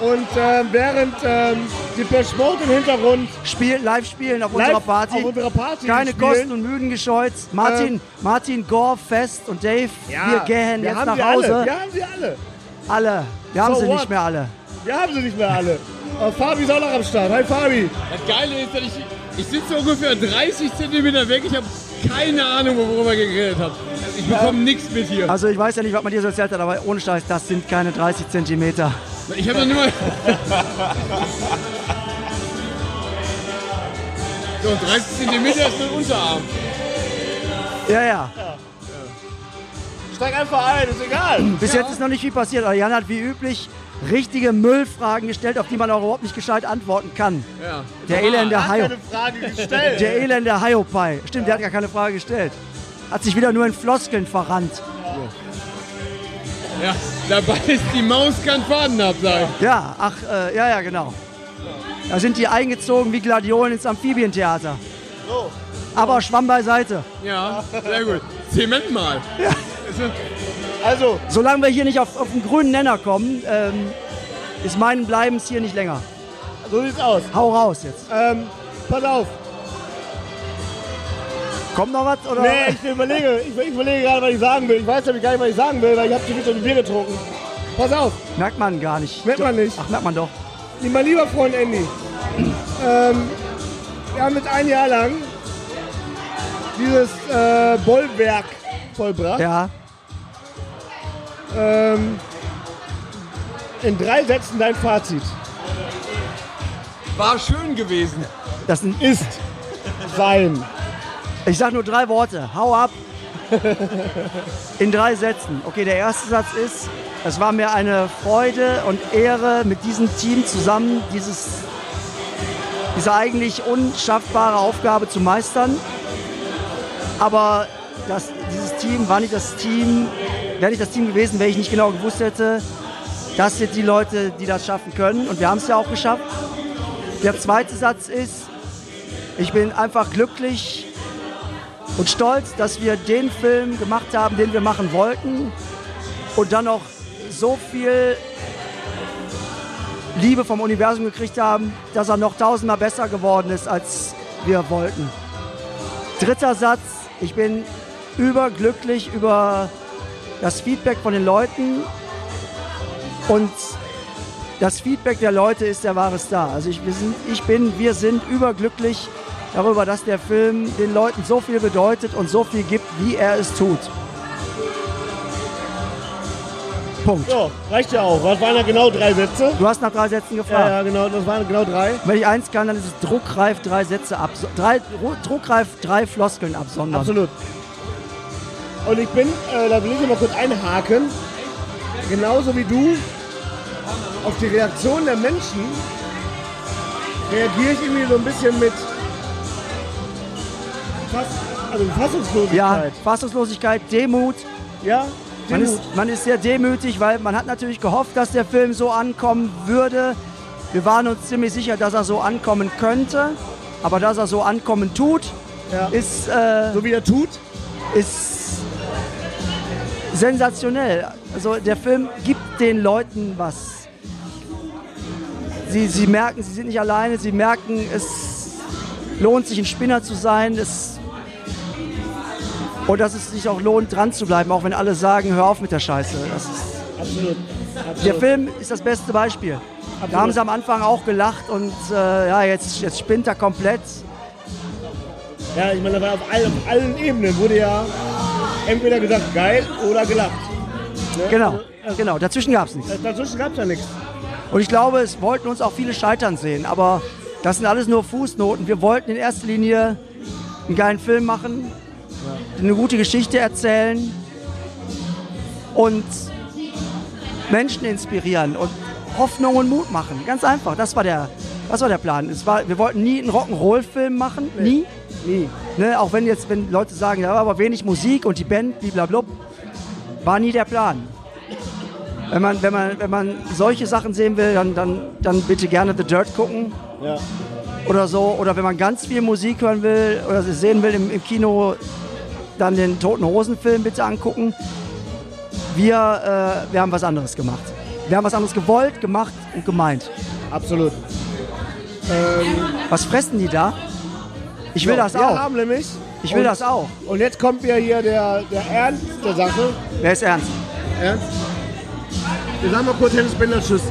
Und ähm, während ähm, die Pesh Mode im Hintergrund Spiel, live spielen auf unserer live Party. auf unserer Party Keine spielen, Ähm, Kosten und Mühen gescheut. Martin, Martin Gore, Fest und Dave, Ja, wir gehen wir jetzt haben nach sie Hause. Alle. Wir haben sie alle. Alle. Wir haben So sie what? nicht mehr alle. Wir haben sie nicht mehr alle. Aber Fabi ist auch noch am Start. Hi Fabi. Das Geile ist, dass ich, ich sitze ungefähr 30 Zentimeter weg. Ich habe keine Ahnung, worüber ihr geredet habt. Ich bekomme nichts mit hier. Also ich weiß ja nicht, was man dir so erzählt hat, aber ohne Scheiß, das sind keine 30 Zentimeter. Ich habe noch nicht mal... So, 30 Zentimeter ist mein Unterarm. Ja, ja. Steig einfach ein, ist egal. Bis jetzt ist noch nicht viel passiert, aber Jan hat wie üblich richtige Müllfragen gestellt, auf die man auch überhaupt nicht gescheit antworten kann. Ja. Der elende Haio. Keine Frage gestellt. Der elende Haiopai. Stimmt, der hat gar keine Frage gestellt. Hat sich wieder nur in Floskeln verrannt. ja. Dabei ist die Maus kein Faden ab, sag ich. Ja, ach, äh, ja, ja, genau. Da sind die eingezogen wie Gladiolen ins Amphibientheater. Aber Schwamm beiseite. Ja, sehr gut. Zement mal. Also, Solange wir hier nicht auf, auf den grünen Nenner kommen, ähm, ist mein Bleibens hier nicht länger. so sieht's aus. Hau raus jetzt. Ähm, pass auf. Kommt noch was? Oder? Nee, ich überlege, ich, ich überlege gerade, was ich sagen will. Ich weiß nämlich gar nicht, was ich sagen will, weil ich habe zu viel zu viel Bier getrunken. Pass auf, Merkt man gar nicht. Merkt man nicht. Ach, merkt man doch. mein lieber Freund Andy. Ähm, wir haben jetzt ein Jahr lang dieses äh, Bollwerk vollbracht. Ja, Ähm, in drei Sätzen dein Fazit. War schön gewesen. das sind, Ist sein. ich sag nur drei Worte. Hau ab. In drei Sätzen. Okay, der erste Satz ist, es war mir eine Freude und Ehre, mit diesem Team zusammen dieses, diese eigentlich unschaffbare Aufgabe zu meistern. Aber das, dieses Team war nicht das Team, wäre nicht das Team gewesen, wenn ich nicht genau gewusst hätte, das sind die Leute, die das schaffen können. Und wir haben es ja auch geschafft. Der zweite Satz ist, ich bin einfach glücklich, und stolz, dass wir den Film gemacht haben, den wir machen wollten und dann noch so viel Liebe vom Universum gekriegt haben, dass er noch tausendmal besser geworden ist, als wir wollten. Dritter Satz, ich bin überglücklich über das Feedback von den Leuten und das Feedback der Leute ist der wahre Star. Also ich, wir sind, ich bin, wir sind überglücklich darüber, dass der Film den Leuten so viel bedeutet und so viel gibt, wie er es tut. Punkt. So, reicht ja auch. Was waren da genau drei Sätze? Du hast nach drei Sätzen Ja, gefragt. ja, genau, das waren genau drei. Wenn ich eins kann, dann ist es druckreif drei Sätze ab, drei, ru- druckreif drei Floskeln absondern. Absolut. Und ich bin, äh, da will ich immer kurz einhaken, genauso wie du auf die Reaktion der Menschen reagiere ich irgendwie so ein bisschen mit Fass, also Ja, Fassungslosigkeit. Fassungslosigkeit, Demut. Ja, Man Demut. ist, man ist sehr demütig, weil man hat natürlich gehofft, dass der Film so ankommen würde. Wir waren uns ziemlich sicher, dass er so ankommen könnte, aber dass er so ankommen tut, Ja. ist, äh, so wie er tut. ist sensationell. Also der Film gibt den Leuten was. Sie, sie merken, sie sind nicht alleine, sie merken, es lohnt sich ein Spinner zu sein. Es und dass es sich auch lohnt, dran zu bleiben, auch wenn alle sagen, hör auf mit der Scheiße. Das ist Absolut. der Absolut. Film ist das beste Beispiel. Da haben sie am Anfang auch gelacht und äh, ja, jetzt, jetzt spinnt er komplett. Ja, ich meine, da war auf, all, auf allen Ebenen wurde ja entweder gesagt geil oder gelacht. Genau. Also, Genau, dazwischen gab es nichts. Dazwischen gab es ja nichts. Und ich glaube, es wollten uns auch viele scheitern sehen, aber das sind alles nur Fußnoten. Wir wollten in erster Linie einen geilen Film machen, eine gute Geschichte erzählen und Menschen inspirieren und Hoffnung und Mut machen. Ganz einfach, das war der, das war der Plan. Es war, wir wollten nie einen Rock'n'Roll-Film machen, nie. Nie. Ne, auch wenn jetzt wenn Leute sagen, ja, aber wenig Musik und die Band, blablabla, war nie der Plan. Wenn man, wenn man, wenn man solche Sachen sehen will, dann, dann, dann bitte gerne The Dirt gucken Ja. oder so. Oder wenn man ganz viel Musik hören will oder sie sehen will im, im Kino, dann den Toten Hosen-Film bitte angucken. Wir, äh, wir haben was anderes gemacht. Wir haben was anderes gewollt, gemacht und gemeint. Ähm, Absolut. Was fressen die da? Ich will So, das wir auch. haben nämlich. Ich will und- das auch. Und jetzt kommt ja hier der, der Ernst der Sache. Wer ist ernst? Ernst? Wir sagen mal kurz Hennes Bender Tschüss.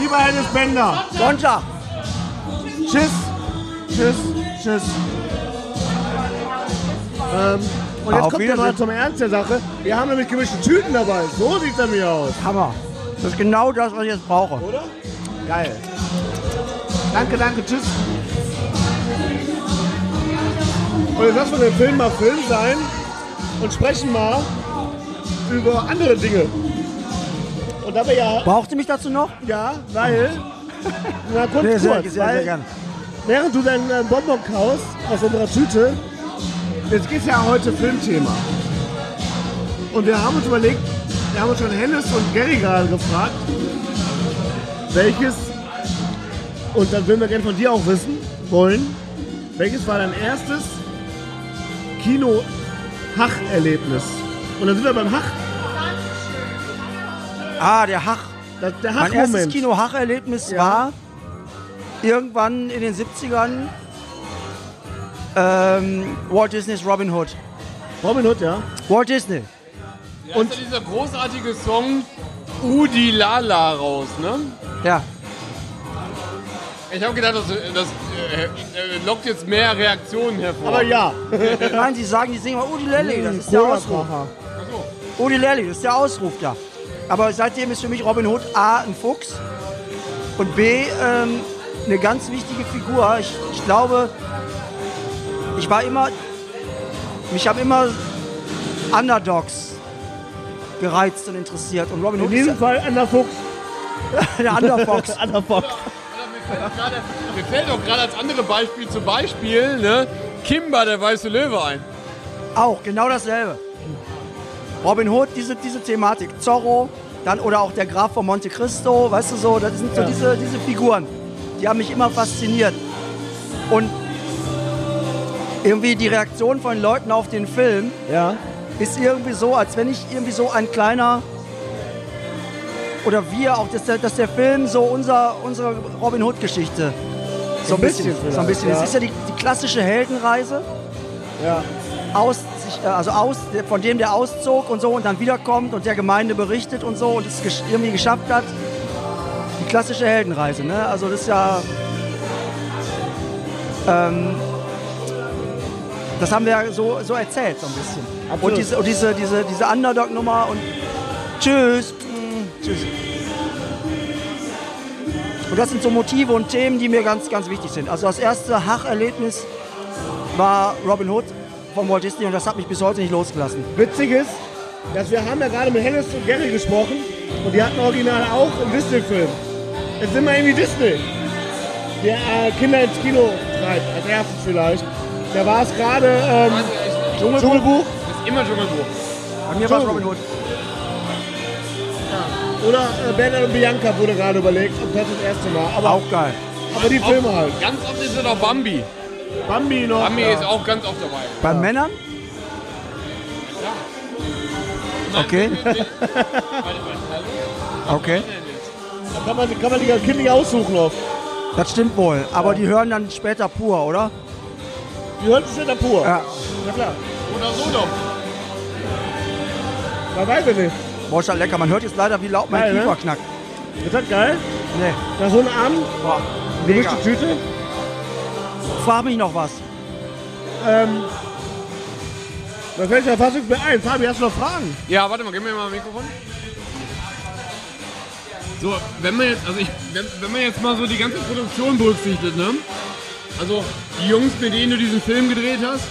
Lieber Hennes Bender, Sonntag! Tschüss, Tschüss, Tschüss. Ähm, und jetzt Auf kommt ja mal Wiedersehen. zum Ernst der Sache. Wir haben nämlich gemischte Tüten dabei. So sieht es nämlich aus. Hammer. Das ist genau das, was ich jetzt brauche. Geil. Danke, danke, tschüss. Und jetzt lassen wir den Film mal Film sein und sprechen mal über andere Dinge. Und dabei ja, Braucht ihr mich dazu noch? ja, weil, na kurz, Nee, sehr, kurz, sehr, sehr weil gerne. während du deinen äh, Bonbon kaust aus unserer Tüte, jetzt geht's ja heute Filmthema. Und wir haben uns überlegt, wir haben uns schon Hennes und Gary gerade gefragt, welches, und dann würden wir gerne von dir auch wissen wollen, welches war dein erstes Kino-Hach-Erlebnis? Und dann sind wir beim Hach, Ah, der Hach. das- der mein erstes Hach-Moment. Kino-Hach-Erlebnis Ja. war irgendwann in den 70ern ähm, Walt Disneys Robin Hood. Robin Hood, ja? Walt Disney. Ja, und ist ja dieser großartige Song Udi Lala raus, ne? Ja. Ich habe gedacht, das, das äh, äh, lockt jetzt mehr Reaktionen hervor. Aber ja, Hm, Nein, sie sagen, die singen mal Udi Lelli. Das ist der Ausruf. Udi Lelli, das ist der Ausruf da. Aber seitdem ist für mich Robin Hood A ein Fuchs und B ähm, eine ganz wichtige Figur. Ich, ich glaube, ich war immer, mich haben immer Underdogs gereizt und interessiert. Und Robin in Hood diesem ist Fall an der Fuchs. der Underfox. An der Fuchs. Gerade- Mir fällt auch gerade als andere Beispiel zum Beispiel ne, Kimba, der weiße Löwe ein. Auch, genau dasselbe. Robin Hood, diese, diese Thematik. Zorro, dann oder auch der Graf von Monte Cristo, weißt du so, das sind so diese, diese Figuren. Die haben mich immer fasziniert. Und irgendwie die Reaktion von Leuten auf den Film Ja. ist irgendwie so, als wenn ich irgendwie so ein kleiner oder wir auch, dass der, dass der Film so unser, unsere Robin Hood-Geschichte so ein bisschen, so ein vielleicht, bisschen. ja. Es ist ja die, die klassische Heldenreise Ja. aus, sich, äh, also aus, von dem der auszog und so und dann wiederkommt und der Gemeinde berichtet und so und es gesch- irgendwie geschafft hat. Die klassische Heldenreise, ne? Also das ist ja. Ähm, das haben wir ja so, so erzählt so ein bisschen. Absolut. Und diese, und diese, diese, diese Underdog-Nummer und tschüss. mm, Tschüss. Und das sind so Motive und Themen, die mir ganz, ganz wichtig sind. Also das erste Hach-Erlebnis war Robin Hood von Walt Disney und das hat mich bis heute nicht losgelassen. Witzig ist, dass wir haben ja gerade mit Hennes und Gary gesprochen und die hatten original auch einen Disney-Film. Es ist immer irgendwie Disney, der äh, Kinder ins Kino treibt, als erstes vielleicht. Da war es gerade ähm, Dschungelbuch. Ist immer Dschungelbuch. Bei mir war es Robin Hood. oder äh, Bernhard und Bianca wurde gerade überlegt, ob das das erste Mal. Aber, Auch geil. aber die Filme halt. Ganz oft ist es auch Bambi. Bambi noch. Bambi ja. ist auch ganz oft dabei. Bei Männern? Okay. Okay. Kann man, kann man die als Kind nicht aussuchen oft. Das stimmt wohl. Aber die hören dann später pur, oder? Die hört sich ja pur. Ja. Na klar. Oder so doch. Da weiß ich nicht. Boah, ist das lecker. Man hört jetzt leider, wie laut mein Geil, ne? Kiefer knackt. Ist das geil? Nee. Nach so einem Abend, Boah. Mega. gemischte Tüte. Frag mich noch was. Ähm, Da fällt ja fast nichts mehr ein. Fabi, hast du noch Fragen? Ja, warte mal, gib mir mal ein Mikrofon. So, wenn man jetzt, also ich, wenn, wenn man jetzt mal so die ganze Produktion berücksichtigt, ne? Also die Jungs, mit denen du diesen Film gedreht hast.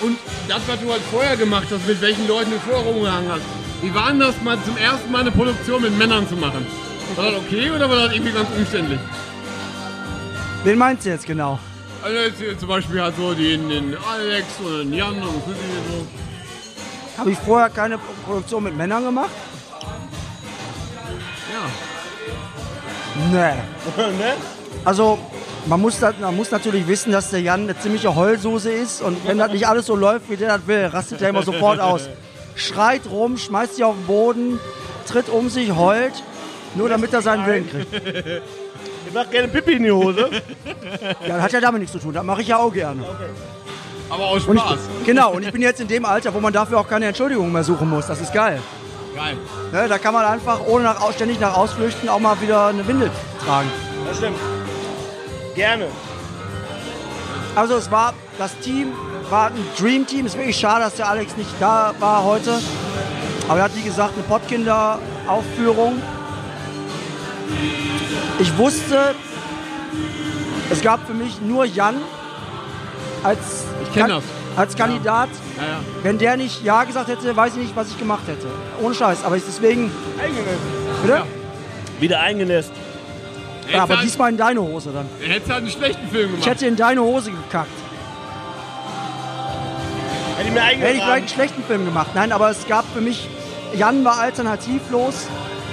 Und das, was du halt vorher gemacht hast, mit welchen Leuten du vorher rumgehangen hast. Wie war denn das mal zum ersten Mal eine Produktion mit Männern zu machen? War das okay oder war das irgendwie ganz umständlich? Wen meinst du jetzt genau? Also jetzt hier zum Beispiel halt so den, den Alex und den Jan und Chrissy und so. Habe ich vorher keine Pro- Produktion mit Männern gemacht? Ja. Nee. Ne? Also, man muss, das, man muss natürlich wissen, dass der Jan eine ziemliche Heulsoße ist und wenn das nicht alles so läuft, wie der das will, rastet er immer sofort aus. Schreit rum, schmeißt sich auf den Boden, tritt um sich, heult, nur damit er seinen Willen kriegt. Ich mach gerne Pipi in die Hose. Ja, das hat ja damit nichts zu tun, das mache ich ja auch gerne. Aber aus Und Spaß. ich, genau, und ich bin jetzt in dem Alter, wo man dafür auch keine Entschuldigung mehr suchen muss. Das ist geil. Geil. Ne, da kann man einfach, ohne nach, ständig nach Ausflüchten, auch mal wieder eine Windel tragen. Das stimmt. Gerne. Also es war, das Team war ein Dream-Team. Es ist wirklich schade, dass der Alex nicht da war heute. Aber er hat, wie gesagt, eine Pottkinder-Aufführung. Ich wusste, es gab für mich nur Jan als, Ich kenn das. als Kandidat. Ja, ja. Wenn der nicht Ja gesagt hätte, weiß ich nicht, was ich gemacht hätte. Ohne Scheiß. Aber ich deswegen... Bitte? Wieder eingenässt. Hättest Ja, aber halt, diesmal in deine Hose dann. hättest halt einen schlechten Film Ich gemacht. hätte in deine Hose gekackt. Hätte ich mir Hätte ich vielleicht eingetragen. einen schlechten Film gemacht. Nein, aber es gab für mich, Jan war alternativlos.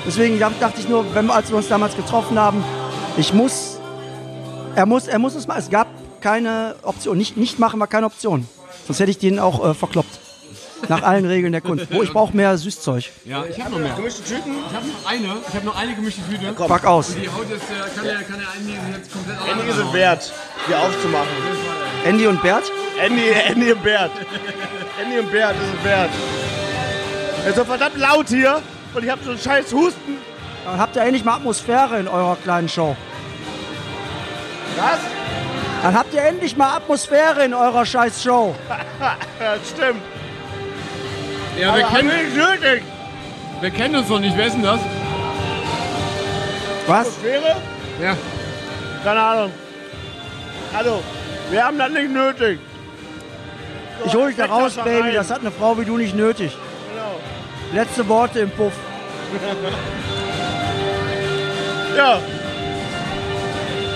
Deswegen dachte ich nur, wenn, als wir uns damals getroffen haben, ich muss, er muss, er muss es machen. Es gab keine Option. Nicht, nicht machen war keine Option. Sonst hätte ich den auch äh, verkloppt. Nach allen Regeln der Kunst. Wo ich brauche mehr Süßzeug. Ja, ich hab noch mehr. Gemischte Tüten. Ich hab noch eine. Ich hab noch eine gemischte Tüte. Fuck aus. Die Haut jetzt, äh, kann der, kann der einlesen jetzt komplett alleine Einige sind reinhauen. wert, hier aufzumachen. Andy und Bert? Andy, Andy im Bert. Andy im Bert ist ein Bert. Es ist so verdammt laut hier und ich habe so einen scheiß Husten. Dann habt ihr endlich mal Atmosphäre in eurer kleinen Show. Was? Dann habt ihr endlich mal Atmosphäre in eurer scheiß Show. Das stimmt. Ja, wir Aber kennen, nicht nötig. wir kennen uns noch nicht. Wer ist denn das? Was? Wäre? Ja. Keine Ahnung. Also, wir haben das nicht nötig. Ich hole dich da raus, Steck das Baby. rein. Das hat eine Frau wie du nicht nötig. Genau. Letzte Worte im Puff. Ja,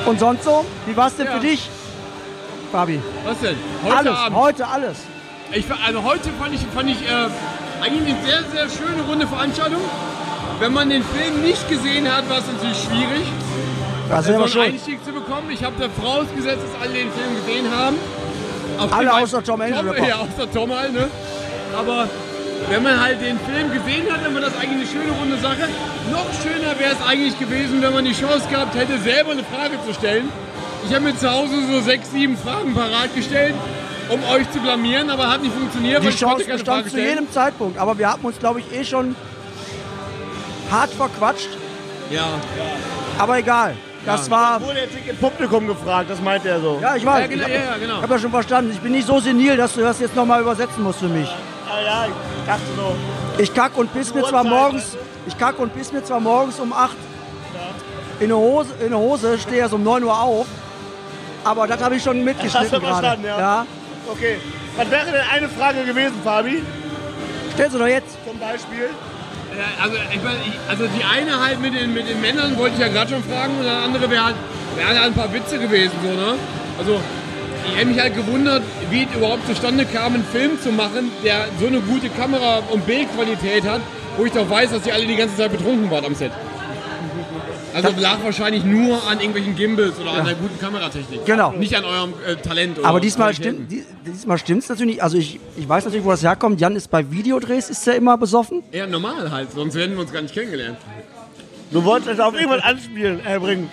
Und sonst so? Wie war es denn für dich, Fabi? Was denn? Heute alles, Abend. heute alles. Ich, fa- also heute fand ich, fand ich äh, eigentlich eine sehr, sehr schöne runde Veranstaltung. Wenn man den Film nicht gesehen hat, war es natürlich schwierig, äh, Das so selber einen schon. Einstieg zu bekommen. Ich habe da vorausgesetzt, dass alle den Film gesehen haben. Auf Alle jeden Fall- außer Tom Angelopper. Ja, außer Tom halt, ne? Aber wenn man halt den Film gesehen hat, dann war das eigentlich eine schöne runde Sache. Noch schöner wäre es eigentlich gewesen, wenn man die Chance gehabt hätte, selber eine Frage zu stellen. Ich habe mir zu Hause so sechs, sieben Fragen parat gestellt, um euch zu blamieren, aber hat nicht funktioniert, Die weil ich konnte Chance keine bestand Frage zu stellen. jedem Zeitpunkt. Aber wir haben uns, glaube ich, eh schon hart verquatscht. Ja. Aber egal. Das war. Wurde jetzt nicht im Publikum gefragt, das meint er so. Ja, ich Ja, weiß. genau, ich ja, ja, genau. habe ja schon verstanden. Ich bin nicht so senil, dass du das jetzt nochmal übersetzen musst für mich. Ah, ja, ich dachte so. Ich kack und piss mir zwar Uhrzeit, morgens. Ich kack und piss mir zwar morgens um 8 in eine Hose, in eine Hose stehe erst um 9 Uhr auf. Aber das habe ich schon Hast du mitgeschnitten gerade. verstanden, ja. ja. Okay. Was wäre denn eine Frage gewesen, Fabi? Stellst du doch jetzt. Zum Beispiel? Ja, Also, ich meine, ich, also die eine halt mit den, mit den Männern wollte ich ja gerade schon fragen und der andere wäre halt, wär halt ein paar Witze gewesen. So, ne? Also ich hätte mich halt gewundert, wie es überhaupt zustande kam, einen Film zu machen, der so eine gute Kamera- und Bildqualität hat, wo ich doch weiß, dass die alle die ganze Zeit betrunken waren am Set. Also lag wahrscheinlich nur an irgendwelchen Gimbals oder an der guten Kameratechnik. Genau. Nicht an eurem äh, Talent. Oder Aber diesmal Qualitäten. stimmt dies, diesmal stimmt's natürlich nicht. Also ich, ich weiß natürlich, wo das herkommt. Jan ist bei Videodrehs, ist er immer besoffen. Ja, normal halt, sonst hätten wir uns gar nicht kennengelernt. Du wolltest es auf irgendwas anspielen, äh, bringen.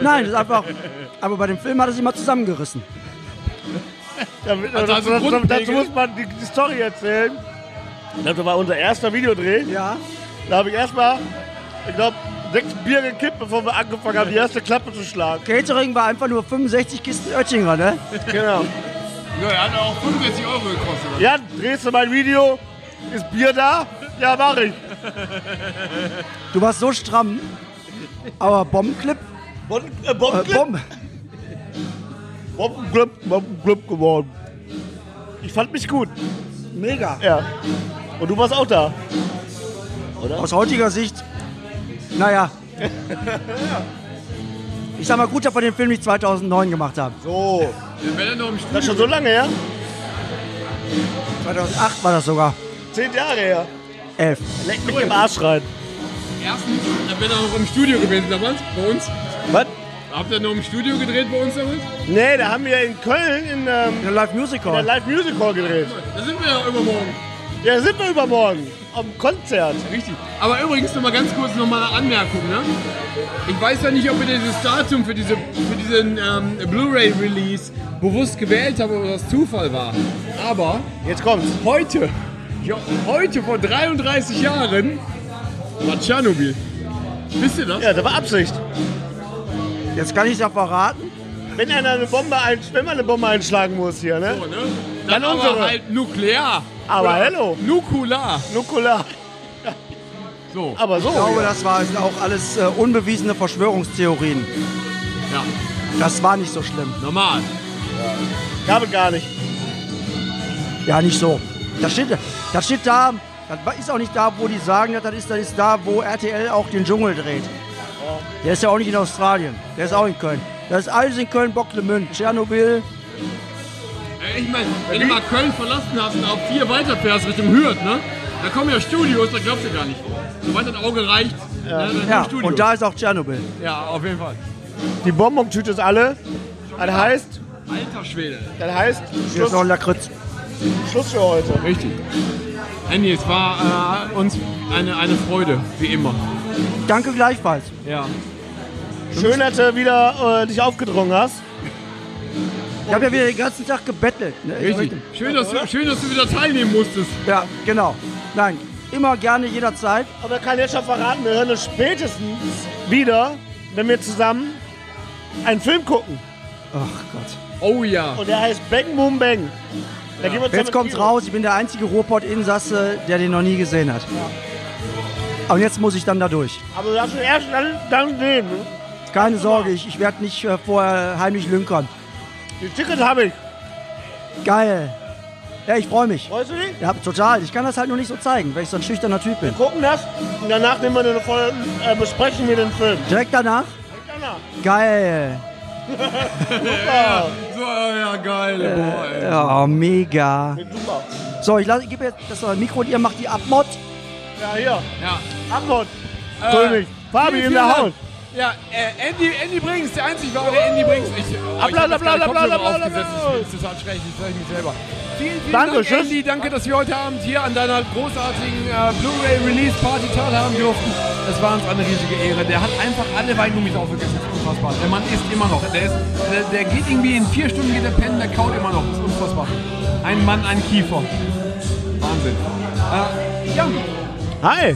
Nein, das ist einfach. Aber bei dem Film hat er sich mal zusammengerissen. Ja, mit- Also, also dazu- dazu, dazu Grundregel- muss man die, die Story erzählen. Das war unser erster Videodreh. Ja. Da habe ich erstmal, ich glaube, sechs Bier gekippt, bevor wir angefangen haben, die erste Klappe zu schlagen. Catering war einfach nur 65 Kisten Oettinger, ne? Genau. Nö, er hat auch 65 Euro gekostet. Ja, drehst du mein Video? Ist Bier da? Ja, mach ich. Du warst so stramm. Aber Bombenclip? Bon, äh, Bombenclip? Äh, Bomb. Bombenclip, Bombenclip geworden. Ich fand mich gut. Mega. Ja. Und du warst auch da. Aus heutiger Sicht, naja. Ich sag mal, gut, dass wir den Film nicht 2009 gemacht haben. So. Wenn er noch im Studio Das ist schon so lange her? 2008 war das sogar. Zehn Jahre her. 11. Leck mich im Arsch rein. Erstens, dann wäre er noch im Studio gewesen damals, bei uns. Was? Habt ihr noch im Studio gedreht bei uns damals? Nee, da haben wir in Köln in, ähm, Der Live in der Musical. Live Music Hall gedreht. Da sind wir ja übermorgen. Ja, da sind wir übermorgen. Am Konzert. Richtig. Aber übrigens nochmal ganz kurz nochmal eine Anmerkung. Ne? Ich weiß ja nicht, ob wir dieses Datum für, diese, für diesen ähm, Blu-ray-Release bewusst gewählt haben oder das Zufall war. Aber Jetzt kommt's. heute, ja, heute vor 33 Jahren, war Tschernobyl. Wisst ihr das? Ja, das war Absicht. Jetzt kann ich ja verraten. Wenn einer eine Bombe, ein, wenn man eine Bombe einschlagen muss hier, ne? So, ne? Dann, Dann aber unsere. halt nuklear. Aber hello, Nukular. Nukular. So, Aber so. Ich glaube, ja. das war auch alles äh, unbewiesene Verschwörungstheorien. ja, Das war nicht so schlimm. normal. Gab es gar nicht. Ja, nicht so. Das steht, das steht da, das ist auch nicht da, wo die sagen, das ist, das ist da, wo RTL auch den Dschungel dreht. Oh. Der ist ja auch nicht in Australien, der ist auch in Köln. Das ist alles in Köln, Bocklemünd, Tschernobyl. Äh, Ich meine, wenn du mal Köln verlassen hast und auf vier weiterfährst Richtung Hürth, ne? Da kommen ja Studios, da glaubst du gar nicht. Sobald das Auge reicht, ja. ne, dann Ja, Studio. und da ist auch Tschernobyl. ja, auf jeden Fall. Die Bonbontüte ist alle. Das heißt, Alter Schwede. das heißt Hier ist Schluss, noch ein Lakritz. Schluss für heute. Richtig. Andy, es war äh, uns eine, eine Freude, wie immer. Danke gleichfalls. Ja. Schön, dass du wieder äh, dich aufgedrungen hast. Ich habe ja wieder den ganzen Tag gebettelt. Ne? Richtig. Schön dass, du, schön, dass du wieder teilnehmen musstest. Ja, genau. Nein, immer gerne jederzeit. Aber ich kann jetzt schon verraten, wir hören uns spätestens wieder, wenn wir zusammen einen Film gucken. Ach Gott. Oh ja. Und der heißt Bang Boom Bang. Da gehen wir zusammen Jetzt kommt's ins Kino. raus, ich bin der einzige Ruhrpott-Insasse, der den noch nie gesehen hat. Und jetzt muss ich dann da durch. Aber du darfst ihn erst dann, dann sehen. ne? Keine Sorge, ich, ich werde nicht äh, vorher heimlich lünkern. Die Tickets habe ich. Geil. Ja, ich freue mich. Weißt du die? Ja, total. Ich kann das halt nur nicht so zeigen, weil ich so ein schüchterner Typ bin. Gucken das und danach nehmen wir eine volle, äh, besprechen wir den Film. Direkt danach? danach. Geil. So, ja, geil. Boah, ey. Oh, mega. Super. So, ich, lass- ich gebe jetzt das neue Mikro und ihr macht die Abmod. Ja, hier. Ja. Abmord. Äh, König. Fabi vielen, in der vielen Haut. Dank. Ja, äh, Andy, Andy Brings, der einzig wahre Andy Brings. Ich, oh, ich Applaus, hab jetzt Applaus, gerade Applaus, Applaus, Kopfhörer aufgesetzt. Applaus. Ich, das ist anstrengend, ich zeige mich selber. Vielen, vielen Danke, Dank, tschüss. Andy. Danke, dass wir heute Abend hier an deiner großartigen äh, Blu-ray-Release-Party teilhaben durften. Das war uns eine riesige Ehre. Der hat einfach alle Weingummis aufgegessen. Das ist unfassbar. Der Mann isst immer noch. Der, ist, der, der geht irgendwie in vier Stunden geht der pennen, der kaut immer noch. Das ist unfassbar. Ein Mann, ein Kiefer. Wahnsinn. Äh, ja, Hi.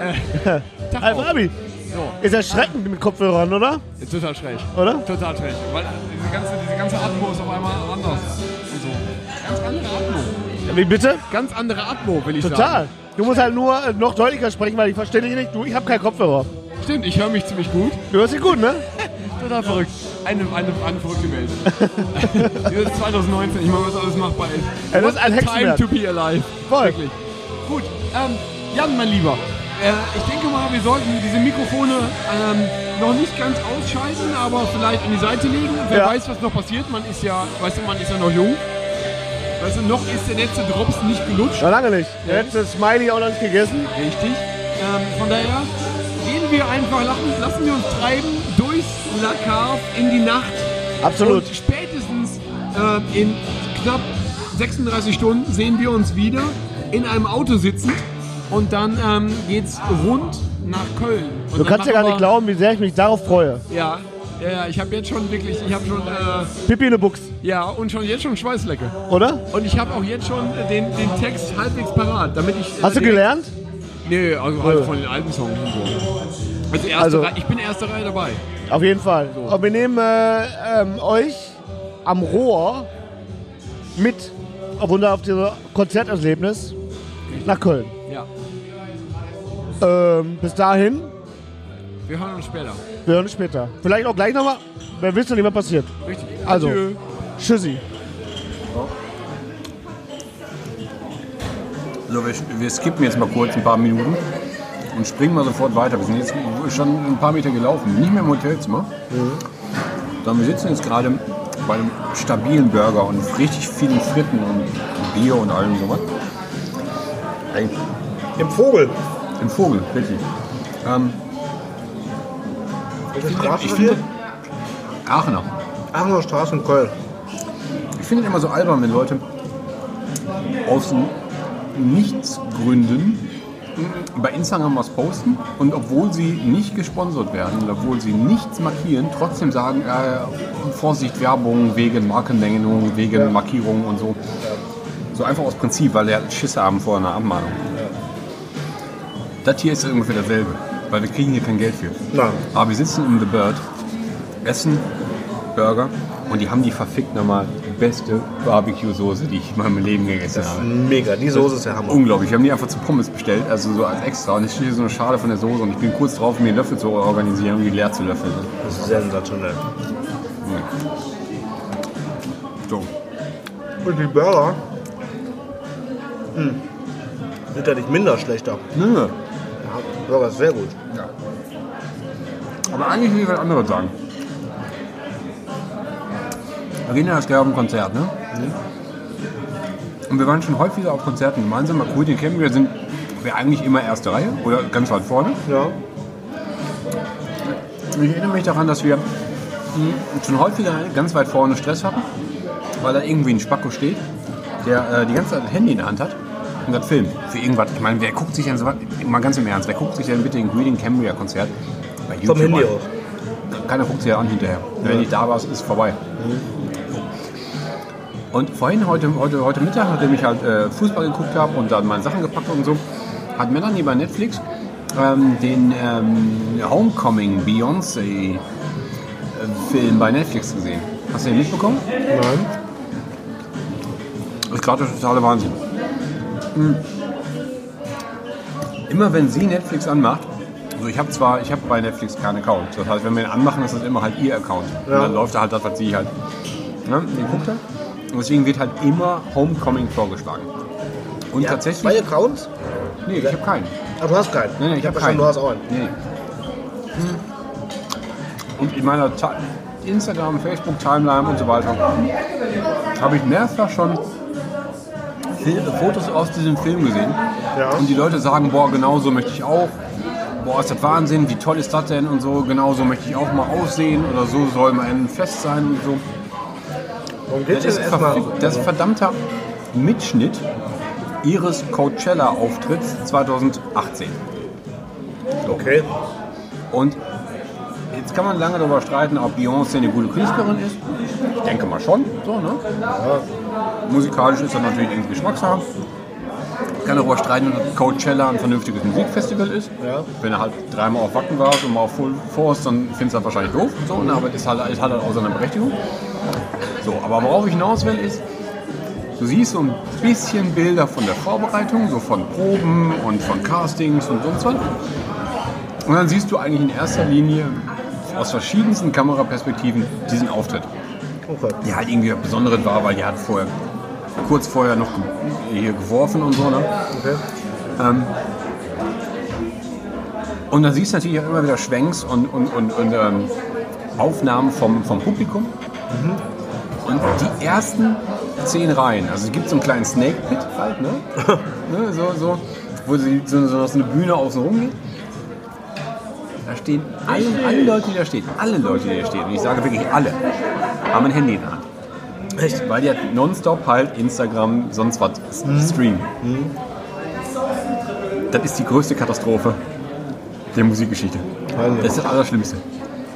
Tag Hi, auch. Fabi. So. Ist erschreckend mit Kopfhörern, oder? Ist total schräg. Oder? Total schräg. Weil diese ganze, diese ganze Atmo ist auf einmal anders. Und so. Ganz andere Atmo. Wie bitte? Ganz andere Atmo, will ich Total. sagen. Du musst halt nur äh, noch deutlicher sprechen, weil ich verstehe dich nicht. Du, ich habe keinen Kopfhörer. Total. Stimmt, ich höre mich ziemlich gut. Du hörst dich gut, ne? Total verrückt. Eine, eine, eine verrückte Welt. Dieses 2019, ich meine, was alles machbar ist. Ja, das ist ein What Time Hexenwerk. to be alive. Voll. Wirklich. Gut, ähm, Jan, mein Lieber. Äh, ich denke mal, wir sollten diese Mikrofone ähm, noch nicht ganz ausschalten, aber vielleicht an die Seite legen. Wer Ja. weiß, was noch passiert. Man ist ja, weißt du, man ist ja noch jung. Weißt du, noch ist der letzte Drops nicht gelutscht. Noch lange nicht. Der letzte Smiley auch noch nicht gegessen. Richtig. Ähm, von daher gehen wir einfach, lassen, lassen wir uns treiben durchs La Carve in die Nacht. Absolut. Und spätestens ähm, in knapp 36 Stunden sehen wir uns wieder in einem Auto sitzend und dann ähm, geht's rund nach Köln. Und Du dann kannst ja gar machen nicht wir- glauben, wie sehr ich mich darauf freue. Ja, ja, ja, ich habe jetzt schon wirklich, ich habe schon, äh, Pipi in der Buchs, ja, und schon jetzt schon Schweißlecke. oder? Und ich habe auch jetzt schon äh, den, den Text halbwegs parat, damit ich. äh, Hast du direkt- gelernt? Äh. Nee, also halt von den alten Songs und so. Also, erste Also- Reihe, ich bin erste Reihe dabei. Auf jeden Fall. Und wir nehmen äh, ähm, euch am Rohr mit auf unser auf dieses Konzerterlebnis nach Köln. Ja. Ähm, bis dahin, Wir hören uns später. wir hören uns später. Vielleicht auch gleich nochmal. Wer wissen nicht, was passiert. Richtig. Also, Adieu. tschüssi. So, Also, wir, wir skippen jetzt mal kurz ein paar Minuten und springen mal sofort weiter. Wir sind jetzt schon ein paar Meter gelaufen, nicht mehr im Hotelzimmer. Mhm. Sondern wir sitzen jetzt gerade bei einem stabilen Burger und richtig vielen Fritten und Bier und allem sowas. Ey, Im Vogel. Im Vogel, richtig. Ähm, Welche Straße ich sind wir? finde, Aachener. Aachener Straße in Köln. Ich finde es immer so albern, wenn Leute aus Nichtsgründen bei Instagram was posten und obwohl sie nicht gesponsert werden und obwohl sie nichts markieren, trotzdem sagen, äh, Vorsicht Werbung wegen Markennennung, wegen Markierung und so. So einfach aus Prinzip, weil der Schiss haben vor einer Abmahnung. Das hier ist ungefähr dasselbe, weil wir kriegen hier kein Geld für. Nein. Aber wir sitzen im The Bird, essen Burger und die haben die verfickt nochmal beste Barbecue-Soße, die ich in meinem Leben gegessen habe. Mega, die Soße ist der Hammer. Unglaublich. Wir haben die einfach zu Pommes bestellt, also so als extra. Und es steht hier so eine Schale von der Soße und ich bin kurz drauf, mir einen Löffel zu organisieren, um die leer zu löffeln. Das ist sensationell. So. Und die Burger hm, sind ja nicht minder schlechter. Nö. Ja, Burger ist sehr gut. Aber eigentlich will ich was anderes sagen. Arena ist ja auf dem Konzert, ne? Mhm. Und wir waren schon häufiger auf Konzerten gemeinsam. Mal cool, den kennen wir, sind wir eigentlich immer erste Reihe oder ganz weit vorne. Ja. Ich erinnere mich daran, dass wir mh, schon häufiger ganz weit vorne Stress hatten, weil da irgendwie ein Spacko steht, der äh, die ganze Zeit das Handy in der Hand hat und das filmt für irgendwas. Ich meine, wer guckt sich denn so was, mal ganz im Ernst, wer guckt sich denn bitte ein Green Cambria Konzert bei YouTube Vom Handy an? aus. Keiner guckt sich ja an hinterher. Wenn nicht da war, ist es vorbei. Und vorhin, heute, heute, heute Mittag, nachdem ich halt äh, Fußball geguckt habe und dann meine Sachen gepackt und so, hat Melanie bei Netflix ähm, den ähm, Homecoming Beyoncé-Film bei Netflix gesehen. Hast du den mitbekommen? Nein. Ist gerade der totale Wahnsinn. Hm. Immer wenn sie Netflix anmacht, also ich habe zwar, ich habe bei Netflix keinen Account. Das heißt, wenn wir ihn anmachen, ist das immer halt ihr Account. Und dann läuft da halt das, was sie halt Ne? Den guckt er. Und deswegen wird halt immer Homecoming vorgeschlagen. Und Zwei tatsächlich. Accounts? Nee, ich habe keinen. Ah, du hast keinen. Nee, nee, ich hab habe verstanden, keinen. Du hast auch einen. Nee, nee. Hm. Und in meiner Ta Instagram, Facebook, Timeline und so weiter habe ich mehrfach schon Fil Fotos aus diesem Film gesehen. Und die Leute sagen, boah, genau so möchte ich auch. Boah, ist das Wahnsinn, wie toll ist das denn und so. Genau so möchte ich auch mal aussehen oder so soll mein Fest sein und so. Warum Das geht's ist, jetzt erstmal? verfick- das ist verdammter Mitschnitt ihres Coachella-Auftritts 2018. Okay. Und jetzt kann man lange darüber streiten, ob Beyoncé eine gute Künstlerin ist. Ich denke mal schon. So, ne? Musikalisch ist das natürlich irgendwie Geschmackssache. Ich kann darüber streiten, ob Coachella ein vernünftiges Musikfestival ist. Wenn er halt dreimal auf Wacken war und mal auf Full Force, dann findest du das wahrscheinlich doof. So, ne? Aber es hat, es hat halt auch seine Berechtigung. So, aber worauf ich hinaus will, ist, Du siehst so ein bisschen Bilder von der Vorbereitung, so von Proben und von Castings und sonst was. Und dann siehst du eigentlich in erster Linie aus verschiedensten Kameraperspektiven diesen Auftritt. Der halt irgendwie was Besonderes war, weil die hat vorher, kurz vorher noch ge- hier geworfen und so. Ne? Ähm, und dann siehst du natürlich auch immer wieder Schwenks und, und, und, und ähm, Aufnahmen vom, vom Publikum. Mhm. Und die ersten zehn Reihen, also es gibt so einen kleinen Snake Pit halt, ne? ne so, so, wo sie, so, so so eine Bühne außen rum geht. Da stehen alle, alle Leute, die da stehen, alle Leute, die da stehen, und ich sage wirklich alle, haben ein Handy in der Hand. Echt? Weil die halt nonstop halt Instagram, sonst was Mhm. streamen. Das ist die größte Katastrophe der Musikgeschichte. Das ist das Allerschlimmste.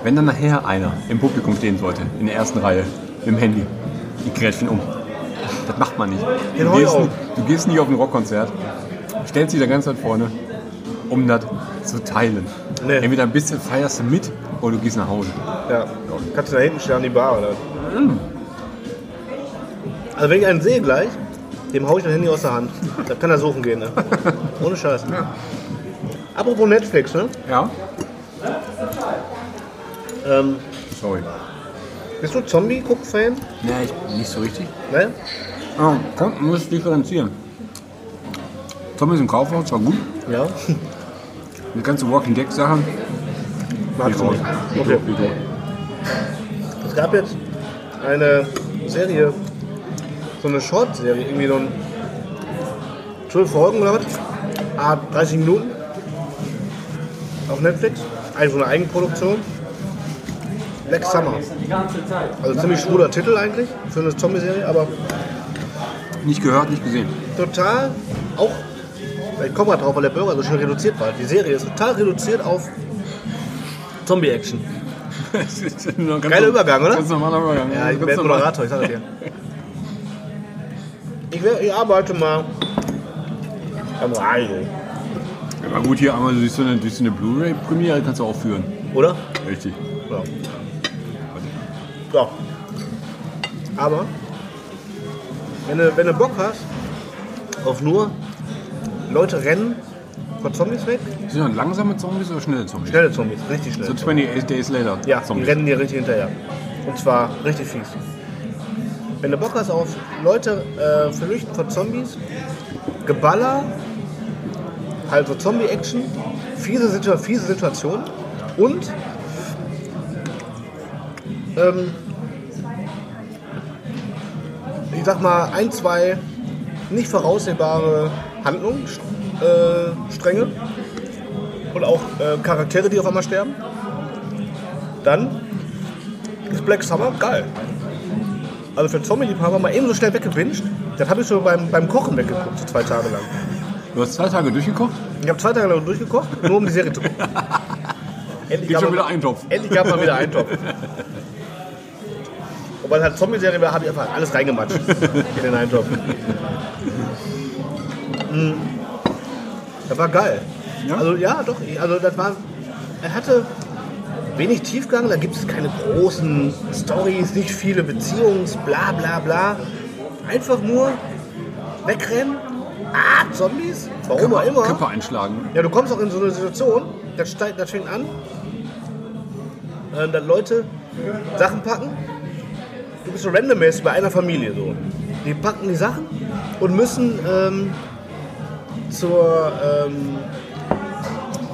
Wenn dann nachher einer im Publikum stehen sollte, in der ersten Reihe, mit dem Handy, die Grätschen um. Das macht man nicht. Du heu gehst, auf. du gehst nicht auf ein Rockkonzert, stellst dich da ganz weit vorne, um das zu teilen. Nee. Entweder ein bisschen feierst du mit oder du gehst nach Hause. Hm. Ja. Kannst du da hinten stehen an die Bar, oder? Also wenn ich einen sehe gleich, dem hau ich mein Handy aus der Hand. Da kann er suchen gehen, ne? Ohne Scheiß. Apropos Netflix, ne? Ja? Ähm, Sorry. bist du Zombie-Guck-Fan? Ja, ich, nicht so richtig. Ne? Ah, komm, man muss differenzieren. Zombies im Kaufhaus war gut. Ja. Die ganze Walking Dead Sache. Mag ich raus. Okay. Es gab jetzt eine Serie, so eine Short-Serie, irgendwie so ein 12 Folgen oder was, ah, 30 Minuten auf Netflix, eigentlich so eine Eigenproduktion. Black Summer. Also ziemlich schwuler Titel eigentlich für eine Zombie-Serie, aber Nicht gehört, nicht gesehen. total auch, ich komme mal drauf, weil der Burger so schön reduziert war. Die Serie ist total reduziert auf Zombie-Action. Geiler Geiler Übergang, oder? Ganz normaler Übergang. Ja, ich bin Ganz jetzt normal. Moderator, ich sag das dir. Ich, wär, ich arbeite mal. Am Radio. Aber gut, hier einmal durch so eine, durch so eine Blu-ray-Premiere kannst du auch führen. Oder? Richtig. Ja. ja. Aber, wenn du, wenn du Bock hast, auf nur Leute rennen vor Zombies weg, Sind das langsame Zombies oder schnelle Zombies? schnelle Zombies, richtig So schnell. 28 Days Later. Ja, die Zombies. rennen dir richtig hinterher. Und zwar richtig fies. Wenn du Bock hast auf Leute äh, flüchten von Zombies, Geballer, halt so Zombie-Action, fiese, Situ fiese Situation und ähm, ich sag mal ein, zwei nicht voraussehbare Handlungen, St- äh, Stränge und auch äh, Charaktere, die auf einmal sterben dann ist Black Summer geil. Also für Zombie-Liebhaber mal eben so schnell weggewinscht. Das habe ich so beim, beim Kochen weggeguckt, so zwei Tage lang. Du hast zwei Tage durchgekocht? Ich habe zwei Tage lang durchgekocht, nur um die Serie zu gucken. Endlich Gibt gab schon mal- wieder Eintopf. Endlich gab mal wieder einen Topf. Und weil es halt Zombie-Serie war, habe ich einfach alles reingematscht in den Eintopf. Mm. Das war geil. Ja? Also ja, doch. ich- Also das war, er hatte wenig Tiefgang, da gibt es keine großen Stories, nicht viele Beziehungs, bla bla bla. Einfach nur wegrennen. Ah, Zombies? Warum auch immer. Köpfe einschlagen. Ja, du kommst auch in so eine Situation, das, steigt, das fängt an, äh, dass Leute Sachen packen. Du bist so randommäßig bei einer Familie so. Die packen die Sachen und müssen ähm, zur, ähm,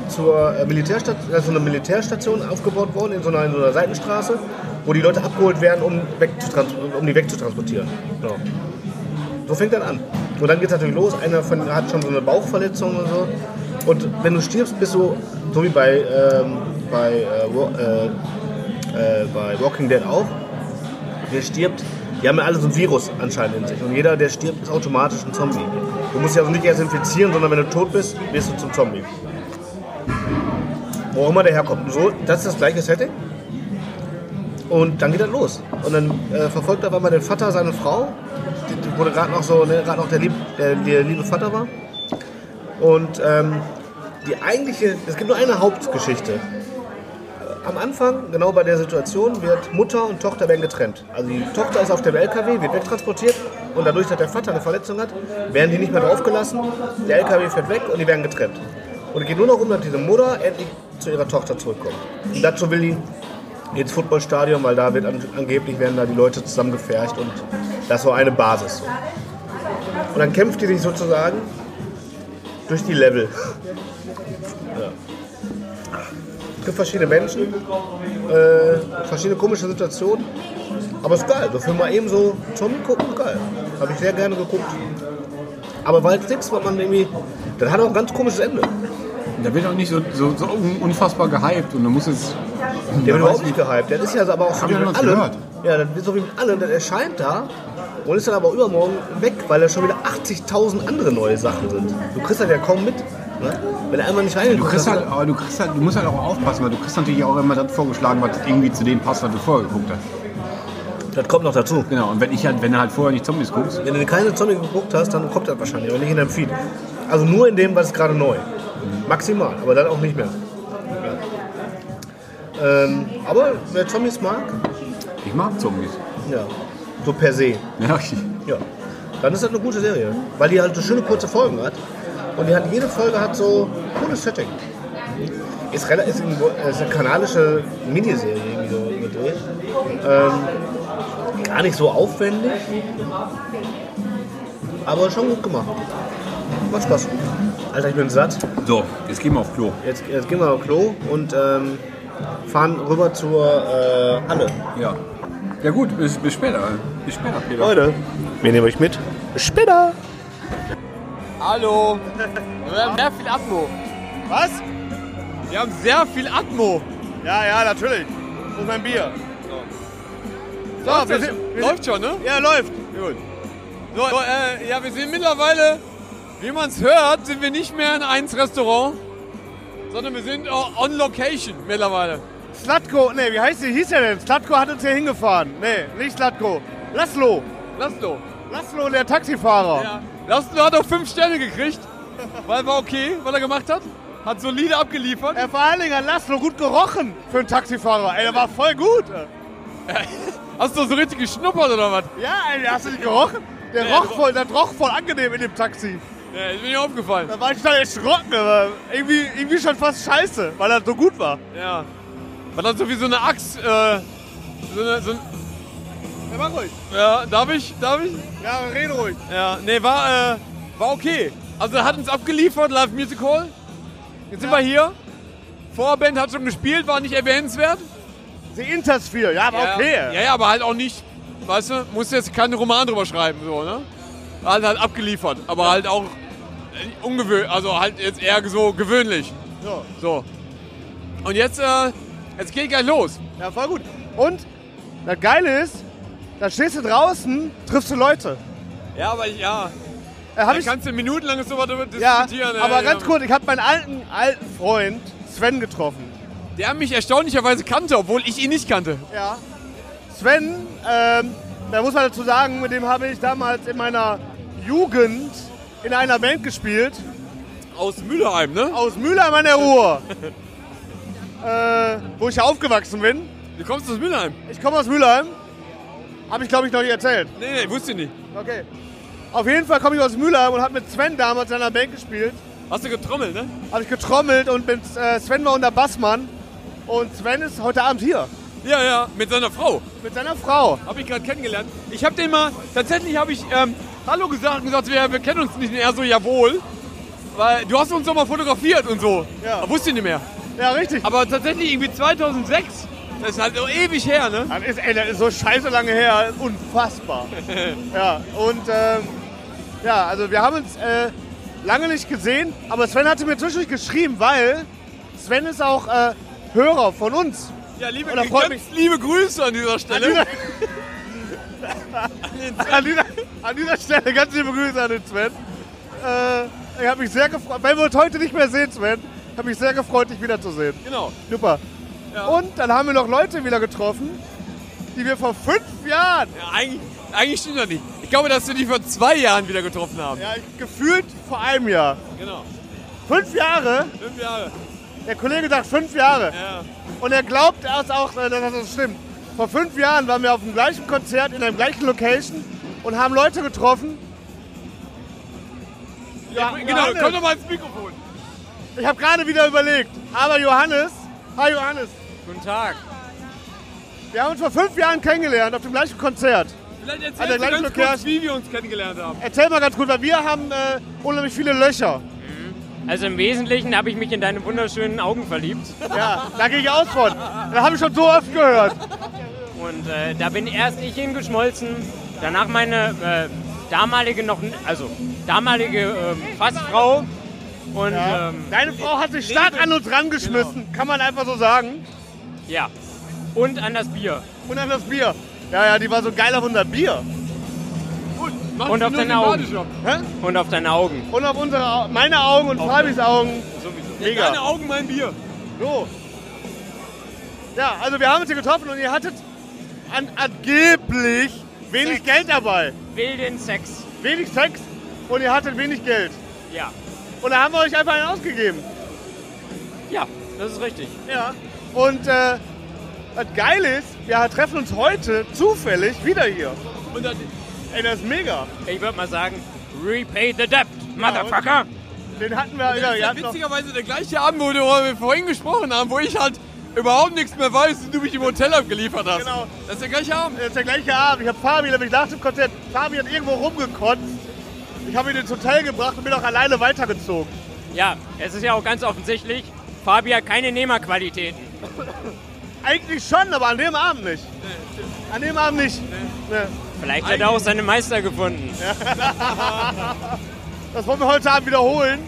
zur äh, Militärstation, da ist so eine Militärstation aufgebaut worden in so einer, in so einer Seitenstraße, wo die Leute abgeholt werden, um, wegzutrans- um die wegzutransportieren. Genau. So fängt dann an. Und dann geht es natürlich los. Einer von hat schon so eine Bauchverletzung und so. Und wenn du stirbst, bist du, so wie bei, ähm, bei, äh, Wa- äh, äh, bei Walking Dead auch, wer stirbt, die haben ja alle so ein Virus anscheinend in sich. Und jeder, der stirbt, ist automatisch ein Zombie. Du musst dich also nicht erst infizieren, sondern wenn du tot bist, wirst du zum Zombie. Wo auch immer der herkommt. So, das ist das gleiche Setting. Und dann geht das los. Und dann äh, verfolgt auf einmal der Vater seine Frau, die- die- wo gerade noch so ne, grad noch der, lieb, der, der liebe Vater war. Und ähm, die eigentliche, es gibt nur eine Hauptgeschichte. Äh, Am Anfang, genau bei der Situation, wird Mutter und Tochter werden getrennt. Also die Tochter ist auf dem LKW, wird wegtransportiert und dadurch, dass der Vater eine Verletzung hat, werden die nicht mehr draufgelassen. Der LKW fährt weg und die werden getrennt. Und es geht nur noch um, dass diese Mutter endlich zu ihrer Tochter zurückkommt. Und dazu will die ins Footballstadion, weil da wird an, angeblich werden da die Leute zusammengefercht und das war eine Basis. So. Und dann kämpft die sich sozusagen durch die Level. Ja. Es gibt verschiedene Menschen, äh, verschiedene komische Situationen, aber es ist geil. So für mal eben so Zombie gucken, geil. Habe ich sehr gerne geguckt. Aber weil nichts, weil man irgendwie, das hat auch ein ganz komisches Ende. Da wird auch nicht so, so, so un- unfassbar gehypt und du musst jetzt. Der wird Man weiß überhaupt nicht gehypt. Der ist ja aber auch so Hab wie ich noch mit nicht allem. gehört. Ja, das ist so wie mit allem. Der erscheint da und ist dann aber übermorgen weg, weil da schon wieder 80.000 andere neue Sachen sind. Du kriegst das ja kaum mit. Ne? Wenn er einmal nicht Du reingeguckt kriegst, hast, halt, aber du, kriegst halt, du musst halt auch aufpassen, weil du kriegst natürlich auch immer das vorgeschlagen, was irgendwie zu dem passt, was du vorher geguckt hast. das kommt noch dazu. Genau, und wenn ich halt, wenn du halt vorher nicht Zombies guckst, Wenn du keine Zombie geguckt hast, dann kommt das wahrscheinlich auch nicht in deinem Feed. Also nur in dem, was ist gerade neu. Maximal, aber dann auch nicht mehr. Ja. Ähm, aber wer Zombies mag, ich mag Zombies. ja. So per se. Ja, Ja. Dann ist das eine gute Serie, weil die halt so schöne kurze Folgen hat. Und die hat, jede Folge hat so cooles Setting. Ist, rela- ist, ein, äh, ist eine kanadische Miniserie irgendwie so gedreht. Ähm, gar nicht so aufwendig, aber schon gut gemacht. Macht Spaß. Alter, ich bin satt. So, jetzt gehen wir auf Klo. Jetzt, jetzt gehen wir auf Klo und ähm, fahren rüber zur äh, Halle. Ja. Ja gut, bis, bis später. Bis später, Peter. Leute, wir nehmen euch mit. Später! Hallo. Wir haben sehr viel Atmo. Was? Wir haben sehr viel Atmo. Ja, ja, natürlich. Wo ist mein Bier? So, Läuft wir das- sind, wir läuft schon, ne? Ja, läuft. Gut. So, äh, ja, wir sind mittlerweile, wie man es hört, sind wir nicht mehr in eins Restaurant, sondern wir sind äh, on location mittlerweile. Slatko, nee, wie heißt sie? Hieß er denn? Slatko hat uns hier hingefahren. Nee, nicht Slatko. Laszlo. Laszlo. Laszlo, der Taxifahrer. Ja. Laszlo hat auch fünf Sterne gekriegt, weil war okay, was er gemacht hat. Hat solide abgeliefert. Er vor allen Dingen hat Laszlo gut gerochen für einen Taxifahrer. Ey, der war voll gut. Hast du so richtig geschnuppert oder was? Ja, ey, hast du nicht gerochen? Der Nee, roch aber- voll, der roch voll angenehm in dem Taxi. Ja, ist mir nicht aufgefallen. Da war ich schon erschrocken, aber irgendwie, irgendwie schon fast scheiße, weil er so gut war. Ja. War dann so wie so eine Axt. Äh, so eine, so ein Ja, mach ruhig. ja, darf ich? Darf ich? Ja, red ruhig. Ja, nee, war, äh, war okay. Also er hat uns abgeliefert, Live Music Hall. Jetzt sind wir hier. Vorband hat schon gespielt, war nicht erwähnenswert. Die Intersphere, ja, war okay. Ja, ja, aber halt auch nicht, weißt du, musst jetzt keinen Roman drüber schreiben, so, ne? Halt halt abgeliefert, aber halt auch ungewöhnlich, also halt jetzt eher so gewöhnlich. Ja. So. Und jetzt, äh, jetzt geht gleich los. Ja, voll gut. Und das Geile ist, da stehst du draußen, triffst du Leute. Ja, aber ich, ja. Äh, hab da ich- kannst du minutenlang so was darüber Ja, diskutieren. ey. aber ganz kurz, ich habe meinen alten, alten Freund Sven getroffen. Der mich erstaunlicherweise kannte, obwohl ich ihn nicht kannte. Ja. Sven, ähm, da muss man dazu sagen, mit dem habe ich damals in meiner Jugend in einer Band gespielt. Aus Mülheim, ne? Aus Mülheim an der Ruhr. äh, wo ich aufgewachsen bin. Du kommst aus Mülheim? Ich komme aus Mülheim. Habe ich, glaube ich, noch nicht erzählt. Nee, nee, wusste ich nicht. Okay. Auf jeden Fall komme ich aus Mülheim und habe mit Sven damals in einer Band gespielt. Hast du getrommelt, ne? Habe ich getrommelt und mit äh, Sven war unser Bassmann. Und Sven ist heute Abend hier. Ja, ja, mit seiner Frau. Mit seiner Frau. Habe ich gerade kennengelernt. Ich habe den mal, tatsächlich habe ich ähm, Hallo gesagt und gesagt, wir, wir kennen uns nicht. Und er so, jawohl. Weil du hast uns doch mal fotografiert und so. Ja. Wusste ich nicht mehr. Ja, richtig. Aber tatsächlich irgendwie 2006. Das ist halt so ewig her, ne? Das ist, ey, das ist so scheiße lange her. Unfassbar. ja, und ähm, ja, also wir haben uns äh, lange nicht gesehen, aber Sven hatte mir zwischendurch geschrieben, weil Sven ist auch äh, Hörer von uns. Ja, liebe, Und da freut ganz liebe Grüße an dieser Stelle. An dieser, an dieser Stelle ganz liebe Grüße an den Sven. Äh, ich habe mich sehr gefreut, wenn wir uns heute nicht mehr sehen, Sven, habe mich sehr gefreut, dich wiederzusehen. Genau. Super. Und dann haben wir noch Leute wieder getroffen, die wir vor fünf Jahren Ja, eigentlich, eigentlich stimmt das nicht. Ich glaube, dass wir die vor zwei Jahren wieder getroffen haben. Ja, gefühlt vor einem Jahr. Genau. Fünf Jahre? Fünf Jahre. Der Kollege sagt fünf Jahre. Ja. Und er glaubt erst auch, äh, dass das stimmt. Vor fünf Jahren waren wir auf dem gleichen Konzert in der gleichen Location und haben Leute getroffen. Ja, genau, komm doch mal ins Mikrofon. Ich habe gerade wieder überlegt. Aber Johannes, hi Johannes. Guten Tag. Wir haben uns vor fünf Jahren kennengelernt auf dem gleichen Konzert. Vielleicht An erzählst der du ganz gleichen kurz, Location. wie wir uns kennengelernt haben. Erzähl mal ganz kurz, weil wir haben äh, unheimlich viele Löcher. Also im Wesentlichen habe ich mich in deine wunderschönen Augen verliebt. Ja, da gehe ich aus von. Das habe ich schon so oft gehört. Und äh, da bin erst ich hingeschmolzen, danach meine äh, damalige noch, n- also damalige ähm, Fassfrau. Und Ja. ähm, Deine Frau Oh, hat sich stark an uns rangeschmissen, Genau. kann man einfach so sagen. ja. Und an das Bier. Und an das Bier. Ja, ja, die war so geil auf unser Bier. Und auf deine Augen. Hä? Und auf deine Augen. Und auf unsere, Au- meine Augen und Fabis Augen. Mega. deine Augen, mein Bier. So. Ja, also wir haben uns hier getroffen und ihr hattet an, angeblich wenig Geld dabei. Wilden Sex. Wenig Sex und ihr hattet wenig Geld. Ja. Und da haben wir euch einfach einen ausgegeben. Ja, das ist richtig. Ja. Und äh, das Geile ist, wir treffen uns heute zufällig wieder hier. Und dann, ey, das ist mega. Ich würde mal sagen, repay the debt, Motherfucker. Den hatten das ja, ist ihr ja habt noch- witzigerweise der gleiche Abend, wo wir vorhin gesprochen haben, wo ich halt überhaupt nichts mehr weiß und du mich im Hotel abgeliefert hast. Genau. Das ist der gleiche Abend. Das ist der gleiche Abend. Ich habe Fabi nämlich nach dem Konzert. Fabi hat irgendwo rumgekotzt. Ich habe ihn ins Hotel gebracht und bin auch alleine weitergezogen. Ja, es ist ja auch ganz offensichtlich, Fabi hat keine Nehmerqualitäten. Eigentlich schon, aber an dem Abend nicht. An dem Abend nicht. Nee. Vielleicht hat er auch seine Meister gefunden. Das wollen wir heute Abend wiederholen.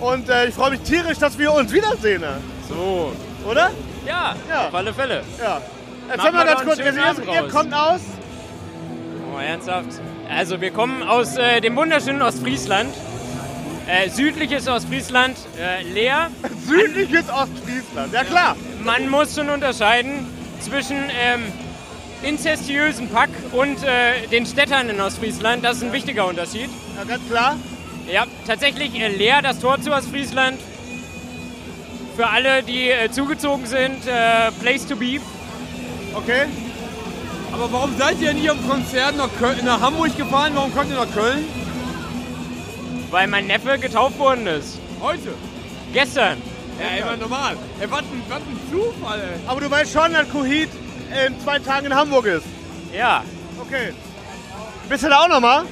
Und äh, ich freue mich tierisch, dass wir uns wiedersehen. So. Oder? Ja, auf alle Fälle. Ja. Erzähl Machen mal wir ganz doch kurz, einen schönen ihr, Abend ihr raus. kommt aus. Oh, ernsthaft? Also wir kommen aus äh, dem wunderschönen Ostfriesland. Äh, südliches Ostfriesland, äh, leer. Südliches Ostfriesland, ja klar. Man muss schon unterscheiden zwischen ähm, inzestiösen Pack und äh, den Städtern in Ostfriesland. Das ist ein wichtiger Unterschied. Ja, ganz klar. Ja, tatsächlich äh, leer das Tor zu Ostfriesland. Für alle, die äh, zugezogen sind, äh, place to be. Okay. Aber warum seid ihr nicht am Konzert nach, Köln, nach Hamburg gefahren? Warum kommt ihr nach Köln? Weil mein Neffe getauft worden ist. Heute? Gestern. Ja, immer normal. Ey, was ein, was ein Zufall, ey. Aber du weißt schon, dass Kuhit in zwei Tagen in Hamburg ist. Ja. Okay. Bist du da auch nochmal?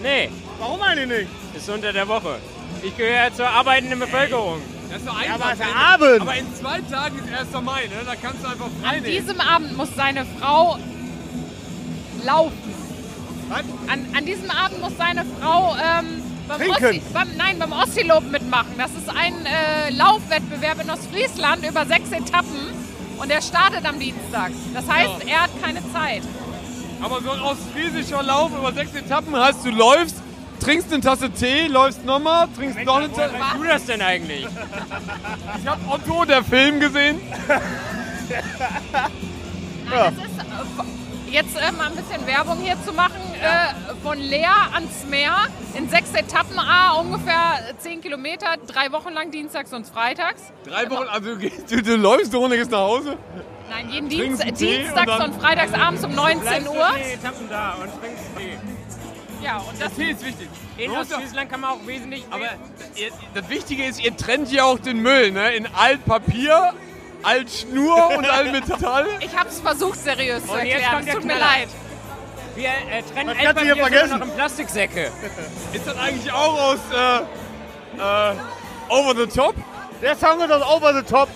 Nee. Warum eigentlich nicht? Ist unter der Woche. Ich gehöre zur arbeitenden Bevölkerung. Das ist doch einfach. aber es ist ey. Abend. Aber in zwei Tagen ist 1. Mai, ne? Da kannst du einfach frei An nehmen. diesem Abend muss seine Frau laufen. An, an diesem Abend muss seine Frau ähm, beim, Trinken. Ossi, beim, nein, beim Ossilob mitmachen. Das ist ein äh, Laufwettbewerb in Ostfriesland über sechs Etappen und der startet am Dienstag. Das heißt, er hat keine Zeit. Aber so ein ostfriesischer Lauf über sechs Etappen heißt, du läufst, trinkst eine Tasse Tee, läufst nochmal, trinkst noch eine Tasse. Weißt du das denn eigentlich? Ich hab Otto, der Film, gesehen. Nein, das ist, äh, jetzt äh, mal ein bisschen Werbung hier zu machen. Äh, von Leer ans Meer in sechs Etappen, ah, ungefähr zehn Kilometer, drei Wochen lang dienstags und freitags. Drei Wochen, also du, gehst- du, du läufst ohne gehst nach Hause. Nein, jeden Trinkst Dienst, einen Tee und dienstags dann- und, freitags abends um 19 Uhr. Etappen da und trinkst Tee. Ja, und das Tee ist wichtig. In Man muss doch- Ostfriesland kann man auch wesentlich Aber ihr, das Wichtige ist, ihr trennt ja auch den Müll, ne? In Altpapier, Altschnur und Altmetall. Ich habe es versucht, seriös zu Und jetzt erklären. kommt Es der tut mir Knaller. leid. Wir äh, trennen Was kannst du hier Altpapier sogar vergessen? noch in Plastiksäcke. Ist das eigentlich auch aus äh, äh, Over the Top? Der Song ist aus Over the Top.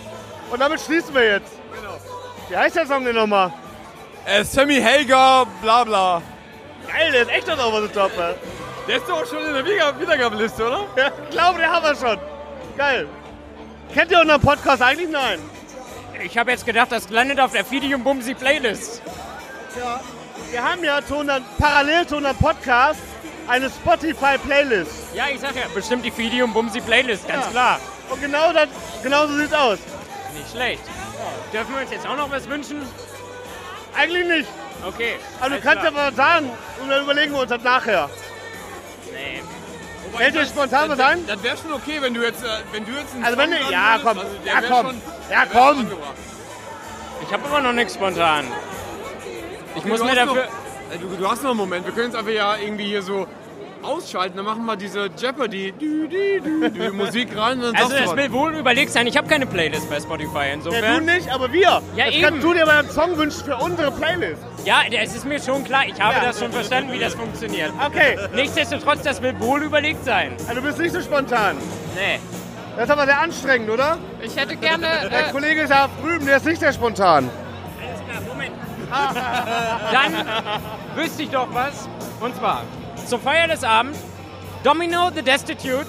Und damit schließen wir jetzt. Genau. Wie heißt der Song denn nochmal? Äh, Sammy Hager, bla bla. Geil, der ist echt aus Over the Top, ey. Der ist doch auch schon in der Wiederg- Wiedergabeliste, oder? Ja, ich glaube, den haben wir schon. Geil. Kennt ihr unseren Podcast eigentlich? Nein. äh, Ich habe jetzt gedacht, das landet auf der Fidium Bumsi Playlist. Ja. Wir haben ja zu unserem, parallel zu unserem Podcast eine Spotify-Playlist. Ja, ich sag ja, bestimmt die Fidium Bumsi Playlist, ganz Ja. klar. Und genau, das, genau so sieht's aus. Nicht schlecht. Dürfen wir uns jetzt auch noch was wünschen? Eigentlich nicht. Okay. Aber Also, du alles kannst ja klar. mal was sagen und dann überlegen wir uns das nachher. Nee. Fällt dir spontan was ein? Das wäre schon okay, wenn du jetzt, äh, wenn du jetzt einen Also wenn Song du- hören ja, würdest, komm. der Ja, wär komm. schon- Ja, der wär schon komm. angebracht. Ich habe immer noch nichts spontan. Ich muss Du mir hast dafür. Noch, Äh, du, du hast noch einen Moment. Wir können jetzt einfach ja irgendwie hier so ausschalten. Dann machen wir diese Jeopardy dü, dü, dü, dü, Musik rein. Und dann Also, sagst das du will wohl überlegt sein. Ich habe keine Playlist bei Spotify insofern. Ja, du nicht, aber wir. Ja, das eben. kannst du dir mal einen Song wünschen für unsere Playlist. Ja, es ist mir schon klar. Ich habe Ja. das schon verstanden, wie das funktioniert. Okay. Nichtsdestotrotz, das will wohl überlegt sein. Also, du bist nicht so spontan. Nee. Das ist aber sehr anstrengend, oder? Ich hätte gerne. Dein Äh, Kollege ist da drüben, der ist nicht sehr spontan. Dann wüsste ich doch was. Und zwar zur Feier des Abends Domino the Destitute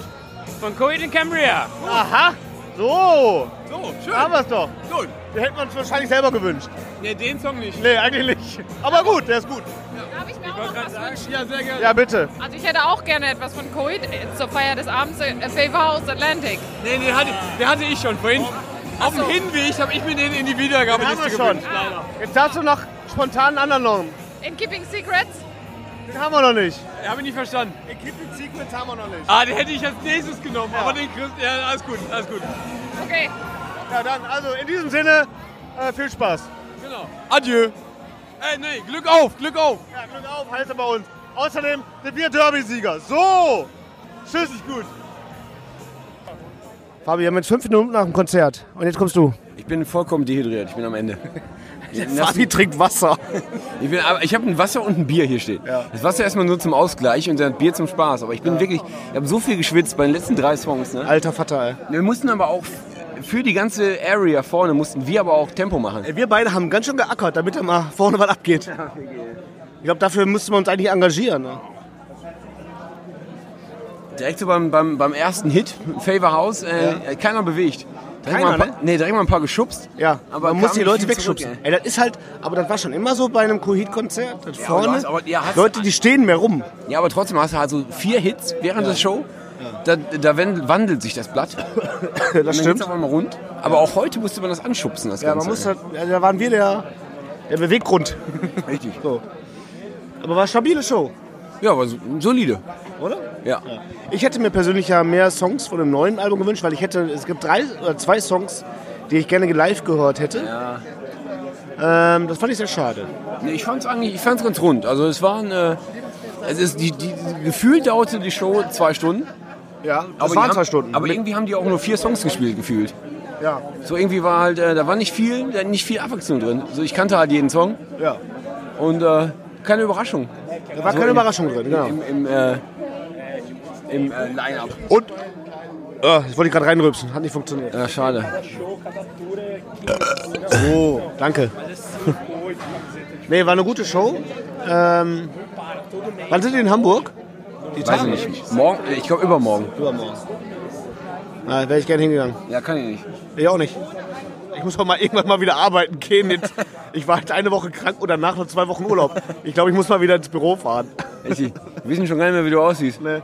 von Coed in Cambria. Aha, so. So, schön. Haben wir's doch. Gut. Den hätten wir uns wahrscheinlich selber gewünscht. Nee, den Song nicht. Nee, eigentlich nicht. Aber gut, der ist gut. darf ich mir auch noch was wünschen? Ja, sehr gerne. Ja, bitte. Also ich hätte auch gerne etwas von Coit äh, zur Feier des Abends äh, Favor House Atlantic. Nee, halt. den hatte, den hatte ich schon vorhin. Auf dem Hinweg habe ich mir den in die Den Wiedergabeliste haben wir schon. gewünscht. leider. Jetzt darfst du noch spontan einen anderen Norm. In Keeping Secrets? Den haben wir noch nicht. Habe ich nicht verstanden. Equipment Secrets haben wir noch nicht. Ah, den hätte ich als nächstes genommen. Aber den kriegst Ja, alles gut, alles gut. Okay. Ja, dann, also in diesem Sinne, äh, viel Spaß. Genau. Adieu. Ey, nee, Glück auf, Glück auf. Ja, Glück auf, halte bei uns. Außerdem sind wir Derby-Sieger. So, schüssig gut. Fabi, wir haben jetzt fünf Minuten nach dem Konzert. Und jetzt kommst du. Ich bin vollkommen dehydriert, ich bin am Ende. Fabi trinkt Wasser. Ich, bin- aber ich habe ein Wasser und ein Bier hier stehen. Das Wasser erstmal nur zum Ausgleich und dann Bier zum Spaß. Aber ich bin wirklich, ich habe so viel geschwitzt bei den letzten drei Songs. Ne? Alter Vater, ey. Wir mussten aber auch f- für die ganze Area vorne, mussten wir aber auch Tempo machen. Wir beide haben ganz schön geackert, damit da mal vorne was abgeht. Ich glaube, dafür müssten wir uns eigentlich engagieren. Ne? Direkt so beim, beim, beim ersten Hit, Favor House, äh, keiner bewegt. Direkt Keiner, mal ein ne? paar, nee, direkt mal ein paar geschubst. Ja, aber man muss kam die nicht Leute viel zurück, wegschubsen. ey. das ist halt, aber das war schon immer so bei einem Kohit-Konzert. dass Ja, aber du vorne, hast- aber- ja, hast- Leute, die stehen mehr rum. Ja, aber trotzdem hast du halt so vier Hits während Ja. der Show. Da, da wen- wandelt sich das Blatt. Das stimmt. Aber mal rund. Aber auch heute musste man das anschubsen, das Ja, man Ganze. muss halt, also da waren wir der, der Beweggrund. Richtig. So. Aber war eine stabile Show. Ja, aber solide. Oder? Ja. Ich hätte mir persönlich ja mehr Songs von dem neuen Album gewünscht, weil ich hätte, es gibt drei oder zwei Songs, die ich gerne live gehört hätte. Ähm, das fand ich sehr schade. Nee, ich fand's eigentlich, ich fand's ganz rund. Also es waren, äh, es ist die, die, gefühlt dauerte die Show zwei Stunden. Ja, Aber das die waren haben- zwei Stunden. Aber irgendwie haben die auch nur vier Songs gespielt gefühlt. Ja. So irgendwie war halt, äh, da war nicht viel, da nicht viel Abwechslung drin. So ich kannte halt jeden Song. Ja. Und äh, keine Überraschung. Da war keine Also im- Überraschung drin, genau. Im, im, äh, im äh, Line-Up. Und? Äh, das wollte ich gerade reinrübsen, hat nicht funktioniert. Ja, schade. Oh, danke. Nee, war eine gute Show. Ähm, wann sind die in Hamburg? Die Weiß Tage? ich nicht. Morgen, ich glaube übermorgen. Übermorgen. Na, wäre ich gerne hingegangen. Ja, kann ich nicht. Ich auch nicht. Ich muss auch mal irgendwann mal wieder arbeiten gehen. Jetzt, ich war halt eine Woche krank und danach noch zwei Wochen Urlaub. Ich glaube, ich muss mal wieder ins Büro fahren. Richtig. Wir wissen schon gar nicht mehr, wie du aussiehst. Naja.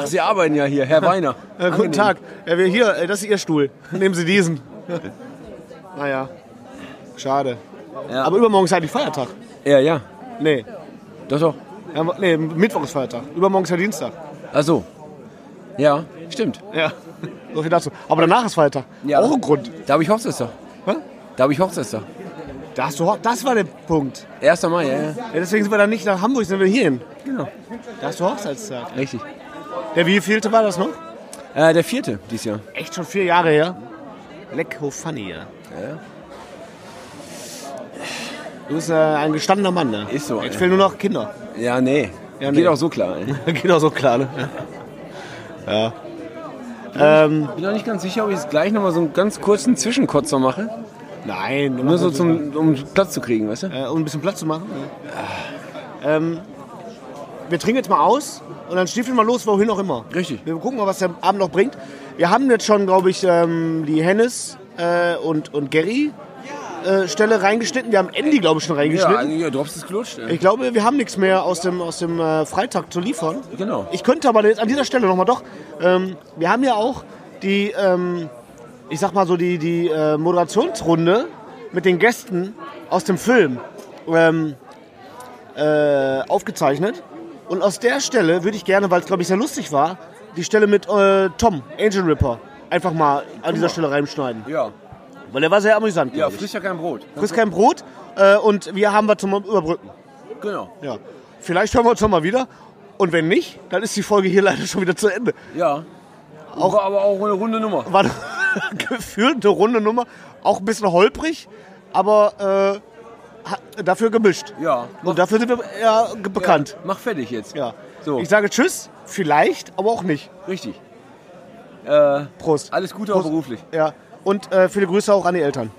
Ach, Sie arbeiten ja hier, Herr Weiner. Ja, Äh, guten Angenehm. Tag. Ja, wir hier, äh, das ist Ihr Stuhl. Nehmen Sie diesen. Naja, schade. Aber übermorgen ist eigentlich Feiertag. Ja, ja. Nee. Doch, doch. Ja, nee, Mittwoch ist Feiertag. Übermorgen ist ja Dienstag. Ach so. Ja, stimmt. Ja, so viel dazu. Aber danach ist Feiertag. Ja. Auch ein Grund. Da habe ich Hochzeitstag. Hä? Da habe ich Hochzeitstag. Da hast du, Ho- das war der Punkt. 1. Mai, ja, ja. deswegen sind wir dann nicht nach Hamburg, sind wir hierhin. Genau. Da hast du Hochzeitstag. Richtig. Der wievielte war das noch? Äh, der vierte dieses Jahr. Echt schon vier Jahre her? Lecko funny, ja. Du bist äh, ein gestandener Mann, ne? Ist so. Jetzt ey. fehlen nur noch Kinder. Ja, nee. Ja, nee. Geht auch so klar. Ey. Geht auch so klar, ne? Ja. Ähm, bin noch nicht ganz sicher, ob ich jetzt gleich nochmal so einen ganz kurzen Zwischenkotzer mache. Nein. Nur so, zum, um Platz zu kriegen, weißt du? Also, Äh, um ein bisschen Platz zu machen. Ähm, wir trinken jetzt mal aus und dann stiefeln wir los, wohin auch immer. Richtig. Wir gucken mal, was der Abend noch bringt. Wir haben jetzt schon, glaube ich, ähm, die Hennes äh, und, und Gary äh, Stelle reingeschnitten. Wir haben Andy, glaube ich, schon Ja, reingeschnitten. ja, Drops ist klutscht. ey. Ich glaube, wir haben nichts mehr aus dem, aus dem äh, Freitag zu liefern. Genau. Ich könnte aber jetzt an dieser Stelle nochmal doch. Ähm, wir haben ja auch die, ähm, ich sag mal so, die, die äh, Moderationsrunde mit den Gästen aus dem Film ähm, äh, aufgezeichnet. Und aus der Stelle würde ich gerne, weil es glaube ich sehr lustig war, die Stelle mit äh, Tom, Angel Ripper, einfach mal an dieser Stelle reinschneiden. Ja. Weil der war sehr amüsant. Ja, glaub ich. frisst ja kein Brot. Frisst kein Brot äh, und wir haben was zum Überbrücken. Genau. Ja. Vielleicht hören wir uns noch mal wieder. Und wenn nicht, dann ist die Folge hier leider schon wieder zu Ende. Ja. Auch, aber auch eine runde Nummer. War gefühlt eine runde Nummer. Auch ein bisschen holprig, aber äh, ha- dafür gemischt. Ja. Und dafür sind wir ja ge- bekannt. Mach fertig jetzt. Ja. So. Ich sage Tschüss, vielleicht, aber auch nicht. Richtig. Äh, Prost. Alles Gute auch beruflich. Ja. Und äh, viele Grüße auch an die Eltern.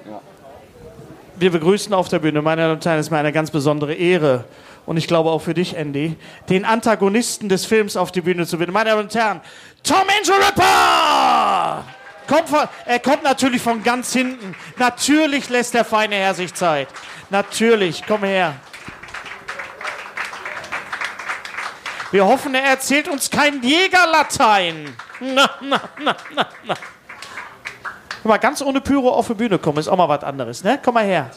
Wir begrüßen auf der Bühne, meine Damen und Herren, es ist mir eine ganz besondere Ehre und ich glaube auch für dich, Andy, den Antagonisten des Films auf die Bühne zu bitten. Meine Damen und Herren, Tom Angel Ripper! Kommt von, er kommt natürlich von ganz hinten. Natürlich lässt der feine Herr sich Zeit. Natürlich, komm her. Wir hoffen, er erzählt uns kein Jägerlatein. Na, na, na, na, na. Guck mal, ganz ohne Pyro auf die Bühne kommen, ist auch mal was anderes, ne? Komm mal her.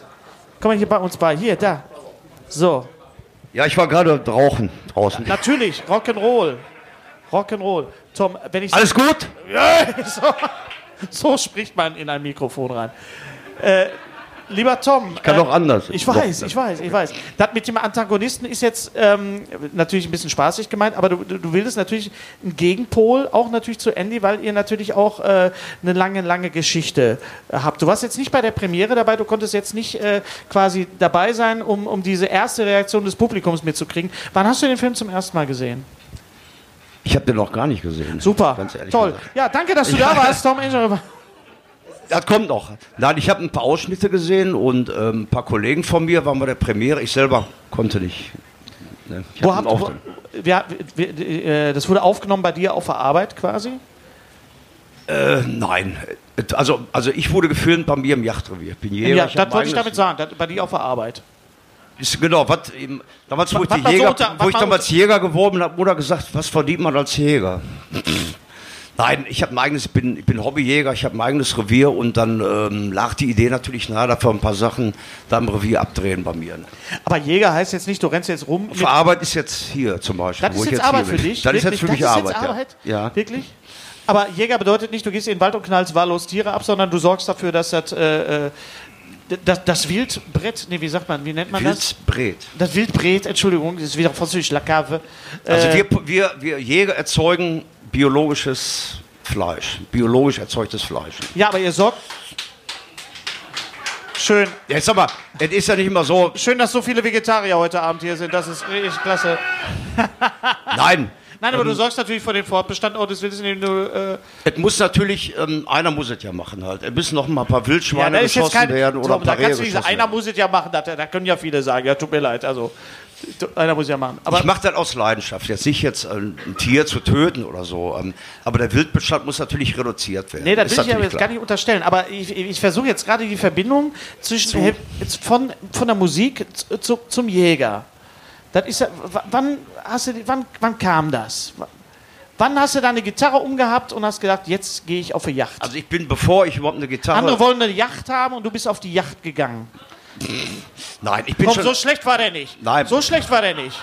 Komm mal hier bei uns bei. Hier, da. So. Ja, ich war gerade rauchen draußen. Natürlich, Rock'n'Roll. Rock'n'Roll. Tom, wenn ich. Alles gut? Ja, so, so spricht man in ein Mikrofon rein. Äh, Lieber Tom. ähm, Ich kann auch anders. Ich weiß, ich weiß, ich weiß. Das mit dem Antagonisten ist jetzt ähm, natürlich ein bisschen spaßig gemeint, aber du, du du willst natürlich einen Gegenpol auch natürlich zu Andy, weil ihr natürlich auch äh, eine lange, lange Geschichte äh, habt. Du warst jetzt nicht bei der Premiere dabei, du konntest jetzt nicht äh, quasi dabei sein, um, um diese erste Reaktion des Publikums mitzukriegen. Wann hast du den Film zum ersten Mal gesehen? Ich habe den noch gar nicht gesehen. Super. Ganz ehrlich Toll. gesagt. Ja, danke, dass du Ja. da warst, Tom Angel. Das kommt noch. Nein, ich habe ein paar Ausschnitte gesehen und ähm, ein paar Kollegen von mir waren bei der Premiere. Ich selber konnte nicht. Ne? Ich Wo hab habt, den wo, Auftritt. ja, wir- wir- äh, das wurde aufgenommen bei dir auf der Arbeit quasi? äh, nein. Also, also ich wurde gefilmt bei mir im Yachtrevier. Bin Jäger, ja, ich hab das wollte ich mein damit sagen, das, bei dir auf der Arbeit. Ist, genau, was, eben, damals, wo ich, Was die man so Jäger, unter- was wo ich man damals Jäger geworben habe, wurde gesagt, was verdient man als Jäger? Nein, ich habe ein eigenes, ich bin, ich bin Hobbyjäger, ich habe ein eigenes Revier und dann ähm, lag die Idee natürlich nahe, dafür ein paar Sachen da im Revier abdrehen bei mir. ne? Aber Jäger heißt jetzt nicht, du rennst jetzt rum. mit- Für Arbeit ist jetzt hier zum Beispiel. Das wo ist ich jetzt hier Arbeit für bin. dich. Das ist jetzt für mich Wirklich? Das ist Arbeit. jetzt Arbeit? Ja. ja. Wirklich? Aber Jäger bedeutet nicht, du gehst in den Wald und knallst wahllos Tiere ab, sondern du sorgst dafür, dass das, äh, äh, das, das Wildbrett, nee, wie sagt man, wie nennt man Wildbret. das? Das Wildbrett, Entschuldigung, das ist wieder französisch, La Cave. Äh, Also wir, wir, wir Jäger erzeugen biologisches Fleisch, biologisch erzeugtes Fleisch. ja, aber ihr sorgt. Schön. Jetzt sag mal, es ist ja nicht immer so. Schön, dass so viele Vegetarier heute Abend hier sind, das ist richtig klasse. Nein. Nein, aber du Ähm, sorgst natürlich für den Fortbestand Oh, auch des Wildes, indem du. Äh, Es muss natürlich, ähm, einer muss es ja machen halt. Es müssen noch mal ein paar Wildschweine da geschossen werden oder Tom, ein paar da Rehe kannst du nicht geschossen sagen, werden. einer muss es ja machen, da, da können ja viele sagen, ja, tut mir leid, also t- einer muss ja machen. Aber ich mache das aus Leidenschaft, jetzt nicht jetzt ähm, ein Tier zu töten oder so. Ähm, aber der Wildbestand muss natürlich reduziert werden. Nee, das will ich ja natürlich jetzt gar nicht unterstellen. Aber ich, ich versuche jetzt gerade die Verbindung zwischen Zu. jetzt von, von der Musik zu, zu, zum Jäger. Das ist ja, w- wann, hast du, die- wann, wann kam das? W- Wann hast du deine Gitarre umgehabt und hast gedacht, jetzt gehe ich auf eine Yacht? Also ich bin, bevor ich überhaupt eine Gitarre... Andere wollen eine Yacht haben und du bist auf die Yacht gegangen. Nein, ich bin Komm, schon... so schlecht war der nicht. Nein. So schlecht war der nicht.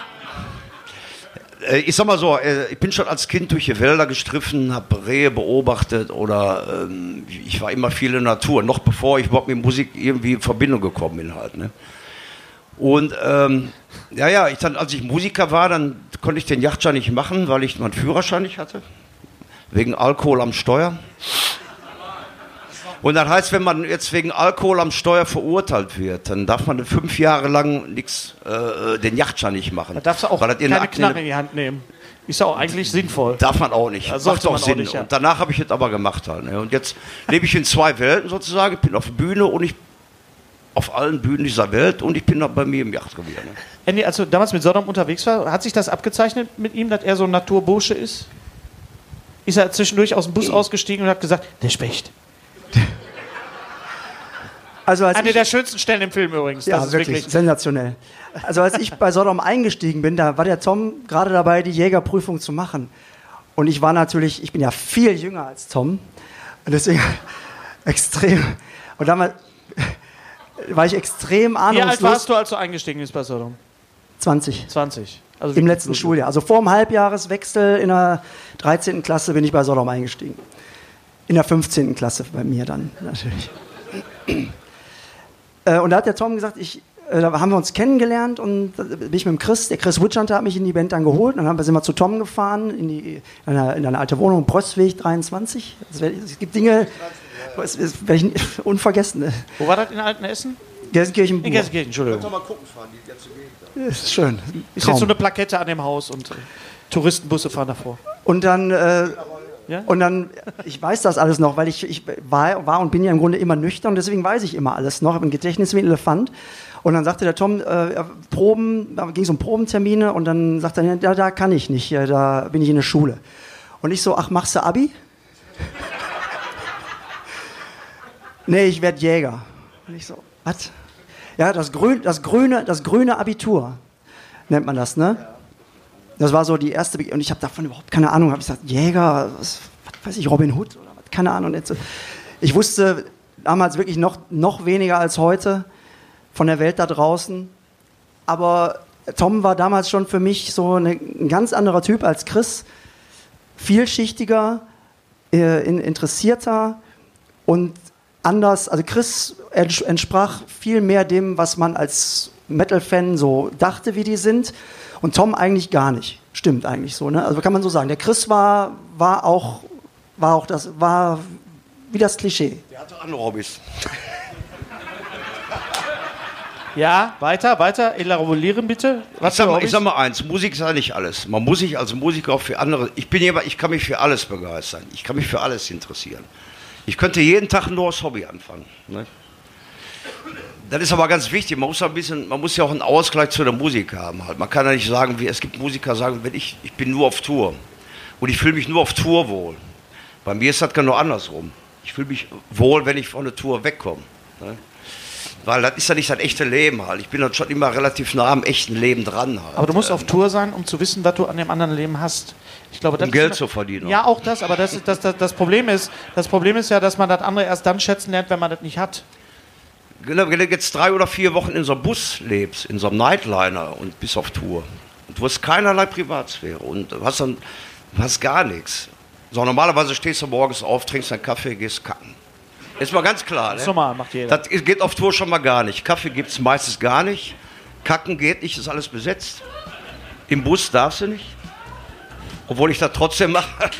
Äh, Ich sag mal so, äh, ich bin schon als Kind durch die Wälder gestriffen, habe Rehe beobachtet oder ähm, ich war immer viel in der Natur, noch bevor ich überhaupt mit Musik irgendwie in Verbindung gekommen bin halt. Ne? Und ähm, ja, ja, ich dann, als ich Musiker war, dann konnte ich den Yachtschein nicht machen, weil ich meinen Führerschein nicht hatte. Wegen Alkohol am Steuer. Und das heißt, wenn man jetzt wegen Alkohol am Steuer verurteilt wird, dann darf man fünf Jahre lang nichts, äh, den Yachtschein nicht machen. Da darfst du auch weil das in der Keine Akte- Knarre in die Hand nehmen. Ist ja auch eigentlich sinnvoll. Darf man auch nicht. Also Macht sollte doch man auch Sinn. nicht, ja. Und danach habe ich es aber gemacht halt. ne? Und jetzt lebe ich in zwei Welten sozusagen. Ich bin auf der Bühne und ich auf allen Bühnen dieser Welt und ich bin noch bei mir im Yachtrevier. Ne? Andy, als du damals mit Sodom unterwegs war, hat sich das abgezeichnet mit ihm, dass er so ein Naturbursche ist? Ist er zwischendurch aus dem Bus ausgestiegen und hat gesagt, der Specht. Also als Eine ich- der schönsten Stellen im Film übrigens. Ja, also das ist wirklich. wirklich. Sensationell. Also als ich bei Sodom eingestiegen bin, da war der Tom gerade dabei, die Jägerprüfung zu machen. Und ich war natürlich, ich bin ja viel jünger als Tom. Und deswegen extrem. Und damals war ich extrem Wie alt warst ahnungslos. du, als du eingestiegen bist bei Sodom? 20. 20. Also Im wie- letzten Schuljahr. Also vor dem Halbjahreswechsel in der 13. Klasse bin ich bei Sodom eingestiegen. In der 15. Klasse bei mir dann, natürlich. Äh, und da hat der Tom gesagt, ich, äh, da haben wir uns kennengelernt und da bin ich mit dem Chris, der Chris Witschanter hat mich in die Band dann geholt und dann haben wir- sind wir zu Tom gefahren, in, die, in, eine, in eine alte Wohnung, Brössweg 23. Das wär, es gibt Dinge, es, es, wär ich, nicht- unvergessen. ne? Wo war das in Altenessen? Gelsenkirchen. In Gelsenkirchen, Entschuldigung. Ist mal gucken fahren, die ganze schön. Ist Traum. jetzt so eine Plakette an dem Haus und äh, Touristenbusse fahren davor. Und dann, äh, und dann, ich weiß das alles noch, weil ich, ich war, war und bin ja im Grunde immer nüchtern, deswegen weiß ich immer alles noch. Ich bin Gedächtnis wie ein Elefant. Und dann sagte der Tom, äh, ja, Proben, da ging es um Probentermine und dann sagte er, da, da kann ich nicht, ja, da bin ich in der Schule. Und ich so, ach, machst du Abi? nee, ich werde Jäger. Und ich so, was? Ja, das, Grün, das, grüne, das grüne Abitur nennt man das, ne? Das war so die erste, Bege und ich habe davon überhaupt keine Ahnung. Habe ich gesagt, Jäger, was, was weiß ich, Robin Hood oder was, keine Ahnung. Jetzt so. Ich wusste damals wirklich noch, noch weniger als heute von der Welt da draußen. Aber Tom war damals schon für mich so eine, ein ganz anderer Typ als Chris. Vielschichtiger, äh, in, interessierter und anders, also Chris ents- entsprach viel mehr dem, was man als Metal-Fan so dachte, wie die sind. Und Tom eigentlich gar nicht. Stimmt eigentlich so, ne? Also kann man so sagen. Der Chris war, war auch, war auch das, war wie das Klischee. Der hatte andere Hobbys. Ja, weiter, weiter, elaborieren bitte. ich, sag für mal, Hobbys? ich sag mal eins, Musik sei nicht alles. Man muss sich als Musiker auch für andere. Ich bin jemand, ich kann mich für alles begeistern. Ich kann mich für alles interessieren. Ich könnte jeden Tag ein neues Hobby anfangen. Ne? Das ist aber ganz wichtig. Man muss, ja ein bisschen, man muss ja auch einen Ausgleich zu der Musik haben. Halt. Man kann ja nicht sagen, wie es gibt Musiker, sagen, wenn ich, ich bin nur auf Tour und ich fühle mich nur auf Tour wohl. Bei mir ist das genau andersrum. Ich fühle mich wohl, wenn ich von der Tour wegkomme. Ne? Weil das ist ja nicht das echte Leben halt. Ich bin dann schon immer relativ nah am echten Leben dran halt. Aber du musst Ähm, auf Tour sein, um zu wissen, was du an dem anderen Leben hast. Ich glaube, das Um ist Geld immer- zu verdienen. Ja, auch das, aber das, ist- das, das, das, Problem ist, das Problem ist ja, dass man das andere erst dann schätzen lernt, wenn man das nicht hat. Genau, wenn du jetzt drei oder vier Wochen in so einem Bus lebst, in so einem Nightliner und bist auf Tour und du hast keinerlei Privatsphäre und du hast dann du hast gar nichts. So, normalerweise stehst du morgens auf, trinkst einen Kaffee, gehst kacken. Ist mal ganz klar. Das Ne? ist normal, macht jeder. Das geht auf Tour schon mal gar nicht. Kaffee gibt es meistens gar nicht. Kacken geht nicht, ist alles besetzt. Im Bus darfst du nicht. Obwohl ich das trotzdem mache.